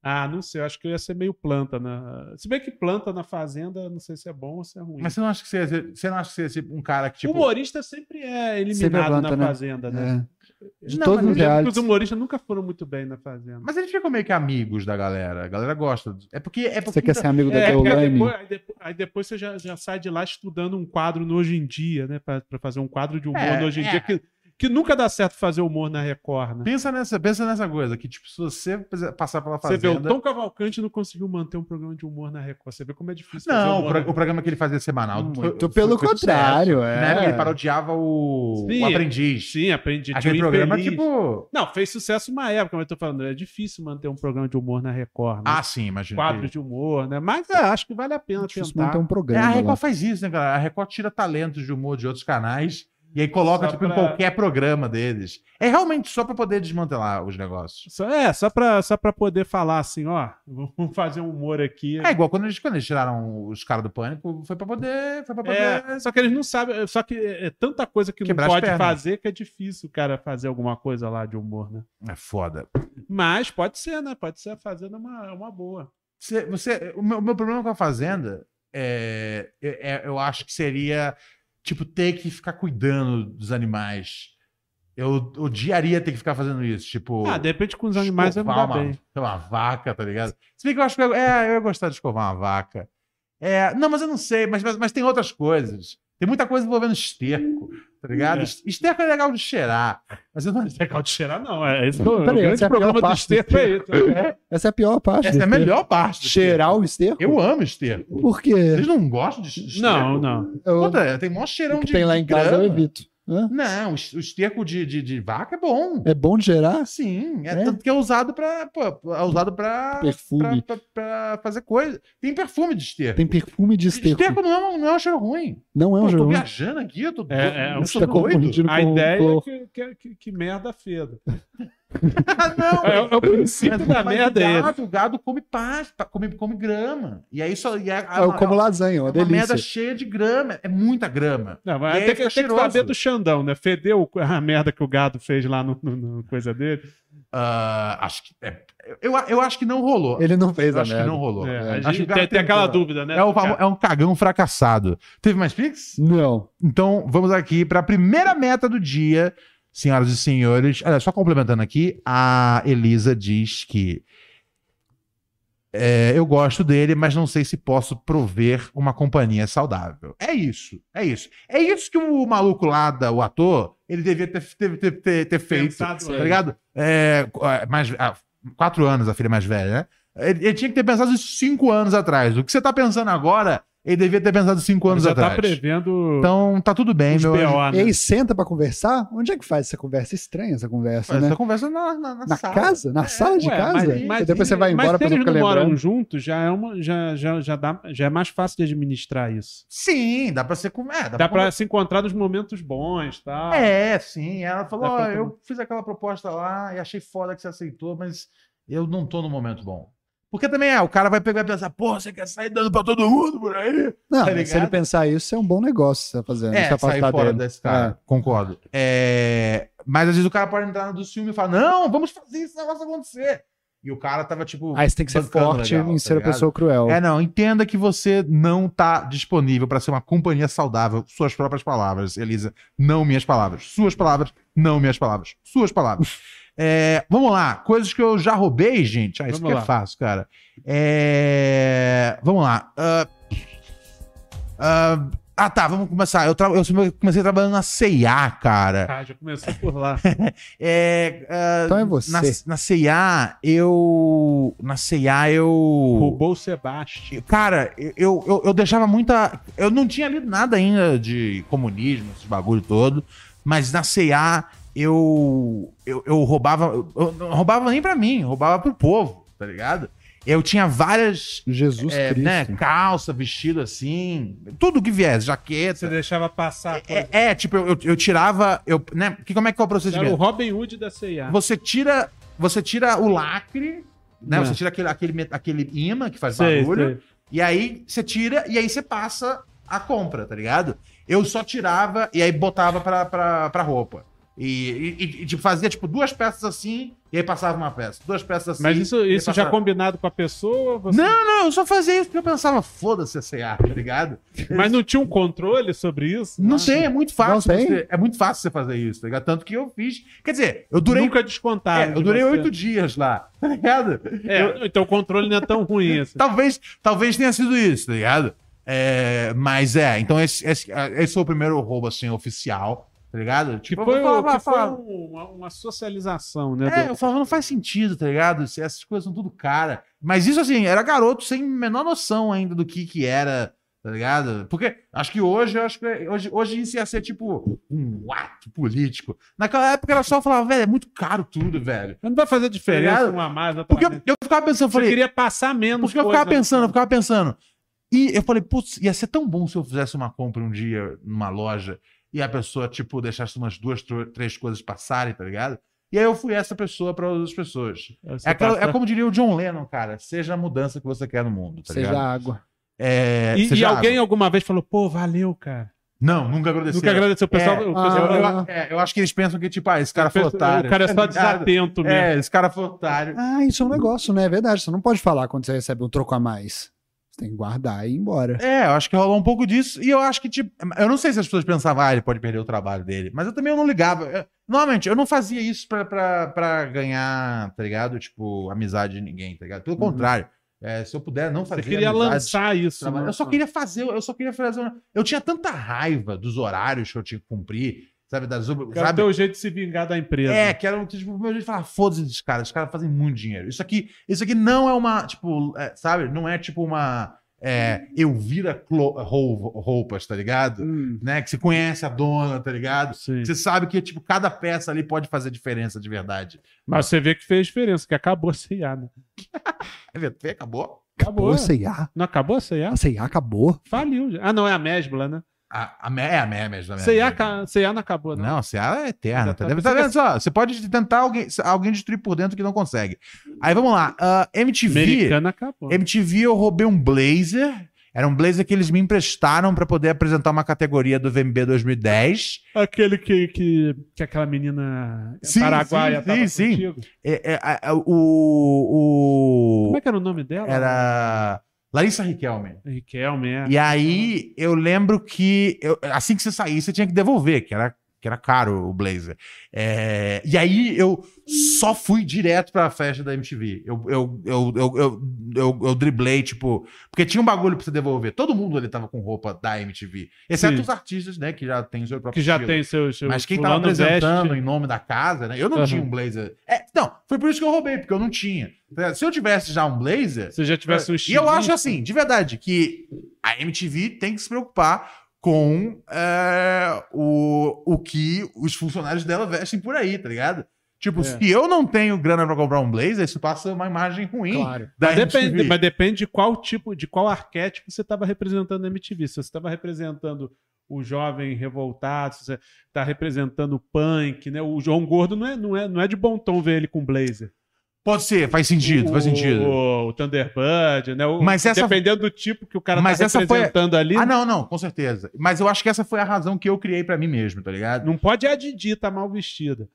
Ah, não sei, eu acho que eu ia ser meio planta, né? Se bem que planta na fazenda, não sei se é bom ou se é ruim. Mas você não acha que você ia ser, você não acha que você ia ser um cara que, O tipo. humorista sempre é eliminado Sempre é planta, na né? fazenda, né? É. De Não, todos mas os eu Porque os reais. humoristas nunca foram muito bem na fazenda. Mas eles ficam meio que amigos da galera. A galera gosta. É porque. É porque Você quer ser amigo da É, porque aí Deolane? depois, aí depois- aí depois você já, já sai de lá estudando um quadro no Hoje em Dia, né? Pra, pra fazer um quadro de humor É, no Hoje em é. Dia, que, que nunca dá certo fazer humor na Record, né? então, Pensa nessa, pensa nessa coisa, que tipo, se você passar pela Você vê, Fazenda. o Tom Cavalcante não conseguiu manter um programa de humor na Record. Você vê como é difícil fazer Não, o, humor. pro- na- o programa que ele fazia semanal. Muito Então, foi- pelo foi sucesso. contrário, é. Na época ele parodiava o, Sim, o Aprendiz. Sim, aprendi. tinha Aquele um programa, infeliz. tipo. Não, fez sucesso uma época, mas eu tô falando, é difícil manter um programa de humor na Record, né? Ah, sim, imagina. Quadro de humor, né? Mas é, acho que vale a pena Difícil tentar. manter um É, a programa lá. Record faz isso, né, galera? A Record tira talentos de humor de outros canais e aí coloca Só tipo, em pra- qualquer programa deles. É realmente só pra poder desmantelar os negócios. Só, é, só pra, só pra poder falar assim, ó, vamos fazer um humor aqui. É igual quando eles, quando eles tiraram os caras do pânico, foi pra poder. Foi pra poder. É, só que eles não sabem, só que é é tanta coisa que Quebrar as não pode pernas. fazer que é difícil o cara fazer alguma coisa lá de humor, né? É foda. Mas pode ser, né? Pode ser fazendo uma, uma boa. Você, você- o, meu, o meu problema com a Fazenda é, é- é- Eu acho que seria, tipo, ter que ficar cuidando dos animais. Eu odiaria ter que ficar fazendo isso. Tipo. Ah, de repente com os animais eu não escovar dá uma, bem. sei lá, uma vaca, tá ligado? Se bem que eu acho que eu, é, eu ia gostar de escovar uma vaca. É, não, mas eu não sei, mas, mas, mas tem outras coisas. Tem muita coisa envolvendo esterco, tá ligado? É. Esterco é legal de cheirar, mas eu não Legal de cheirar, não. É, esse é o, Peraí, o grande essa é a problema do pior parte. esterco é isso. Essa é a pior parte. Essa é a do melhor parte. esterco. do Cheirar o É. esterco? esterco. Eu amo esterco. Por quê? Vocês não gostam de esterco? Não, não. Eu- Puta, tem maior cheirão é o que de tem lá em de casa eu grama. evito. Hã? Não, o esterco de, de, de vaca é bom. É bom de gerar? Sim, é, É? tanto que é usado pra. pô, é usado pra, pra, Perfume. pra- pra fazer coisa. Tem perfume de esterco. Tem perfume de esterco. Esterco não é, um- não é um cheiro ruim. Não é Pô, um eu tô jogo. viajando aqui, eu tô, É, é, eu Você sou tá doido. confundindo A com ideia é flor. que, que, que, que merda feda. Ah, não, É, é o princípio mas- da mas merda o é esse. gado, o gado come pasta, come, come grama. E aí só. E é, é Eu uma- como lasanha, é uma uma delícia. merda cheia de grama. É muita grama. Não, E mas aí fica tem, que, tem que cheiroso. saber do Xandão, né? Fedeu a merda que o gado fez lá no, no- no coisa dele. Ah, acho que. é- eu, eu acho que não rolou. Ele não fez eu a acho que merda. não rolou. É, Acho a que gente o cara tem, tem aquela tentou. dúvida, né? É, um, cara? famo- é um cagão fracassado. Teve mais Pix? Não. Então, vamos aqui para a primeira meta do dia, senhoras e senhores. Olha, só complementando aqui, a Elisa diz que é, eu gosto dele, mas não sei se posso prover uma companhia saudável. É isso, é isso. É isso que o maluco lá, da, o ator, ele devia ter, ter, ter, ter, ter feito, Pensado tá antes. ligado? É, mais, ah, quatro anos, a filha mais velha, né? Ele, ele tinha que ter pensado isso cinco anos atrás. O que você tá pensando agora, ele devia ter pensado cinco Ele anos já atrás. tá prevendo Então tá tudo bem, os meu. anjo. PO, né? Ei, senta pra conversar? Onde é que faz essa conversa? Estranha essa conversa, Essa né? conversa na, na, Na casa? É, Na sala de Ué, casa? mas- E mas- depois você vai embora mas se pra não eles ficar não moram lembrando. juntos, já é uma já já já dá já é mais fácil de administrar isso. Sim, dá pra ser com. É, dá, Dá pra. pra se encontrar nos momentos bons, tá? É, sim. Ela falou: Dá pra ó, tomar. eu fiz aquela proposta lá e achei foda que você aceitou, mas eu não tô no momento bom. Porque também é, o cara vai pegar e pensar, porra, você quer sair dando pra todo mundo por aí? Não, tá mas se ligado? ele pensar isso, é um bom negócio você tá fazendo. É, você sair afastar fora dele. Ah. desse cara. Concordo. É, mas às vezes o cara pode entrar no do ciúme e falar, não, vamos fazer esse negócio acontecer. E o cara tava tipo. É. Aí você tem que ser Bancando forte legal, em tá ser a ligado? pessoa cruel. Então, É, não, entenda que você não tá disponível para ser uma companhia saudável. Suas próprias palavras, Elisa, não minhas palavras. Suas palavras, não minhas palavras. Suas palavras. É, vamos lá, coisas que eu já roubei, gente. Ah, isso Vamos que é lá. fácil, cara. É, vamos lá. Ah, ah, Ah, tá, vamos começar. Eu, tra- eu comecei trabalhando na C&A, cara. Ah, já começou por lá. É, ah, Então é você. Na, na C&A, eu... Na C&A, eu... Roubou o Sebastião. Cara, eu, eu, eu deixava muita... Eu não tinha lido nada ainda de comunismo, esse bagulho todo. Mas na C&A, eu, eu, eu roubava... Eu não roubava nem pra mim, eu roubava pro povo, tá ligado? Eu tinha várias... Jesus é, Cristo. né, calça, vestido assim, tudo que viesse, Você jaqueta. deixava passar. a coisa. É, é, tipo, eu, eu- eu tirava. Eu, né, que, como é que é o Era o procedimento? Robin Hood da CIA. Você tira, você tira o lacre, né? É. Você tira aquele, aquele, met- aquele imã que faz barulho. E aí você tira e aí você passa a compra, tá ligado? Eu só tirava e aí botava pra, pra, pra roupa. E, e- e, tipo, fazia tipo duas peças assim, e aí passava uma peça. Duas peças assim. Mas isso, e aí isso já passava- combinado com a pessoa? Você- Não, não, eu só fazia isso porque eu pensava, foda-se a CA, tá ligado? Mas não tinha um controle sobre isso? Ah. Não sei, é muito fácil. Não tem? você- é muito fácil você fazer isso, tá ligado? Tanto que eu fiz. Quer dizer, eu durei. Nunca é, descontaram. eu de durei você. oito dias lá, tá ligado? É, Então o controle não é tão ruim assim. Talvez, talvez tenha sido isso, tá ligado? É, mas é, então esse, esse, esse foi o primeiro roubo, assim, oficial, tá ligado? Que Tipo, foi, eu falava, o- que foi um, falava- uma, uma socialização, né? É, do- eu falava, não faz sentido, tá ligado? Se Essas coisas são tudo cara. Mas isso, assim, era garoto sem a menor noção ainda do que que era, tá ligado? Porque acho que hoje, eu acho que hoje, hoje isso ia ser, tipo, um ato político. Naquela época era só falar, velho, é muito caro tudo, velho. Não vai fazer diferença Obrigado. uma mais, outra Porque eu, menos. eu ficava pensando, eu Você falei, queria passar menos porque eu coisa, ficava né? pensando, eu ficava pensando. E eu falei, putz, ia ser tão bom se eu fizesse uma compra um dia numa loja e a pessoa, tipo, deixasse umas duas, tr- três coisas passarem, tá ligado? E aí eu fui essa pessoa para outras pessoas. Você É, aquela- passa- é como diria o John Lennon, cara. Seja a mudança que você quer no mundo, tá Seja ligado? água. É, E, seja e alguém água. alguma vez falou, pô, valeu, cara. Não, nunca agradeceu. Nunca agradeceu o pessoal. É, o ah, Eu, pessoal eu- Ah. é, eu acho que eles pensam que, tipo, ah, esse cara o foi pessoal- otário. o cara é só tá ligado? desatento mesmo. É, esse cara foi otário. Ah, isso é um negócio, né? É verdade. Você não pode falar quando você recebe um troco a mais. Você tem que guardar e ir embora. É, eu acho que rolou um pouco disso. E eu acho que, tipo, eu não sei se as pessoas pensavam, ah, ele pode perder o trabalho dele. Mas eu também eu não ligava. Eu- normalmente, eu não fazia isso pra, pra, pra ganhar, tá ligado? Tipo, amizade de ninguém, tá ligado? Pelo contrário. é, se eu puder não Uhum. Você fazer queria amizades- lançar isso. trabalho. né? Eu só queria fazer, eu só queria fazer. uma- Eu tinha tanta raiva dos horários que eu tinha que cumprir, sabe? Das, Que era o sabe? teu jeito de se vingar da empresa. É, que era um tipo, meu jeito de falar, foda-se esses caras, esses caras fazem muito dinheiro. Isso aqui, isso aqui não é uma, tipo, é, sabe? Não é tipo uma é, eu vira clo- rou- roupas, tá ligado? Hum. Né? Que você conhece a dona, tá ligado? Sim. Você sabe que, tipo, cada peça ali pode fazer diferença de verdade. Mas você vê que fez diferença, que acabou a CIA, né? É, vê, acabou? Acabou. Pô, C&A. Não acabou a CIA? A C&A acabou. Faliu. já. Ah, não, é a Mesbla, né? A, a, me- é a Memes, na CIA, verdade. ca- CIA não acabou, não. Não, a Seara é eterna. Tá, Exatamente. tá vendo só? Você pode tentar alguém, alguém destruir por dentro que não consegue. Aí vamos lá. ah, MTV. Americana acabou. MTV eu roubei um blazer. Era um blazer que eles me emprestaram pra poder apresentar uma categoria do VMB 2010. Aquele que, que, que aquela menina Sim, paraguaia sim, tava sim, sim. contigo. É, é, a- a- o, Como o é que era o nome dela? era Larissa Riquelme. Riquelme, é. E aí eu lembro que eu- assim que você saísse, você tinha que devolver, que era, que era caro o blazer. É, e aí eu só fui direto pra festa da MTV. Eu, eu, eu, eu, eu, eu- eu driblei, tipo. Porque tinha um bagulho pra você devolver. Todo mundo ali tava com roupa da MTV. Exceto Sim. os artistas, né? Que já tem o seu próprio Que já estilo. tem seus. Seu Mas quem tava fulano apresentando veste. em nome da casa, né? Eu não Aham. tinha um blazer. É, não, foi por isso que eu roubei, porque eu não tinha. Se eu tivesse já um blazer, Se já tivesse um e eu acho estilista, assim, de verdade, que a MTV tem que se preocupar com é, o, o que os funcionários dela vestem por aí, tá ligado? Tipo, É. se eu não tenho grana pra comprar um blazer, isso passa uma imagem ruim Claro. da Mas depende, MTV. mas depende de qual tipo, de qual arquétipo você estava representando na MTV. Se você estava representando o jovem revoltado, se você está representando o punk, né? O João Gordo não é, não é, não é de bom tom ver ele com blazer. Pode ser, faz sentido, faz O- sentido. O, o Thunderbird, né? O- Mas essa- Dependendo do tipo que o cara Mas está essa foi- representando ali. Ah, não... não, não, com certeza. Mas eu acho que essa foi a razão que eu criei pra mim mesmo, tá ligado? pode a Didi tá mal vestida.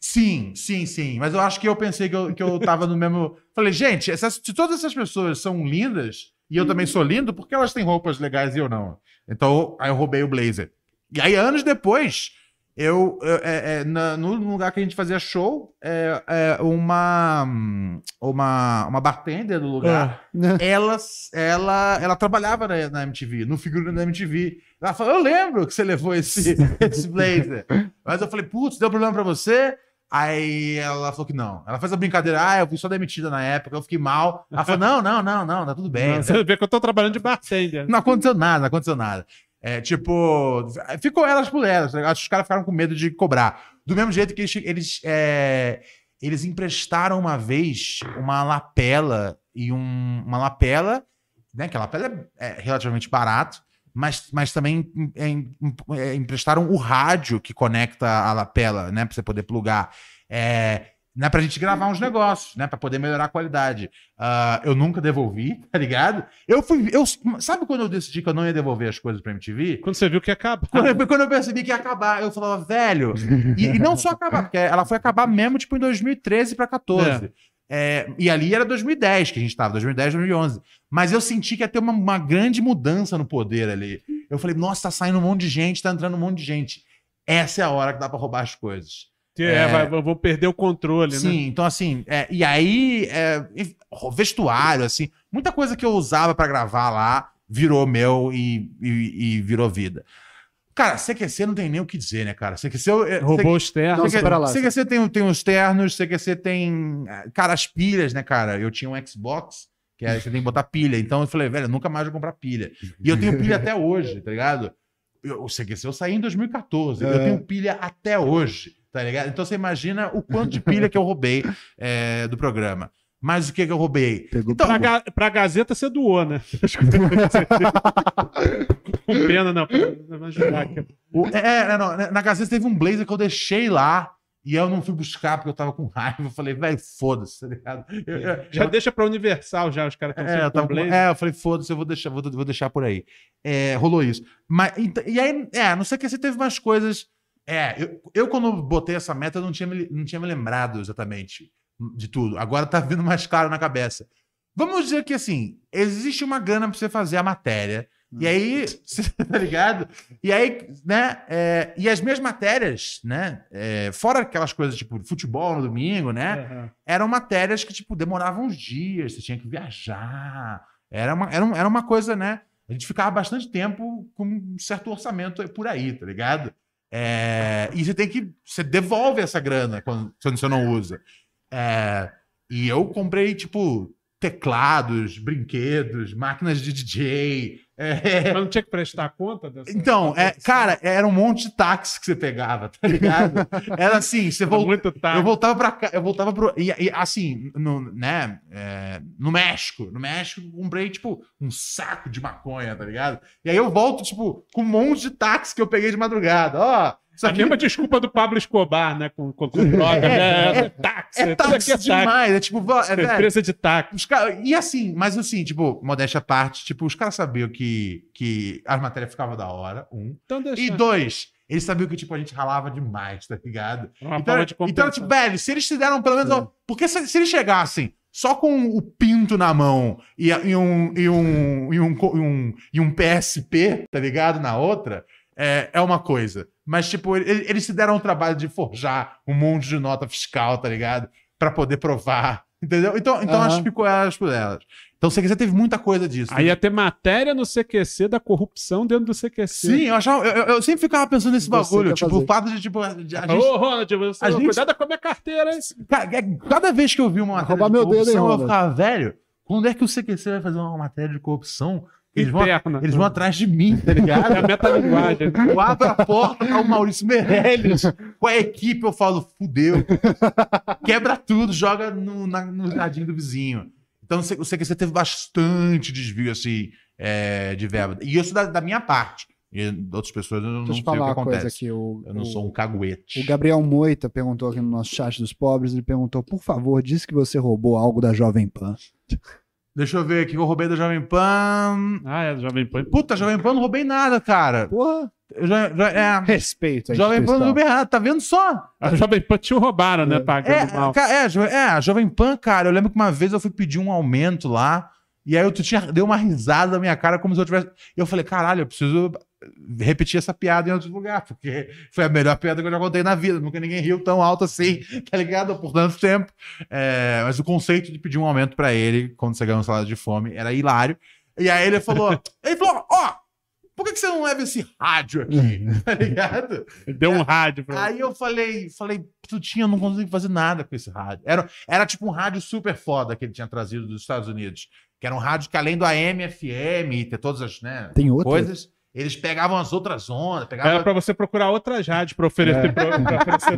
Sim, sim, sim. Mas eu acho que eu pensei que eu, que eu tava no mesmo. Falei, gente, essas- se todas essas pessoas são lindas e eu também sou lindo, por que elas têm roupas legais e eu não? Então, aí eu roubei o blazer. E aí, anos depois, Eu, eu- é- é, na- no lugar que a gente fazia show, é, é, uma, hum, uma, uma bartender do lugar Né? ela, ela, ela trabalhava na, na MTV, no figurino da MTV. Ela falou: Eu lembro que você levou esse, esse blazer. Mas eu falei: Putz, deu problema pra você? Aí ela falou que não. Ela fez a brincadeira: Ah, eu fui só demitida na época, eu fiquei mal. Ela falou: Não, não, não, não, tá tudo bem. Não, Ah, Você vê que eu tô trabalhando de bartender. aconteceu nada, não aconteceu nada. É, tipo, ficou elas por elas. Acho que os caras ficaram com medo de cobrar. Do mesmo jeito que eles, eles, é, eles emprestaram uma vez uma lapela e um- uma lapela, né? Que a lapela é, é relativamente barato, mas, mas também em- em- em- é, emprestaram o rádio que conecta a lapela, né? Pra você poder plugar. É, né, pra gente gravar uns negócios, né? Pra poder melhorar a qualidade. Ah, eu nunca devolvi, tá ligado? Eu fui. Eu, sabe quando eu decidi que eu não ia devolver as coisas pra MTV? Quando você viu que acaba. Quando eu, quando eu percebi que ia acabar, eu falava, velho. E, e não só acabar, porque ela foi acabar mesmo tipo em 2013 pra 14. É, e ali era 2010 que a gente tava, 2010, 2011. Mas eu senti que ia ter uma, uma grande mudança no poder ali. Eu falei, nossa, tá saindo um monte de gente, tá entrando um monte de gente. Essa é a hora que dá pra roubar as coisas. Que é, vai- eu vou perder o controle, né? Sim, então assim, é, e aí, é, e- ro- vestuário, assim, muita coisa que eu usava pra gravar lá virou meu e, e- e virou vida. Cara, CQC não tem nem o que dizer, né, cara? CQC. eu- é, Roubou os ternos. Não, CQC, pera lá. CQC assim, tem, um, tem os ternos, CQC tem. ah, Cara, as pilhas, né, cara? Eu tinha um Xbox, que é, você tem que botar pilha. Então eu falei, velho, eu nunca mais vou comprar pilha. E eu tenho pilha até hoje, tá ligado? Eu, o CQC eu saí em 2014. Eu É. tenho pilha até hoje, tá ligado? Então você imagina o quanto de pilha que eu roubei é, do programa. Mas o que, que eu roubei? Pegou Então, Pra, ga- pra Gazeta você doou, né? Com pena, não. Vai ajudar aqui. O- é, é, não, na- na Gazeta teve um blazer que eu deixei lá. E eu não fui buscar porque eu tava com raiva. Eu falei, velho, foda-se, tá ligado? Eu- eu- Já deixa pra Universal, já, os caras estão É, eu tava com- é, eu falei, foda-se, eu vou deixar, vou, vou deixar por aí. É, rolou isso. Mas, ent- e aí, é, não sei que você teve umas coisas. É, eu, eu quando botei essa meta, eu não tinha, me, não tinha me lembrado exatamente de tudo. Agora tá vindo mais claro na cabeça. Vamos dizer que assim, existe uma grana pra você fazer a matéria. E aí, você tá ligado? E aí, né? é, e as minhas matérias, né? é, fora aquelas coisas tipo futebol no domingo, né? eram matérias que, tipo, demoravam uns dias, você tinha que viajar. Era uma, era, um- era uma coisa, né? A gente ficava bastante tempo com um certo orçamento por aí, tá ligado? É, e você tem que. Você devolve essa grana quando, quando você não usa. É, e eu comprei, tipo, teclados, brinquedos, máquinas de DJ. é, Mas não tinha que prestar conta dessa. Então, é, cara, era um monte de táxi que você pegava, tá ligado? Era assim, você Era voltava. muito tarde. Eu voltava pra cá, eu voltava pro. E, e, assim, no, né? é, no México. No México, comprei, tipo, um saco de maconha, tá ligado? E aí eu volto, tipo, com um monte de táxi que eu peguei de madrugada. Ó, isso A aqui mesma desculpa do Pablo Escobar, né? Com, com, com droga, né? É táxi. é tudo aqui táxi é táxi. demais. É tipo, vó- é, velho, Empresa de táxi. os cara, e assim, mas assim, tipo, modéstia à parte, tipo, os caras sabiam que, que as matérias ficavam da hora, um. Então deixa. E dois, eles sabiam que, tipo, a gente ralava demais, tá ligado? Uma Então, forma de então, compensação. tipo, velho, se eles fizeram pelo menos. uma- Porque se, se eles chegassem só com o pinto na mão e, a- e um, e, um, e, um, co- e, um, e um PSP, tá ligado? Na outra, é, é uma coisa. Mas, tipo, ele- ele- eles se deram o trabalho de forjar um monte de nota fiscal, tá ligado? Pra poder provar. Entendeu? Então, então Aham. acho que ficou elas por elas. Então, você quiser, teve muita coisa disso. Aí é ia ter matéria no CQC da corrupção dentro do CQC. Sim, eu, achava, eu, eu- eu sempre ficava pensando nesse Você bagulho. quer Tipo, fazer. o fato de, tipo, a- de- a Ô, gente Ronald, você, a gente- cuidado com a minha carteira, hein? Ca- é- Cada vez que eu vi uma matéria roubar de meu dedo, hein, corrupção, eu Ronald? ficava, velho, quando é que o CQC vai fazer uma matéria de corrupção? Eles vão, Interna. eles vão atrás de mim, tá ligado? É a metalinguagem. Eu abro a porta, tá o Maurício Meirelles com a equipe, eu falo, fudeu. Quebra tudo, joga no, na- no jardim do vizinho. Então, o CQC teve bastante desvio, assim, é, de verba. E isso da, da minha parte. E de outras pessoas, eu não Deixa sei eu o que falar uma acontece. coisa aqui. O, Eu não o- sou um caguete. o Gabriel Moita perguntou aqui no nosso chat dos pobres, ele perguntou, por favor, diz que você roubou algo da Jovem Pan. Deixa eu ver aqui, eu roubei da Jovem Pan... Ah, é, Jovem Pan. Puta, Jovem Pan, não roubei nada, cara. Porra, Eu já- já- é, respeito. à Jovem Pan, não instituição. roubei nada, tá vendo só? A Jovem Pan te roubaram, né? É, Pagando mal. ca- é, Jo- é, a Jovem Pan, cara, eu lembro que uma vez eu fui pedir um aumento lá, e aí eu tu tinha, deu uma risada na minha cara, como se eu tivesse. E eu falei, caralho, eu preciso repetir essa piada em outro lugar, porque foi a melhor piada que eu já contei na vida. Nunca ninguém riu tão alto assim, tá ligado? Por tanto tempo. É, mas o conceito de pedir um aumento pra ele quando você ganha um salário de fome era hilário. E aí ele falou: ele falou, ó, por que, que você não leva esse rádio aqui? Tá ligado? Deu um rádio pra Aí eu falei, falei, Tutinho, eu não consigo fazer nada com esse rádio. Era, era tipo um rádio super foda que ele tinha trazido dos Estados Unidos. Que era um rádio que além do AM, FM, e ter todas as né, Tem outra? coisas, eles pegavam as outras ondas, pegavam Era pra você procurar outras rádios pra oferecer, pra, pra oferecer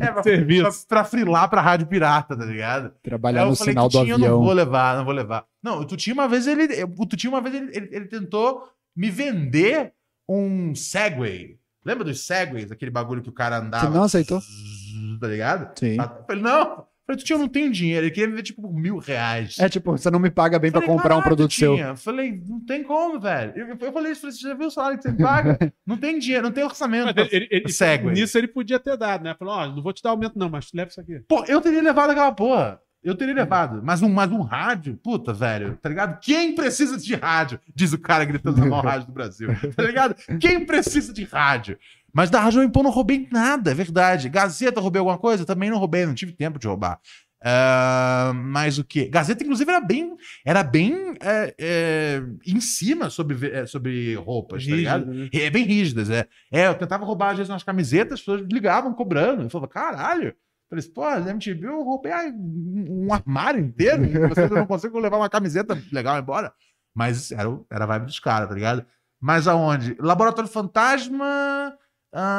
é, pra, serviço. pra, pra frilar pra rádio pirata, tá ligado? Trabalhar Aí eu no falei, sinal do Tutinho, eu não vou avião. levar, não vou levar. Não, o Tutinho uma vez ele. eu- O Tutinho uma vez ele, ele, ele tentou me vender um Segway. Lembra dos Segways? Aquele bagulho que o cara andava. Você não aceitou? Zzz, Tá ligado? Sim. Eu falei, não. Eu falei, Tutinho, eu não tenho dinheiro. Ele queria me vender tipo por mil reais. É tipo, você não me paga bem pra Falei, comprar um "Caralho, produto seu. Tutinha." Falei, não tem como, velho. Eu, eu falei isso, falei, você já viu o salário que você paga? não tem dinheiro, não tem orçamento. Mas ele- ele- ele- Segway. Nisso ele podia ter dado, né? Falou, ó, não vou te dar aumento não, mas leva isso aqui. Pô, eu teria levado aquela porra. Eu teria levado. Mas um, mas um rádio, puta, velho, tá ligado? Quem precisa de rádio? Diz o cara gritando na maior rádio do Brasil. Tá ligado? Quem precisa de rádio? Mas da Rádio Impô não roubei nada, é verdade. Gazeta, roubei alguma coisa? Também não roubei, não tive tempo de roubar. Ah, mas o quê? Gazeta, inclusive, era bem, era bem é, é, em cima sobre, ve- é, sobre roupas, tá ligado? Rígido, né? Uhum. É bem rígidas, é. É, eu tentava roubar, às vezes, umas camisetas, as pessoas ligavam cobrando. Eu falava, caralho. Eu Falei, assim, pô, na MTV eu roubei ah, um um armário inteiro. e Vocês não conseguem levar uma camiseta legal embora. Mas assim, era, o- era a vibe dos caras, tá ligado? Mas aonde? Laboratório Fantasma.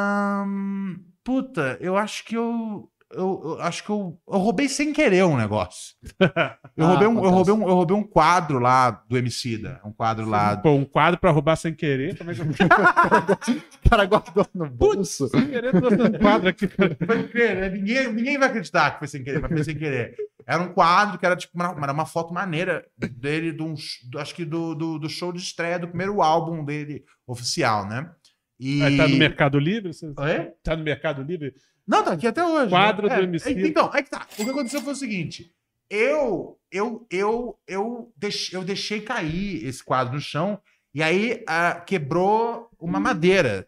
ahn, puta, eu acho que eu. Eu, eu acho que eu, eu roubei sem querer um negócio. Eu, Ah, roubei um, eu, acontece. roubei um, eu roubei um quadro lá do Emicida. Um quadro lá Pô, um quadro pra roubar sem querer. Como é que eu O cara guardou no bolso. sem querer trouxe um quadro aqui? Pode crer, né? ninguém, ninguém vai acreditar que foi sem querer, mas foi sem querer. Era um quadro que era tipo uma, era uma foto maneira dele, de um sh- do- acho que do, do, do show de estreia do primeiro álbum dele oficial, né? E... Aí tá no Mercado Livre? Você... Oi? Tá no Mercado Livre? Não, tá aqui até hoje. Quadro né? do É, MC. é, Então, é que tá. O que aconteceu foi o seguinte: eu, eu, eu, eu, deixei, eu deixei cair esse quadro no chão, e aí ah, quebrou uma Hum. madeira.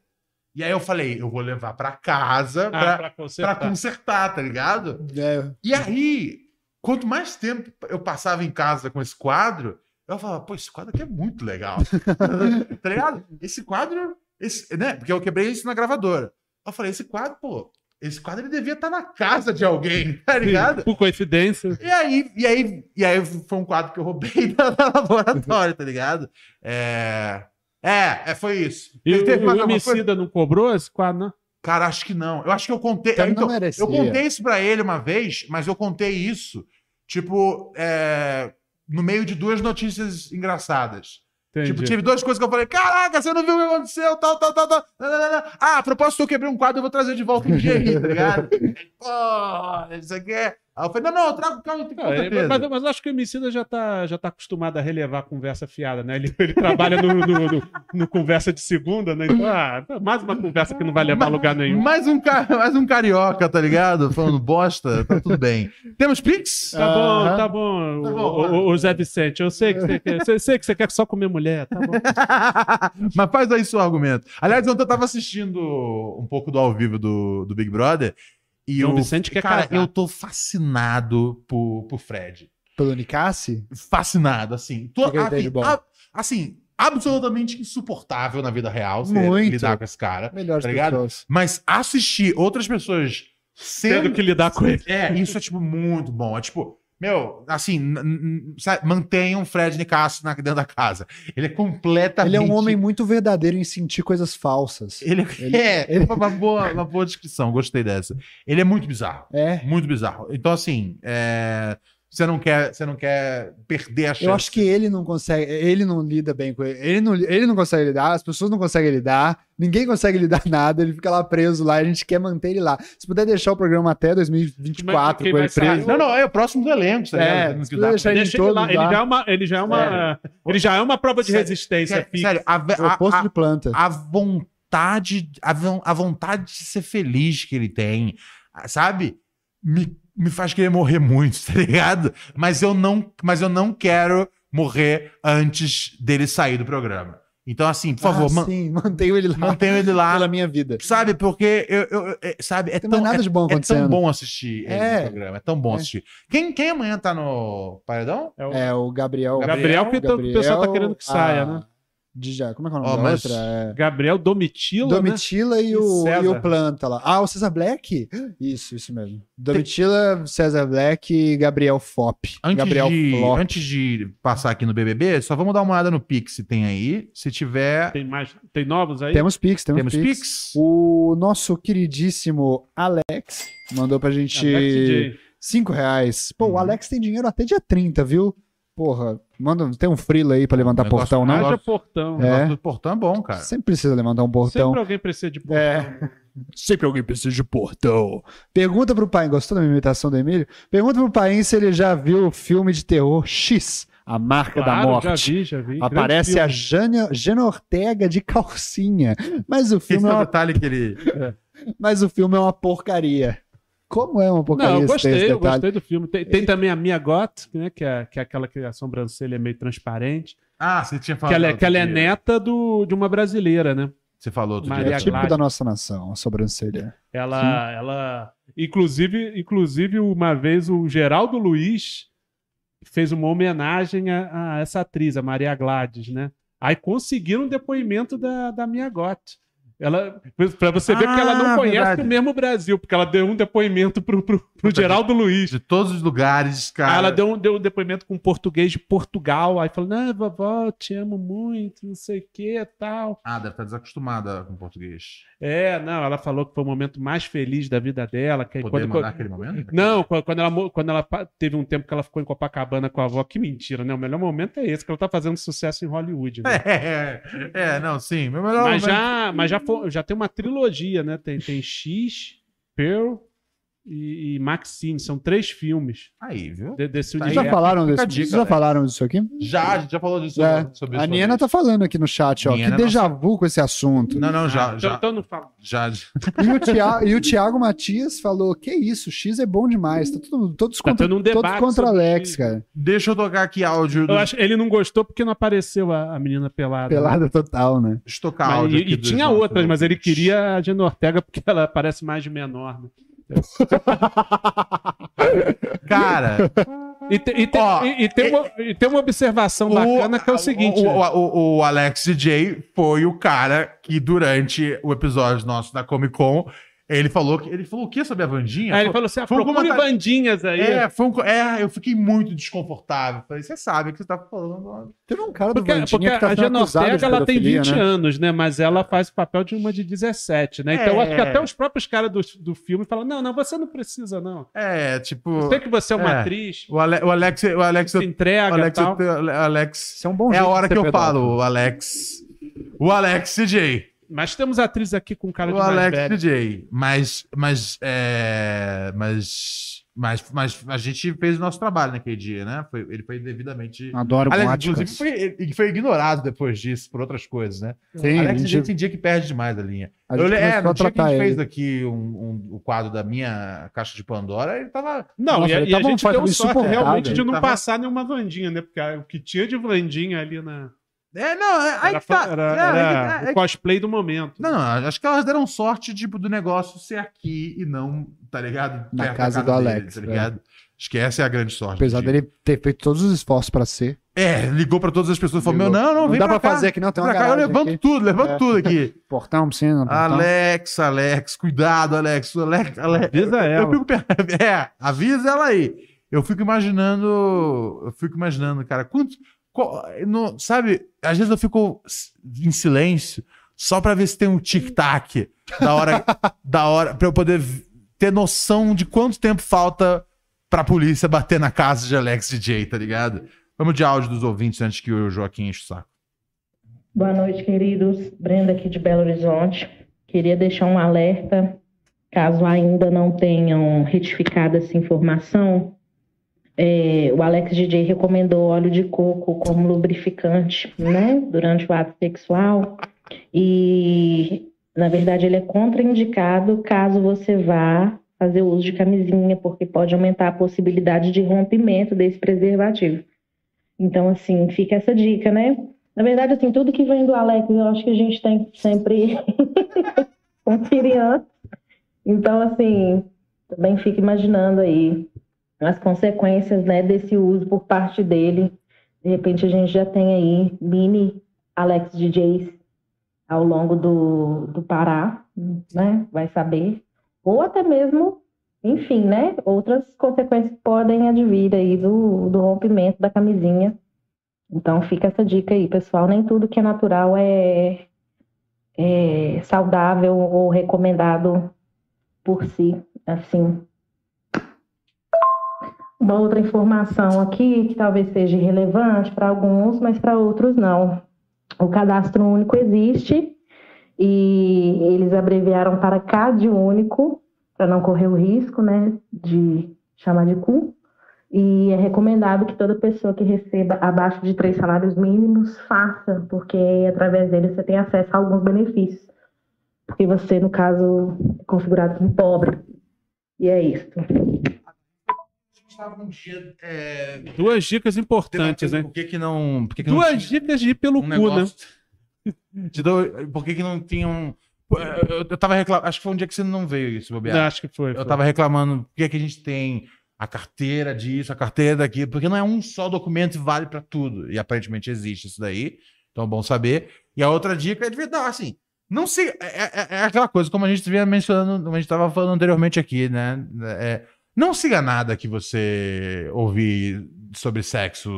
E aí eu falei, eu vou levar pra casa Ah, pra, pra pra consertar. consertar, tá ligado? É, E aí, quanto mais tempo eu passava em casa com esse quadro, eu falava, pô, esse quadro aqui é muito legal. tá ligado? Esse quadro, esse, né? Porque eu quebrei isso na gravadora. Eu falei, esse quadro, pô, esse quadro ele devia estar na casa de alguém, tá ligado? Por coincidência. E aí, e aí, e aí foi um quadro que eu roubei da, da laboratório, tá ligado? É. É, é, foi isso. E Teve o, mais o alguma coisa? Tipo, homicida não cobrou esse quadro, não? Cara, acho que não. Eu acho que eu contei. Então, então, não merecia. eu é. contei isso pra ele uma vez, mas eu contei isso, tipo, é, no meio de duas notícias engraçadas. Entendi. Tipo, tive duas coisas que eu falei: caraca, você não viu o que aconteceu, tal, tal, tal, tal. Lá, lá, lá, lá. Ah, a propósito, eu quebrei um quadro, eu vou trazer de volta um dia aí, tá ligado? Pô, isso aqui é. Aí eu falei: não, não, eu trago o carro, tem Ah, é, certeza. mas, mas eu acho que o Emicida já tá, já tá acostumado a relevar conversa fiada, né? Ele, ele trabalha no, no- no- no conversa de segunda, né? Então, ah, mais uma conversa que não vai levar a lugar nenhum. Mais um, ca- mais um carioca, tá ligado? Falando bosta, tá tudo bem. Temos Pix? Tá bom, Aham. tá bom, Tá o- bom, o, o- o Zé Vicente. Eu sei que você quer, eu sei que você quer só comer mulher, tá bom? Mas faz aí seu argumento. Aliás, ontem eu tava assistindo um pouco do ao vivo do, do Big Brother. E João eu, Vicente quer cara, casar. eu tô fascinado por, por Fred. Pelo Nicassi? Fascinado, assim. Tô, O que ele tem de assim, bom? a- assim, absolutamente insuportável na vida real você Muito. lidar com esse cara. Melhores Tá ligado? pessoas. Mas assistir outras pessoas Tendo sendo que lidar com ele. é, isso é, tipo, muito bom. É tipo, meu, assim, n- n- sabe, mantenha um Fred Nicasso na- dentro da casa. Ele é completamente. Ele é um homem muito verdadeiro em sentir coisas falsas. Ele, Ele- é, ele- Uma, boa, uma boa descrição, gostei dessa. Ele é muito bizarro. É. Muito bizarro. Então, assim, é, você, não quer, você não quer perder a chance. Eu acho que ele não consegue, ele não lida bem com ele. Ele não, ele não consegue lidar, as pessoas não conseguem lidar, ninguém consegue lidar nada, ele fica lá preso lá, a gente quer manter ele lá. Se puder deixar o programa até 2024 Mas quem com ele vai sair? preso. Não, não, é o próximo do elenco, tá É, ligado? Temos que precisa dar- deixar ele em Deixa ele todos lá, ele já é lá. uma, ele já é uma, ele já é uma prova de Sério, resistência Sério, fixa. sério, a, ve- É o posto a- a- de planta. a vontade, a, von- a vontade de ser feliz que ele tem, ah, sabe? Me, me faz querer morrer muito, tá ligado? Mas eu não, mas eu não quero morrer antes dele sair do programa. Então, assim, por favor, ah, man- sim, mantenho ele lá. mantenha ele lá. Pela minha vida. Sabe, porque eu, eu- é, sabe, é Tem tão, mais nada é- de bom é, tão acontecendo. bom assistir ele É. no programa, é tão bom É. assistir. Quem, quem amanhã tá no paredão? É o É, o Gabriel. Gabriel, que tá- o pessoal tá querendo que a- saia, né? Dija- como é que é o nome Ó, da mas- outra? É, Gabriel Domitila, né? Domitila e, o, César. e o Planta lá. Ah, o César Black? Isso, isso mesmo. Domitila, César Black e Gabriel Fop. Antes, Gabriel de, Flop. antes de passar aqui no BBB, só vamos dar uma olhada no Pix se tem aí. Se tiver, Tem mais, tem novos aí? Temos Pix, temos, temos Pix. Pix. O nosso queridíssimo Alex mandou pra Ah, gente Black DJ. 5 reais. Pô, o Alex tem dinheiro até dia 30, viu? Porra, manda, tem um frila aí pra levantar Negócio portão, não? Haja portão. O um É. negócio do portão é bom, cara. Sempre precisa levantar um portão. Sempre alguém precisa de portão. É. Sempre alguém precisa de portão. Pergunta pro pai, gostou da minha imitação do Emílio? Pergunta pro pai se ele já viu o filme de terror X, A Marca da Morte. já vi, já vi. Aparece a Jana, Jana Ortega de calcinha. Mas o, Esse filme é é o uma, detalhe que ele. mas o filme é uma porcaria. Como é uma porcaria Não, eu esse- esse gostei, eu detalhe? gostei do filme. Tem, tem também a Mia Gott, né, que, é, que é aquela que a sobrancelha é meio transparente. Ah, você tinha falado. que ela, é- outro que ela é dia. neta do, de uma brasileira, né? Você falou outro Maria dia. É típico Gladys. da nossa nação, a sobrancelha. Ela, ela, inclusive, inclusive uma vez o Geraldo Luiz fez uma homenagem a, a essa atriz, a Maria Gladys, né? Aí conseguiram um depoimento da, da Mia Gott. Ela, pra você ver que ela Ah, não conhece verdade. o mesmo Brasil, porque ela deu um depoimento pro, pro, pro Puta Geraldo Luiz. De todos os lugares, cara. Aí ela deu um, deu um depoimento com um português de Portugal, aí falou, não, vovó, eu te amo muito, não sei o que, tal. Ah, deve estar desacostumada com português. É, não, ela falou que foi o momento mais feliz da vida dela. Que Poder quando- mandar aquele momento? Não, quando quando ela, mo- quando ela pa- teve um tempo que ela ficou em Copacabana com a avó, que mentira, né? O melhor momento é esse, que ela tá fazendo sucesso em Hollywood. né? É, é, não, sim. Meu melhor Mas momento- já, mas já, fo- já tem uma trilogia, né? Tem, tem X, Pearl e, e Maxine, são três filmes Aí, viu? de- desse Tá aí. Vocês já universo. falaram Fica disso? a dica, Vocês já né? Alex. falaram disso aqui? Já, a gente já falou disso É. sobre A Niena tá falando aqui no chat, ó. Niena que é déjà vu com esse assunto. Não, não, já, Ah, então, já, então não fala. já, E o, Thiago, e o Thiago Matias falou: Que isso, X é bom demais. Tá todo, todos Tá contra, tendo um todos debate contra sobre Alex, X. cara. Deixa eu tocar aqui áudio do Eu acho que ele não gostou porque não apareceu a, a menina pelada. né? Pelada total, né? estocar Mas- áudio. e e aqui dos tinha nossos outras, mas ele ouvintes. queria a Jane Ortega porque ela parece mais de menor. Né? Cara, E, te- e te- Ó, e- e tem uma, e tem uma observação bacana que é o seguinte: o, o- o Alex DJ foi o cara que durante o episódio nosso da Comic Con, ele falou que ele falou o que sobre a Vandinha? Aí ele falou assim: ah, foi um procure comentário- bandinhas aí. É, foi um co- é, eu fiquei muito desconfortável. Falei, você sabe o que você tá falando. Teve um cara do Porque, Vandinha porque que tá a sendo Jana acusado Ortega de ela tem pedofilia, 20 né? anos, né? Mas ela faz o papel de uma de 17, né? Então eu acho que É. até os próprios caras do, do filme falam: não, não, você não precisa, não. É, tipo. Eu sei que você é uma É. atriz, O, Ale- o Alex. O Alex. se entrega o Alex, e tal. o Alex Isso é um bom é a jeito de hora ser que eu pedófilo. falo, o Alex. O Alex DJ. Mas temos atriz aqui com cara de O mais Alex velho. DJ. Mas. Mas, é, mas. Mas. Mas a gente fez o nosso trabalho naquele dia, né? Foi- ele foi devidamente. Adoro Alex, boáticas. inclusive, foi, ele foi ignorado depois disso, por outras coisas, né? Sim, Alex a DJ gente, tem dia que perde demais a linha. a eu, gente le- é, começou no a dia que a tratar gente fez ele. aqui um- um- o quadro da minha caixa de Pandora, ele tava. Não, Nossa, e, a- ele e a tava um gente fato deu sorte insuportável. realmente de não Tava- passar nenhuma Vandinha, né? Porque o que tinha de Vandinha ali na. É, não, é, aí Era, que tá. era- Não, é que- era é o que- cosplay do momento. Não, não, acho que elas deram sorte tipo, do negócio ser aqui e não, tá ligado? Na Perto da casa do Alex, é. Tá ligado? Acho que essa é a grande sorte. Apesar do dia. dele ter feito todos os esforços pra ser. É, ligou pra todas as pessoas e falou: Meu, não, não, não vem dá pra, pra cá, fazer aqui, não. Tem uma pra cá, eu garagem levanto aqui. É. Então, tudo, levanto tudo aqui. Portão, piscina, portão. Alex, Alex, cuidado, Alex, Alex, Alex. Avisa Eu fico per- é, avisa ela aí. Eu fico imaginando, eu fico imaginando, cara, quantos, qual- no- sabe, às vezes eu fico s- em silêncio só pra ver se tem um tic tac da hora da hora para eu poder v- ter noção de quanto tempo falta pra polícia bater na casa de Alex DJ, tá ligado? Vamos de áudio dos ouvintes antes que o Joaquim enche o saco. Boa noite, queridos. Brenda aqui de Belo Horizonte. Queria deixar um alerta, caso ainda não tenham retificado essa informação. É, o Alex DJ recomendou óleo de coco como lubrificante, né, durante o ato sexual. E, na verdade, ele é contraindicado caso você vá fazer uso de camisinha, porque pode aumentar a possibilidade de rompimento desse preservativo. Então, assim, fica essa dica, né? Na verdade, assim, tudo que vem do Alex, eu acho que a gente tem que sempre conferir antes. Então, assim, também fico imaginando aí as consequências, né, desse uso por parte dele. De repente, a gente já tem aí mini Alex DJs ao longo do, do Pará, né? Vai saber. Ou até mesmo, enfim, né? Outras consequências podem advir aí do, do rompimento da camisinha. Então fica essa dica aí, pessoal. Nem tudo que é natural é, é saudável ou recomendado por si, assim. Uma outra informação aqui que talvez seja relevante para alguns, mas para outros não. O cadastro único existe e eles abreviaram para CAD único, para não correr o risco né, de chamar de cu. E é recomendado que toda pessoa que receba abaixo de três salários mínimos faça, porque através dele você tem acesso a alguns benefícios. Porque você, no caso, é configurado como pobre. E é isso. estava um dia é, Duas dicas importantes, debatendo por né? que, que não. Por que que não Duas tinha- dicas de ir pelo um cu, né? negócio. Te dou- Então, por que, que não tinham. Eu, eu tava reclamando. Acho que foi um dia que você não veio isso, né? bobear. Eu Acho que foi. Eu tava reclamando por que, que a gente tem a carteira disso, a carteira daquilo, porque não é um só documento e vale pra tudo. E aparentemente existe isso daí, então é bom saber. E a outra dica é de dar, assim, não se. É, é- é aquela coisa, como a gente vinha mencionando, como a gente tava falando anteriormente aqui, né? É, não siga nada que você ouvir sobre sexo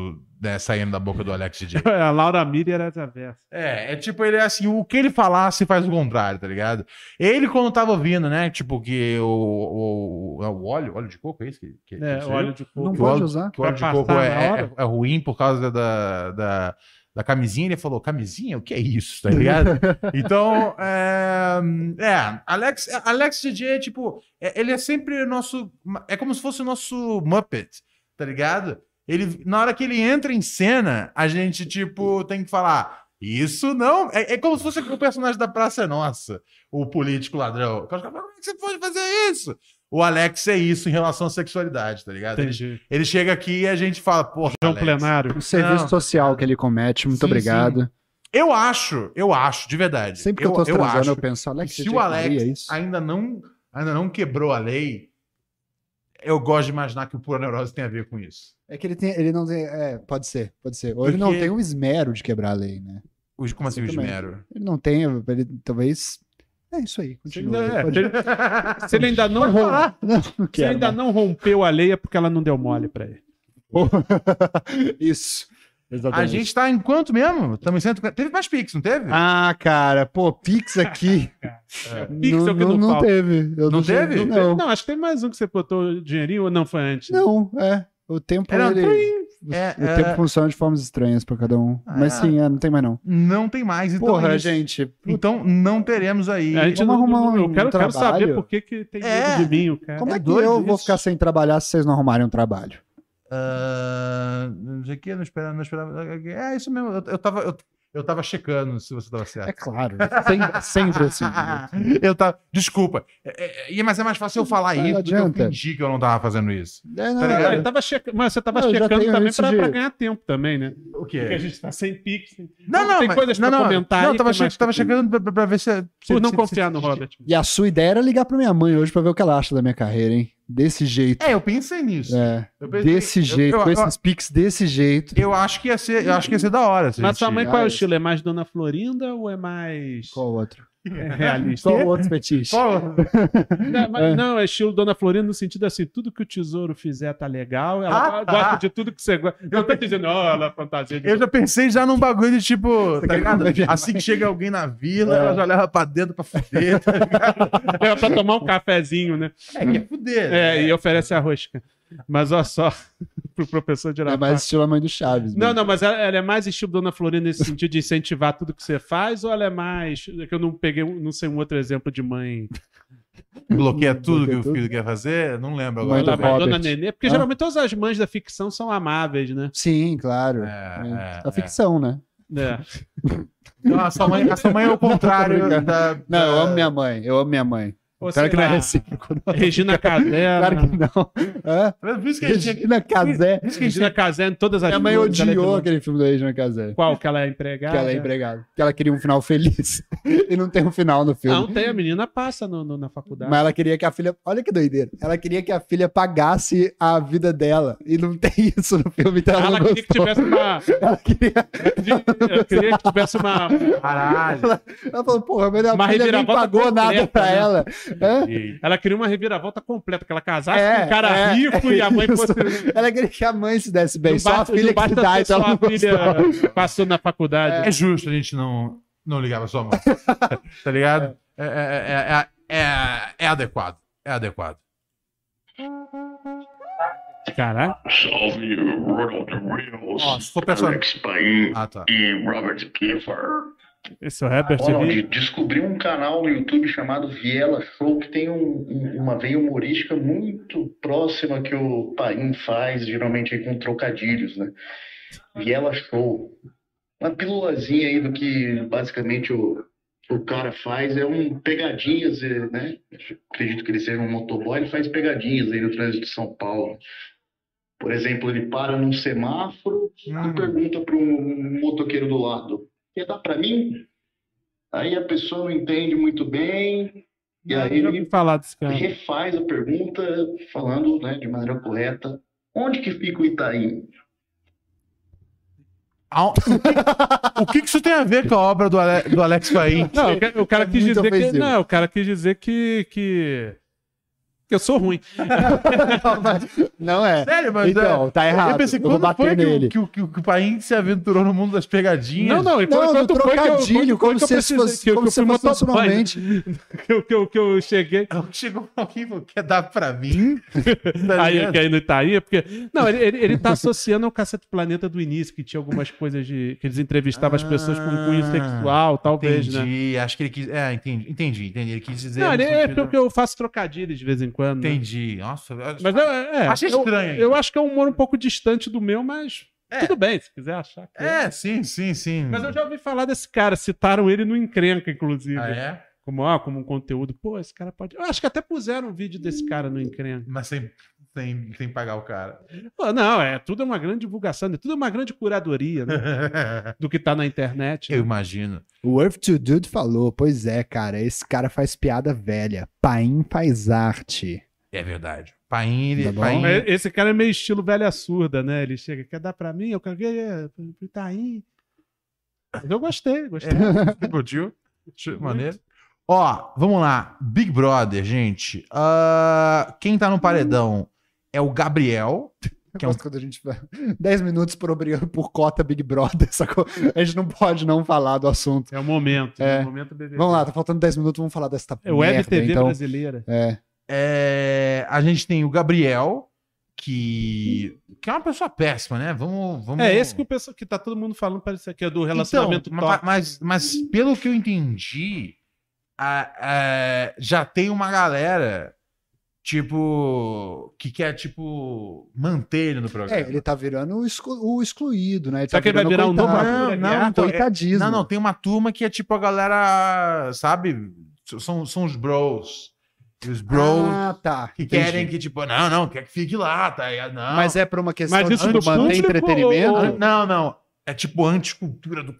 né, saindo da boca do Alex DJ. foi. A Laura Miller era atravessa. É, é tipo, ele é assim, o que ele falar se faz o contrário, tá ligado? Ele, quando tava ouvindo, né? Tipo, que o, o, o óleo, óleo de coco, é isso que, que, É, que isso aí? óleo de coco. Não Que pode usar. Que o óleo de Pra coco passar é, na é, hora? é ruim por causa da, da, da camisinha. Ele falou, camisinha? O que é isso, tá ligado? então, é, é, Alex, Alex DJ, tipo, é, ele é sempre o nosso, é como se fosse o nosso Muppet, tá ligado? Ele, na hora que ele entra em cena, a gente, tipo, tem que falar... Isso não. É, é como se fosse o personagem da Praça é Nossa, o político ladrão. Os caras falam, Como é que você pode fazer isso? O Alex é isso em relação à sexualidade, tá ligado? Ele Entendi. ele chega aqui e a gente fala, porra, João Alex. Plenário. O Um serviço Não. social que ele comete, muito Sim, obrigado. Eu acho, eu acho, de verdade. Sempre que eu, tô eu transando, acho eu penso, Alex, que se DJ o Alex faria isso? ainda não, ainda não quebrou a lei, eu gosto de imaginar que o pura neurose tem a ver com isso. É que ele tem, ele não tem, é, pode ser, pode ser. Ou ele Porque- não tem o esmero de quebrar a lei, né? Os- Como assim, o Eu também. esmero? Ele não tem, ele talvez... É isso aí, continua. É, pode- Se ele ainda não, rom- Não, não se ele é, quero. ainda né? não rompeu a lei, é porque ela não deu mole pra ele. Isso. A Exatamente. gente tá em quanto mesmo? Estamos em 140. Teve mais Pix, não teve? Ah, cara, pô, Pix aqui. É. Pixel que não, falta. teve. Eu Não sei- teve? Não, Não, acho que tem mais um que você botou dinheirinho ou não foi antes? não, é. O tempo, Era um ele- É, o é. tempo funciona de formas estranhas pra cada um. Ah, Mas é. sim, é, não tem mais não. Não tem mais. Então Porra, é isso. gente. Então não teremos aí. A gente Vamos não, arrumar um eu quero, quero trabalho. saber por que, que tem É. medo de mim, o cara. Como é é, que doido eu vou isso. ficar sem trabalhar se vocês não arrumarem um trabalho? Ah, não sei o que, não esperava, não esperava. É isso mesmo, eu, eu tava. Eu, eu tava checando se você tava É certo. claro. né? Sempre, sempre assim. né? eu tava. Desculpa. É, é, é, mas é mais fácil eu falar Não isso do que eu adianta. fingir que eu não tava fazendo isso. É, não, Tá Ah, ligado? é. eu tava checa- Mas você tava Não, eu já checando tenho também isso pra, de- pra ganhar tempo também, né? O Porque a quê? gente tá sem pix. Não, não, tem mas- coisas não, pra não, comentar Não, aí, eu tava, que mais che- tava que tem? checando pra, pra- pra ver se. se- Por não se- confiar se- no se- Robert. E a sua ideia era ligar pra minha mãe hoje pra ver o que ela acha da minha carreira, hein? Desse jeito. É, eu pensei nisso. É. Eu pensei- Desse eu- jeito, eu- com eu- esses piques desse jeito. Eu acho que ia ser, eu acho que ia ser da hora. se a Mas gente- sua mãe, qual é Ah, o isso. estilo? É mais Dona Florinda ou é mais Qual outro? é realista? Qual outro fetiche? Só- Não, mas não, é estilo Dona Florinda no sentido assim, tudo que o tesouro fizer tá legal, ela Ah, tá. gosta de tudo que você gosta. Eu tô dizendo, ó, ela é fantasia de Eu já pensei já num bagulho de tipo, tá quer É. ligado? comer minha Assim que chega alguém na vila, ela já leva pra dentro pra fuder, tá ligado? É pra tomar um cafezinho, né? É que é fuder. É, né? e oferece a rosca. Mas olha só, pro professor de É Arapá. mais estilo a mãe do Chaves. né? Não, mesmo. não, mas ela, ela é mais estilo Dona Florinda nesse sentido de incentivar tudo que você faz, ou ela é mais. É que eu não peguei, um- não sei um outro exemplo de mãe. Bloqueia tudo que Bloqueia o filho quer fazer? Não lembro Mãe agora. do Ela vai, Robert. Dona Nenê, porque Hã? geralmente todas as mães da ficção são amáveis, né? Sim, claro. É, é, a ficção, né? É. Não, a, Então, sua mãe, a sua mãe é o contrário Não, da, Não, eu da- amo minha mãe. Eu amo minha mãe. Ou Será sei que não lá, é recíproco? não. Regina Casé. Claro que não. Hã? É Por isso que a gente tinha que- Regina Casé. por isso que a gente Regina Casé em todas as Minha mãe músicas, ela é odiou vilã. aquele filme da Regina Casé. Qual? Que ela é empregada? Que ela é empregada. Que ela queria um final feliz. e não tem um final no filme. Não, tem. A menina passa no- no- na faculdade. Mas ela queria que a filha. Olha que doideira. Ela queria que a filha pagasse a vida dela. E não tem isso no filme. Então ela, Ela não queria que gostou. tivesse uma. Ela queria. Eu queria que tivesse uma. Caralho. Ela falou, porra, mas a Uma filha nem reviravolta pagou nada completa, pra né? ela. Hã? Ela queria uma reviravolta completa, que ela casasse É, com um cara é, rico e a mãe isso. fosse. Ela queria que a mãe se desse bem. Não Só a basta- filha não que se basta dá, ter então ela só não a gostou. filha passou na faculdade. É justo a gente não, não ligar pra sua mão. tá ligado? É, é, é, é, é- é adequado. É adequado. É. Caralho. Salve, Ronald Reels, Ó, se for personagem. Alex Paim Ah, tá. e Robert Kiefer. Esse é o Herbert Ronald, Lee. descobri um canal no YouTube chamado Viela Show, que tem um- um- uma veia humorística muito próxima que o Paim faz, geralmente aí com trocadilhos, né? Viela Show. Uma pílulazinha aí do que basicamente o, o cara faz, é um pegadinhas, eh, né? Acredito que ele seja um motoboy, ele faz pegadinhas aí no trânsito de São Paulo. Por exemplo, ele para num semáforo e Hum, pergunta para um motoqueiro do lado: quer dar para mim? Aí a pessoa não entende muito bem, e Não, aí eu já ouvi falar desse cara. refaz a pergunta, falando né, de maneira correta: onde que fica o Itaim? a- o que, que isso tem a ver com a obra do, Ale- do Alex Paim? Não, o ca- o cara É quis muito dizer que. ofensivo. Não, o cara quis dizer que. que... que eu sou ruim. Não, mas- Não é. Sério, mas. Então, é, tá errado. Eu pensei, Eu vou quando bater foi que, nele. o- que, o- que, o- que o Paim se aventurou no mundo das pegadinhas? Não, não, e foi Não, quando do foi que eu- quando foi trocadilho, como que eu se isso precisei- fosse- que eu- como que eu se fui fosse motoboy, né? que, eu- que, eu- que eu cheguei. Ela Chegou alguém e falou: quer dar pra mim? Tá Aí, ligado? que aí no Itaí, porque. Não, ele, ele, ele tá associando ao Cacete Planeta do início, que tinha algumas coisas de. que eles entrevistavam as pessoas com cunho Ah, sexual, talvez, né? Entendi, acho que ele quis. É, entendi, entendi, entendi. Ele quis dizer. Não, no ele, é sentido- porque eu faço trocadilhos de vez em quando. né? Entendi. Nossa, Mas eu, é, Achei eu- estranho ainda. Eu, acho que é um humor um pouco distante do meu, mas É. tudo bem, se quiser achar. que É, sim, sim, sim. Mas eu já ouvi falar desse cara, citaram ele no Encrenca, inclusive. Ah, é? como, ah, como um conteúdo. Pô, esse cara pode. Eu acho que até puseram um vídeo desse cara no Encrenca. Mas sem, sem, sem pagar o cara. Pô, não, é tudo é uma grande divulgação, né? tudo é uma grande curadoria né? do que tá na internet. eu imagino. O Earth to Dude falou: Pois é, cara, esse cara faz piada velha. Paim faz arte. É verdade. Paim, ele. Tá bom? Paim, É, Esse cara é meio estilo velha surda, né? Ele chega, quer dar pra mim? Eu quero ver, é, pro Itaim. Mas Eu gostei, gostei. Você tipo, curtiu? Achei Maneiro. Ó, vamos lá. Big Brother, gente. Ah, quem tá no paredão é o Gabriel. Eu Que é um- gosto quando a gente fala 10 minutos por, obri- por cota Big Brother, sacou? A gente não pode não falar do assunto. É o momento. É. É. O momento BBB. Vamos lá, tá faltando 10 minutos, vamos falar dessa É Web merda, TV então. brasileira. É. É, a gente tem o Gabriel, que, que é uma pessoa péssima, né? Vamos. vamos... É esse que o pessoal que tá todo mundo falando parece que é do relacionamento então, ma- tóxico. mas, mas pelo que eu entendi, a- a- já tem uma galera, tipo, que quer, tipo, manter ele no programa. É, ele tá virando o, exclu- o excluído, né? Ele Será tá que ele vai virar virando um novo coitado. Não, É Arthur não, Aguiar? então, coitadismo. Não, não, tem uma turma que é tipo a galera, sabe? São, são os bros. E os bros Ah, tá. que entendi. querem que, tipo, não, não, quer que fique lá, tá? aí, Não. Mas é por uma questão Mas isso de do manter público entretenimento? ou- An- Não, não. É tipo anticultura do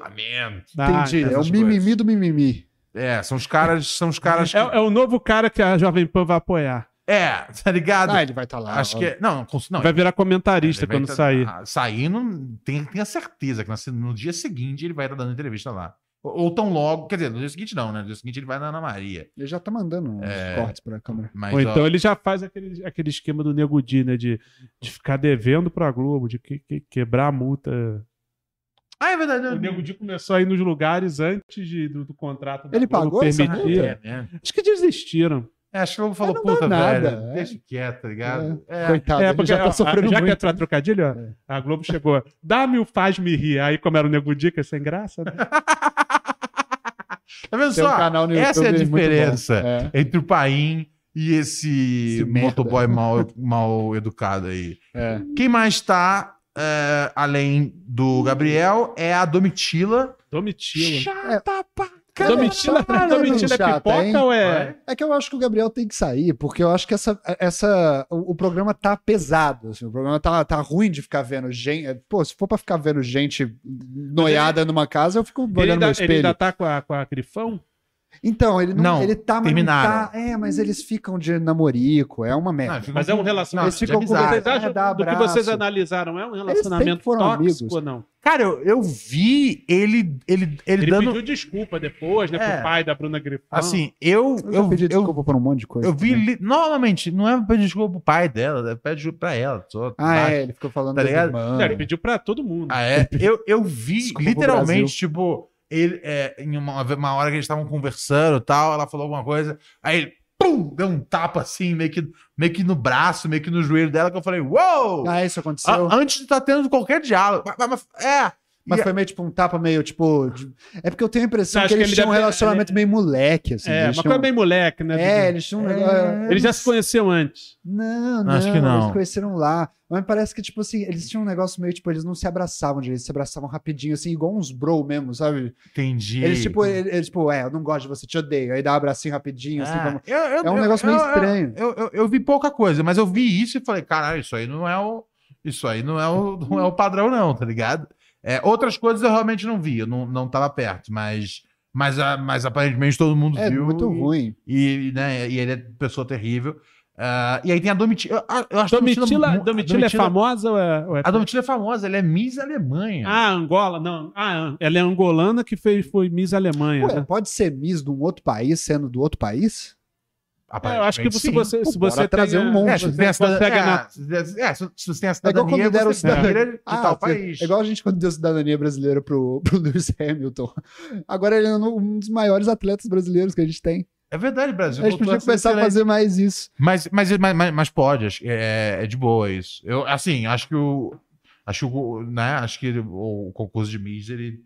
cancelamento. Ah, Entendi. é o essas mimimi coisas. do mimimi. É, são os caras, são os caras que... É, é o novo cara que a Jovem Pan vai apoiar. É, tá ligado? Ah, ele vai estar lá. Acho que é. Não, não, cons- não vai virar comentarista ele vai quando tá- sair. ah, Saindo, tem- tenha certeza que na se- no dia seguinte ele vai estar dando entrevista lá. Ou, ou tão logo, quer dizer, no dia seguinte não, né? No dia seguinte ele vai na Ana Maria. Ele já tá mandando uns É. cortes pra câmera. Mas, Ou ó, então ele já faz aquele, aquele esquema do Nego Di, né? De, de ficar devendo pra Globo, de que- que- quebrar a multa. Ah, é verdade. O eu- Nego Di começou a ir nos lugares antes de- do, do contrato. da Ele Globo pagou essa permitir. multa? É, né? Acho que desistiram. É, acho que eu falou, não dá puta, nada, velho, é. deixa quieto, tá ligado? É. Coitado, é, ele porque já ó, tá sofrendo já que é muito. pra trocadilho, ó, a Globo chegou. Dá-me o faz-me rir. Aí, como era o Nego Di, que é sem graça, né? Tá vendo Tem um só? canal no essa é a YouTube muito bom. diferença É. entre o Paim e esse Esse merda. motoboy mal, mal educado aí. É. Quem mais tá, é, além do Gabriel, é a Domitila. Domitila. Chata pra Cara, Domitila, tá Domitila é chata, pipoca hein? ou é... É que eu acho que o Gabriel tem que sair, porque eu acho que essa, essa, o, o programa tá pesado. assim, o programa tá, tá ruim de ficar vendo gente. Pô, se for pra ficar vendo gente noiada numa casa, eu fico Ele olhando ainda, no ele espelho. ainda tá com a, com a grifão? Então, ele não, Não, ele tá, mas não terminaram. tá- É, mas eles ficam de namorico, é uma merda. Mas é um relacionamento... Eles ficam de com amizade. Vocês Ah, acham dá do que abraço. vocês analisaram? É um sempre relacionamento foram tóxico amigos. ou não? Cara, eu, eu vi ele, ele, ele, Ele dando. pediu Ah. desculpa depois, né? É. Pro pai da Bruna Grifão. Assim, eu. Eu, já Eu, pedi eu, desculpa por um monte de coisa. eu vi. também. Li, normalmente, não é pedir desculpa pro pai dela, é pedir desculpa pra ela. Só Ah, bate. é, ele ficou falando Tá das ligado? irmãs. É, ele pediu pra todo mundo. Ah, é? Eu, eu vi, Desculpa pro literalmente, tipo, ele, é, em uma, uma hora que eles estavam conversando e tal, ela falou alguma coisa, aí ele, pum, deu um tapa assim, meio que, meio que no braço, meio que no joelho dela, que eu falei, uou! Ah, isso aconteceu. A- antes de estar tendo qualquer diálogo. Mas- mas- mas- é, Mas E- foi meio tipo um tapa meio, tipo. de- É porque eu tenho a impressão Acho que que eles ele tinham um deve ter- relacionamento meio moleque, assim. é, mas eles tinham- foi bem moleque, né? É, Dudu? eles tinham um É. negócio. Eles já se conheciam antes. Não, não, Acho que não. eles conheceram lá. Mas parece que, tipo assim, eles tinham um negócio meio, tipo, eles não se abraçavam direito, eles se abraçavam rapidinho, assim, igual uns bro mesmo, sabe? entendi. Eles, tipo, ele- eles, tipo, é, eu não gosto de você, te odeio. Aí dá um abracinho rapidinho, assim, Ah, vamos. eu- eu- É um eu- negócio meio eu- eu- estranho. Eu, eu, eu vi pouca coisa, mas eu vi isso e falei, caralho, isso aí não é o. Isso aí não é o, não é o padrão, não, tá ligado? É, outras coisas eu realmente não vi, eu não, não tava perto, mas, mas, a- mas aparentemente todo mundo É viu. muito e, ruim. E, né, e ele é pessoa terrível. Ah, e aí tem a Domitila. Eu, eu acho a Domitila, mu- a Domitila é famosa ou é... ou é- A Domitila é famosa, ela é Miss Alemanha. Ah, Angola, não. Ah, ela é angolana que fez, foi Miss Alemanha. Ué, né? pode ser Miss de um outro país, sendo do outro país? É, eu acho que Aparentemente, se sim. você, Pô, se bora você trazer um monte. É, É, se você tem a cidadania. consegue na- é, se você- é, se- se você tem a É igual cidadania, quando deram você vira de tal Ah, país. É igual a gente quando deu cidadania brasileira pro, pro Lewis Hamilton. Agora ele é um dos maiores atletas brasileiros que a gente tem. É verdade, Brasil. A gente podia Cultura começar a excelente. fazer mais isso. Mas, mas, mas, mas, mas pode, acho- é, é de boa isso. Eu, assim, acho que o. Acho que, o- né, acho que o, o concurso de mídia ele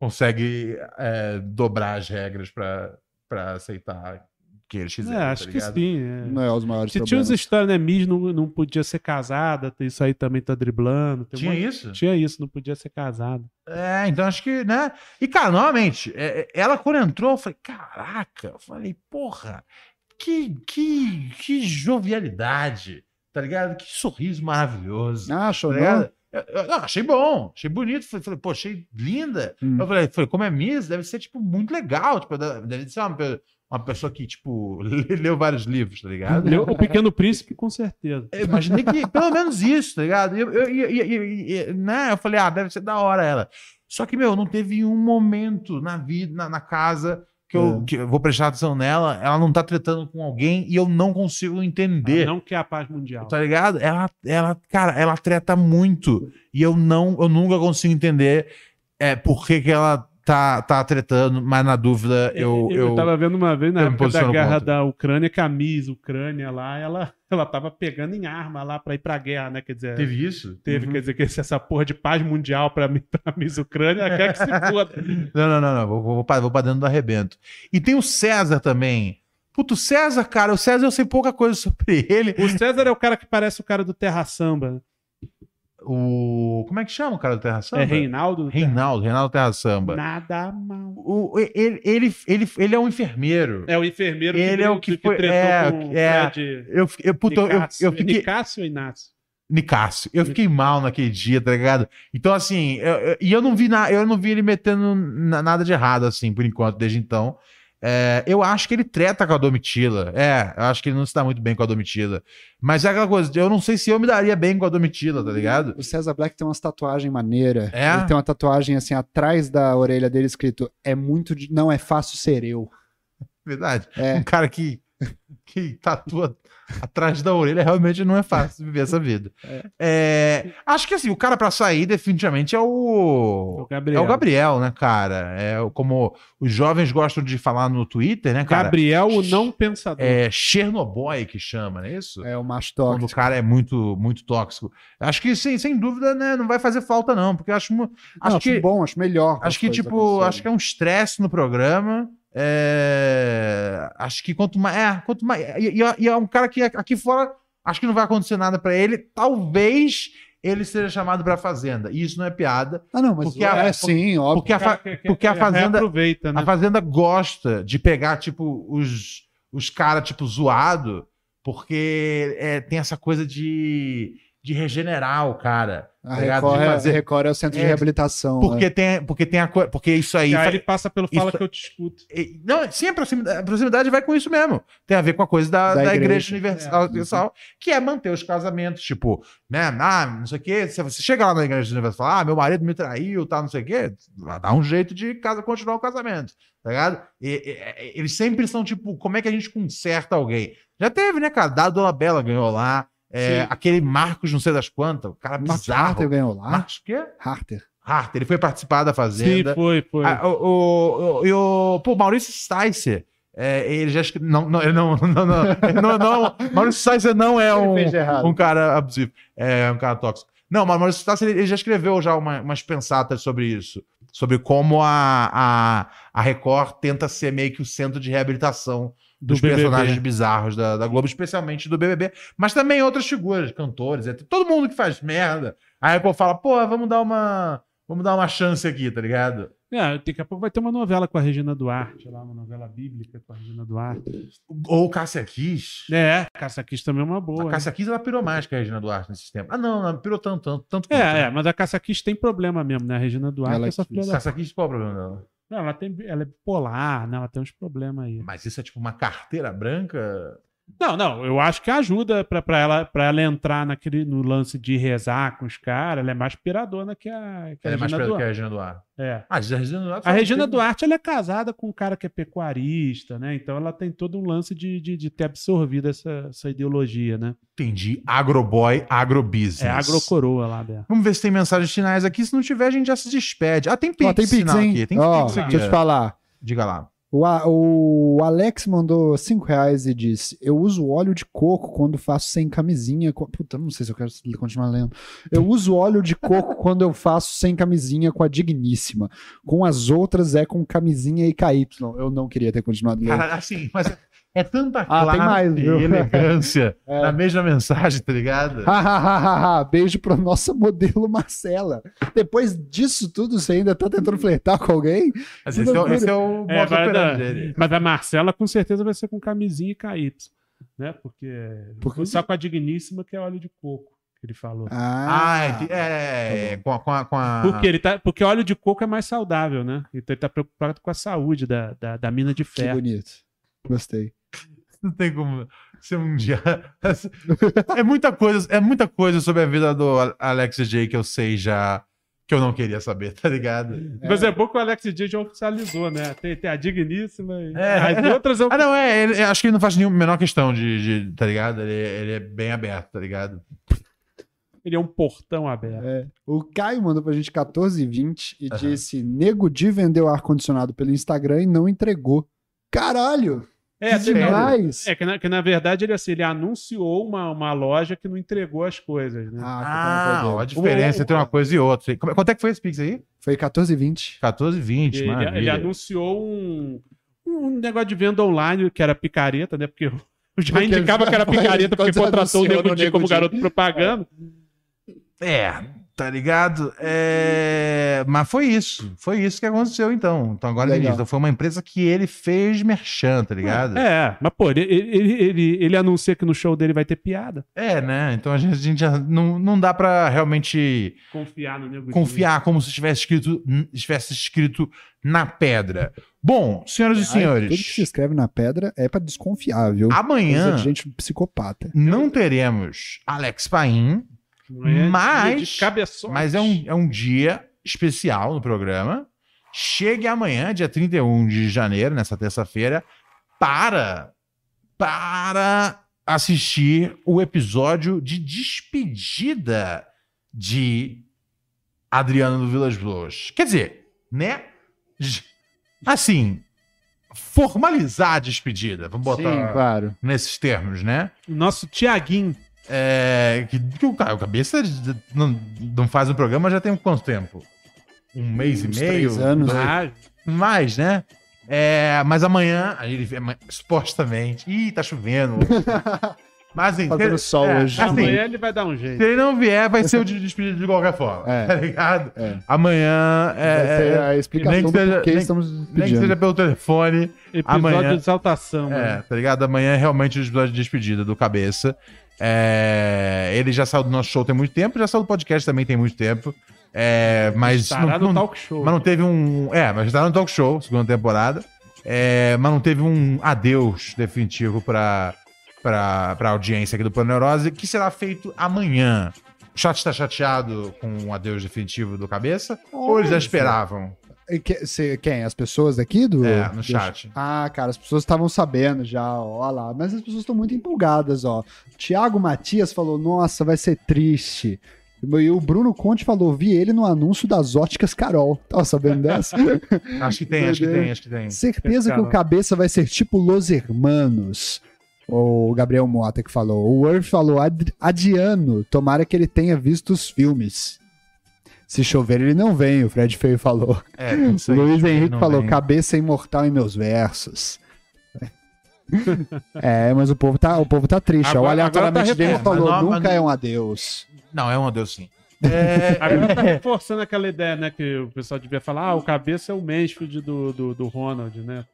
consegue é, dobrar as regras pra, pra aceitar o que eles quiserem. É, acho tá que ligado? sim. é. Não é os maiores Se tinha problemas. uns histórias, né? Miss não, não podia ser casada, tem- isso aí também tá driblando. tem um Tinha monte- isso? Tinha isso, não podia ser casada. É, então acho que, né? E, cara, novamente, é, é, ela quando entrou, eu falei, caraca, eu falei, porra, que, que, que jovialidade, tá ligado? Que sorriso maravilhoso. Acho, tá Ah, não? ligado? Eu, eu- não, achei bom, achei bonito. Falei, falei, pô, achei linda. Hum. Eu falei, falei, como é Miss, deve ser, tipo, muito legal. Tipo, deve deve ser uma, pe- uma pessoa que, tipo, leu vários livros, tá ligado? Leu O Pequeno Príncipe, com certeza. Eu imaginei que pelo menos isso, tá ligado? E Eu, eu, e- e- e- e- né? eu falei, ah, deve ser da hora ela. Só que, meu, não teve um momento na vida, na, na casa, que eu, É. que eu vou prestar atenção nela. Ela não tá tretando com alguém e eu não consigo entender. Ah, Não quer a paz mundial. Tá ligado? Ela, ela, cara, ela treta muito. E eu não, eu nunca consigo entender é, por que, que ela tá, tá tretando, mas na dúvida eu. É, eu, eu- tava vendo uma vez na eu me época da posiciono guerra contra. da Ucrânia, que a Miss Ucrânia lá, ela, ela tava pegando em arma lá pra ir pra guerra, né? Quer dizer, Teve isso? teve, quer dizer, que esse- essa porra de paz mundial pra, mim, pra Miss Ucrânia, ela quer que se foda. Uhum. Não, não, não, não. Vou, vou, pra- vou pra dentro do arrebento. E tem o César também. Puto, o César, cara, o César eu sei pouca coisa sobre ele. O César é o cara que parece o cara do Terra Samba. O. Como é que chama o cara do Terra Samba? É Reinaldo? do Terra- Reinaldo, Reinaldo Terra Samba. Nada mal. O, ele, ele, ele, ele é um enfermeiro. É o enfermeiro Ele é o que foi- é, é. Eu, fi- eu, puto, eu, eu fiquei. Nicácio ou Inácio? Nicásio. Eu fiquei mal naquele dia, tá ligado? Então, assim, eu- eu- e eu, não vi na, eu não vi ele metendo na- nada de errado, assim, por enquanto, desde então. É, eu acho que ele treta com a Domitila. É, eu acho que ele não se dá muito bem com a Domitila. Mas é aquela coisa, eu não sei se eu me daria bem com a Domitila, tá ligado? O César Black tem umas tatuagens maneiras. É? Ele tem uma tatuagem assim atrás da orelha dele escrito: É muito. de- Não é fácil ser eu. Verdade. É. Um cara que, que tatua atrás da orelha realmente não é fácil viver essa vida. É, acho que assim, o cara pra sair definitivamente é É o o. Gabriel. É o Gabriel, né, cara? É o- como os jovens gostam de falar no Twitter, né, cara? Gabriel, o não pensador. É Chernobyl que chama, não é isso? É o macho Quando o tóxico. cara é muito, muito tóxico. Acho que sem, sem dúvida, né, não vai fazer falta não, porque eu acho, mu- acho Não, que bom, acho melhor. acho que tipo, acho que é um estresse no programa. é, acho que quanto mais, é, quanto mais e, e- e é um cara que aqui fora acho que não vai acontecer nada pra ele. Talvez ele seja chamado pra Fazenda. E isso não é piada, Ah, não, mas Porque é, a- sim, óbvio. porque a, fa- porque a Fazenda Aproveita, né? a Fazenda gosta de pegar, tipo, os, os caras, tipo, zoado, porque é, tem essa coisa de, de regenerar o cara. A tá ligado? Record, De é- fazer- a Record é o centro É, de reabilitação. né? Porque tem, porque tem a coisa. Porque isso aí. E aí fa- é. ele passa pelo fala isso- que eu te escuto. e- Não, sim, a proximidade, a proximidade vai com isso mesmo. Tem a ver com a coisa da, da, Da igreja, igreja. É. Uhum. universal, universal, que é manter os casamentos, tipo, né? Ah, não sei o quê. Se você chega lá na igreja universal e fala, ah, meu marido me traiu, tá, não sei o quê, dá um jeito de casa, continuar o casamento, tá ligado? E- e- e- eles sempre são, tipo, como é que a gente conserta alguém? Já teve, né, cara? Dado Dolabella ganhou lá. é, Sim. aquele Marcos, não sei das quantas, o cara Marcos é bizarro. Harter ganhou lá. Marcos o quê? Harter. Harter, ele foi participar da Fazenda. Sim, foi, foi. Ah, o, o, o- e o- pô, Maurício Sticer, é, ele já escre- não, não, ele não, não, não, ele não, não, Maurício Sticer não é Ele um, fez de errado. um cara abusivo, é um cara tóxico. Não, mas Maurício Sticer, ele, ele já escreveu já uma- umas pensatas sobre isso, sobre como a, a, a Record tenta ser meio que o centro de reabilitação dos BBB. personagens bizarros da, da Globo, especialmente do BBB, mas também outras figuras, cantores, etc. todo mundo que faz merda. Aí a Record fala, pô, vamos dar uma, vamos dar uma chance aqui, tá ligado? É, daqui a pouco vai ter uma novela com a Regina Duarte, lá, uma novela bíblica com a Regina Duarte. Ou Cássia Kiss. É, Caça Kiss também é uma A boa. Cássia Kiss, ela pirou mais que a Regina Duarte nesse tempo. Ah, não, não pirou tanto, tanto, tanto né? quanto. É, é, mas a Caça Kiss tem problema mesmo, né? A Regina Duarte Ela é essa quis. filha da... Cássia Kiss, qual é o problema dela? Não, ela, tem, ela é bipolar, né? Ela tem uns problemas aí. Mas isso é tipo uma carteira branca? Não, não, eu acho que ajuda pra, pra, ela, pra ela entrar naquele, no lance de rezar com os caras. Ela é mais piradona que a, que a Ela é mais preta que Regina a Duarte. Regina Duarte. É. Ah, a Regina Duarte... A Regina Duarte ela é casada com um cara que é pecuarista, né? Então ela tem todo um lance de, de, de ter absorvido essa, essa ideologia, né? Entendi. Agroboy, agrobusiness. É agrocoroa lá dela. Vamos ver se tem mensagens finais aqui. Se não tiver, a gente já se despede. Ah, tem pix, Ó, tem Pix, sinal hein? aqui. Tem Ó, pix aqui. Deixa eu te falar. Diga lá. O, A- o Alex mandou 5 reais e disse: Eu uso óleo de coco quando faço sem camisinha. co- Puta, não sei se eu quero continuar lendo. Eu uso óleo de coco quando eu faço sem camisinha com a Digníssima. Com as outras é com camisinha e KY. Eu não queria ter continuado lendo. Cara, assim, mas é tanta Ah, tem classe mais, e viu? elegância É. Ah, na mesma mensagem, tá ligado? Hahaha, Beijo pra nossa modelo Marcela. Depois disso tudo, você ainda tá tentando flertar com alguém? Mas esse, é, o- esse é o É, modo vai operante dar- dele. Mas a Marcela com certeza vai ser com camisinha e KY, né? Porque, Porque- só com a digníssima que é óleo de coco que ele falou. Ah, entendi. é, é, com a, com a, com Ah. a- Porque ele tá, porque óleo de coco é mais saudável, né? Então ele tá preocupado com a saúde da, da, da mina de que ferro. bonito. Gostei. não tem como ser um dia. é muita coisa, é muita coisa sobre a vida do Alex J que eu sei já que eu não queria saber, tá ligado? Mas é bom que o Alex Dias já oficializou, né? Tem, tem a digníssima e É. as outras eu... Ah, não, é, ele- eu acho que ele não faz nenhuma menor questão de, de- tá ligado? Ele, ele é bem aberto, tá ligado? ele é um portão aberto. É. O Caio mandou pra gente 14h20 e Aham. disse: Nego Di vendeu ar-condicionado pelo Instagram e não entregou. Caralho! É, que tem- sério? demais! é que, na, que na verdade ele assim, ele anunciou uma, uma loja que não entregou as coisas, né? então Ah, que eu tava ó, a perdendo. diferença O- entre uma coisa e outra. Como- Quanto é que foi esse Pix aí? Foi 14h20. 14, 20, Ele- é Ele, maravilha. anunciou um, um negócio de venda online que era picareta, né? Porque eu já Porque indicava eles- que era picareta porque quando contratou o anunciou Nego no Di Nego como Di. garoto propaganda. É, tá ligado? É, Mas foi isso. Foi isso que aconteceu, então. Então agora entendi. Legal. Então foi uma empresa que ele fez merchan, tá ligado? É, É, mas pô, ele, ele, ele, ele anuncia que no show dele vai ter piada. né? Então a gente, a gente já não, não dá pra realmente Confiar no Nego Di. confiar como se tivesse escrito, estivesse escrito na pedra. Bom, senhoras e Ai, tudo que se senhores, escreve na pedra é pra desconfiar, viu? amanhã Coisa de gente psicopata. não teremos Alex Paim. Não é de- Mas- de cabeçote. Mas é um, é um dia especial no programa. Chegue amanhã, dia 31 de janeiro, nessa terça-feira, para para assistir o episódio de despedida de Adriano do Vilas Boas. Quer dizer, né? J- Assim, formalizar a despedida, vamos botar claro. nesses termos, né? Nosso Tiaguinho. É, que, que o, ca- o cabeça de- de- não, não faz um programa já tem quanto tempo? Um mês Uns e meio? três anos. dois? Ah, Mais, né? É, mas amanhã, aí ele, ama- supostamente. Ih, tá chovendo. Mas assim, Fazendo se- sol hoje. assim, Amanhã ele vai dar um jeito. se ele não vier, vai ser o de despedido de qualquer forma. É. Tá ligado? É. Amanhã. É, Vai ser é- a explicação nem que do seja- porquê nem- estamos nem que pedindo. seja pelo telefone. Episódio amanhã- de exaltação. É, mano. tá ligado? Amanhã é realmente o episódio de despedida do Cabeça. É, ele já saiu do nosso show tem muito tempo, já saiu do podcast também tem muito tempo. É, mas, Estará não, no não- talk show. mas não teve um. É, mas tá no talk show, segunda temporada. É, mas não teve um adeus definitivo pra, pra, pra audiência aqui do Plano Neurose, que será feito amanhã. O chat está chateado com o adeus definitivo do cabeça? ou eles já esperavam? E que- se- quem? As pessoas daqui do. É, no do- chat. Ah, cara, as pessoas estavam sabendo já, ó lá. Mas as pessoas estão muito empolgadas, ó. Tiago Matias falou: nossa, vai ser triste. E o Bruno Conte falou: vi ele no anúncio das óticas Carol. Tava sabendo dessa? Acho que tem, acho que tem, acho que tem. Certeza que Carol. o cabeça vai ser tipo Los Hermanos. O Gabriel Mota que falou. O Worth falou: "Ad- Adiano, tomara que ele tenha visto os filmes. Se chover, ele não vem, o Fred Feio falou. É, não sei. Luiz Henrique Não falou: vem. cabeça imortal em meus versos. é, mas o povo tá, o povo tá triste. Agora- o aleatoriamente agora tá dele reformando. falou: Mas não- nunca mas- é um adeus. Não, é um adeus sim. Agora tá reforçando aquela ideia, né? Que o pessoal devia falar, ah, o cabeça é o Mansfield do, do, do Ronald, né?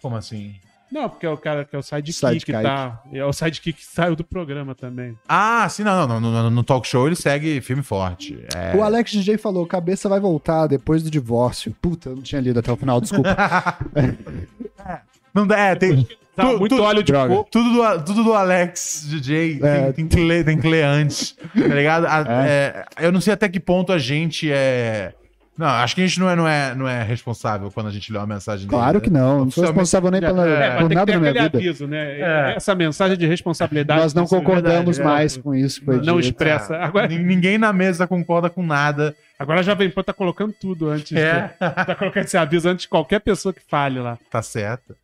Como assim? Não, porque é o cara que é o sidekick, Sidekick. tá? E é o sidekick que saiu do programa também. Ah, sim, não, não, no, no- no talk show ele segue filme forte. É. O Alex DJ falou: cabeça vai voltar depois do divórcio. Puta, eu não tinha lido até o final, desculpa. Não dá, é, tem Tá, Tu- muito tu- óleo de droga. coco. tudo do, tudo do Alex DJ, É. tem, tem, cle, tem cle antes, tá ligado? A- é, eu não sei até que ponto a gente é... Não, acho que a gente não é, não é, não é responsável quando a gente lê uma mensagem dele. né? Claro que não, não sou Oficialmente- responsável nem pela, É, né? Mas por tem que nada ter na minha aquele vida. aviso, né? É. Essa mensagem de responsabilidade. Nós não Isso é concordamos verdade, é. mais com isso. que foi Não dito. expressa. Agora, Nin- Ninguém na mesa concorda com nada. agora já vem pô, tá colocando tudo antes. É. de- tá colocando esse aviso antes de qualquer pessoa que fale lá. Tá certo.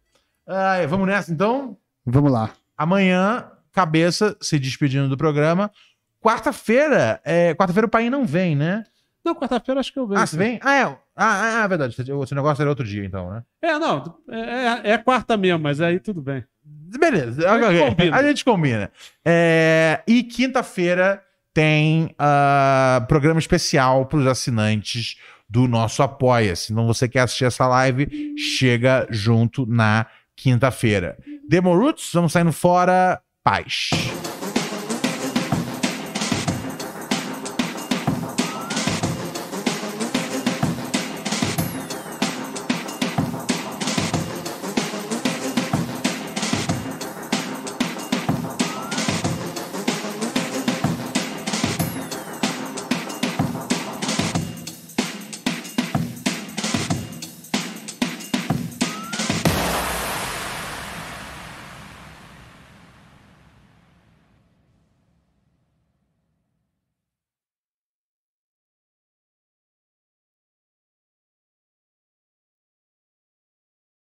Ai, vamos nessa, então? Vamos lá. Amanhã, cabeça se despedindo do programa. Quarta-feira, é, quarta-feira o pai não vem, né? Não, quarta-feira acho que eu vejo. Ah, você vem? Ah, é. Ah, ah, é verdade. Esse esse negócio era outro dia, então, né? É, não. É, é- é quarta mesmo, mas aí tudo bem. Beleza. A gente ok. combina. A gente combina. É, e quinta-feira tem ah, programa especial para os assinantes do nosso Apoia-se. Então, você quer assistir essa live, chega junto na quinta-feira. Demoruts, vamos saindo fora. Paz.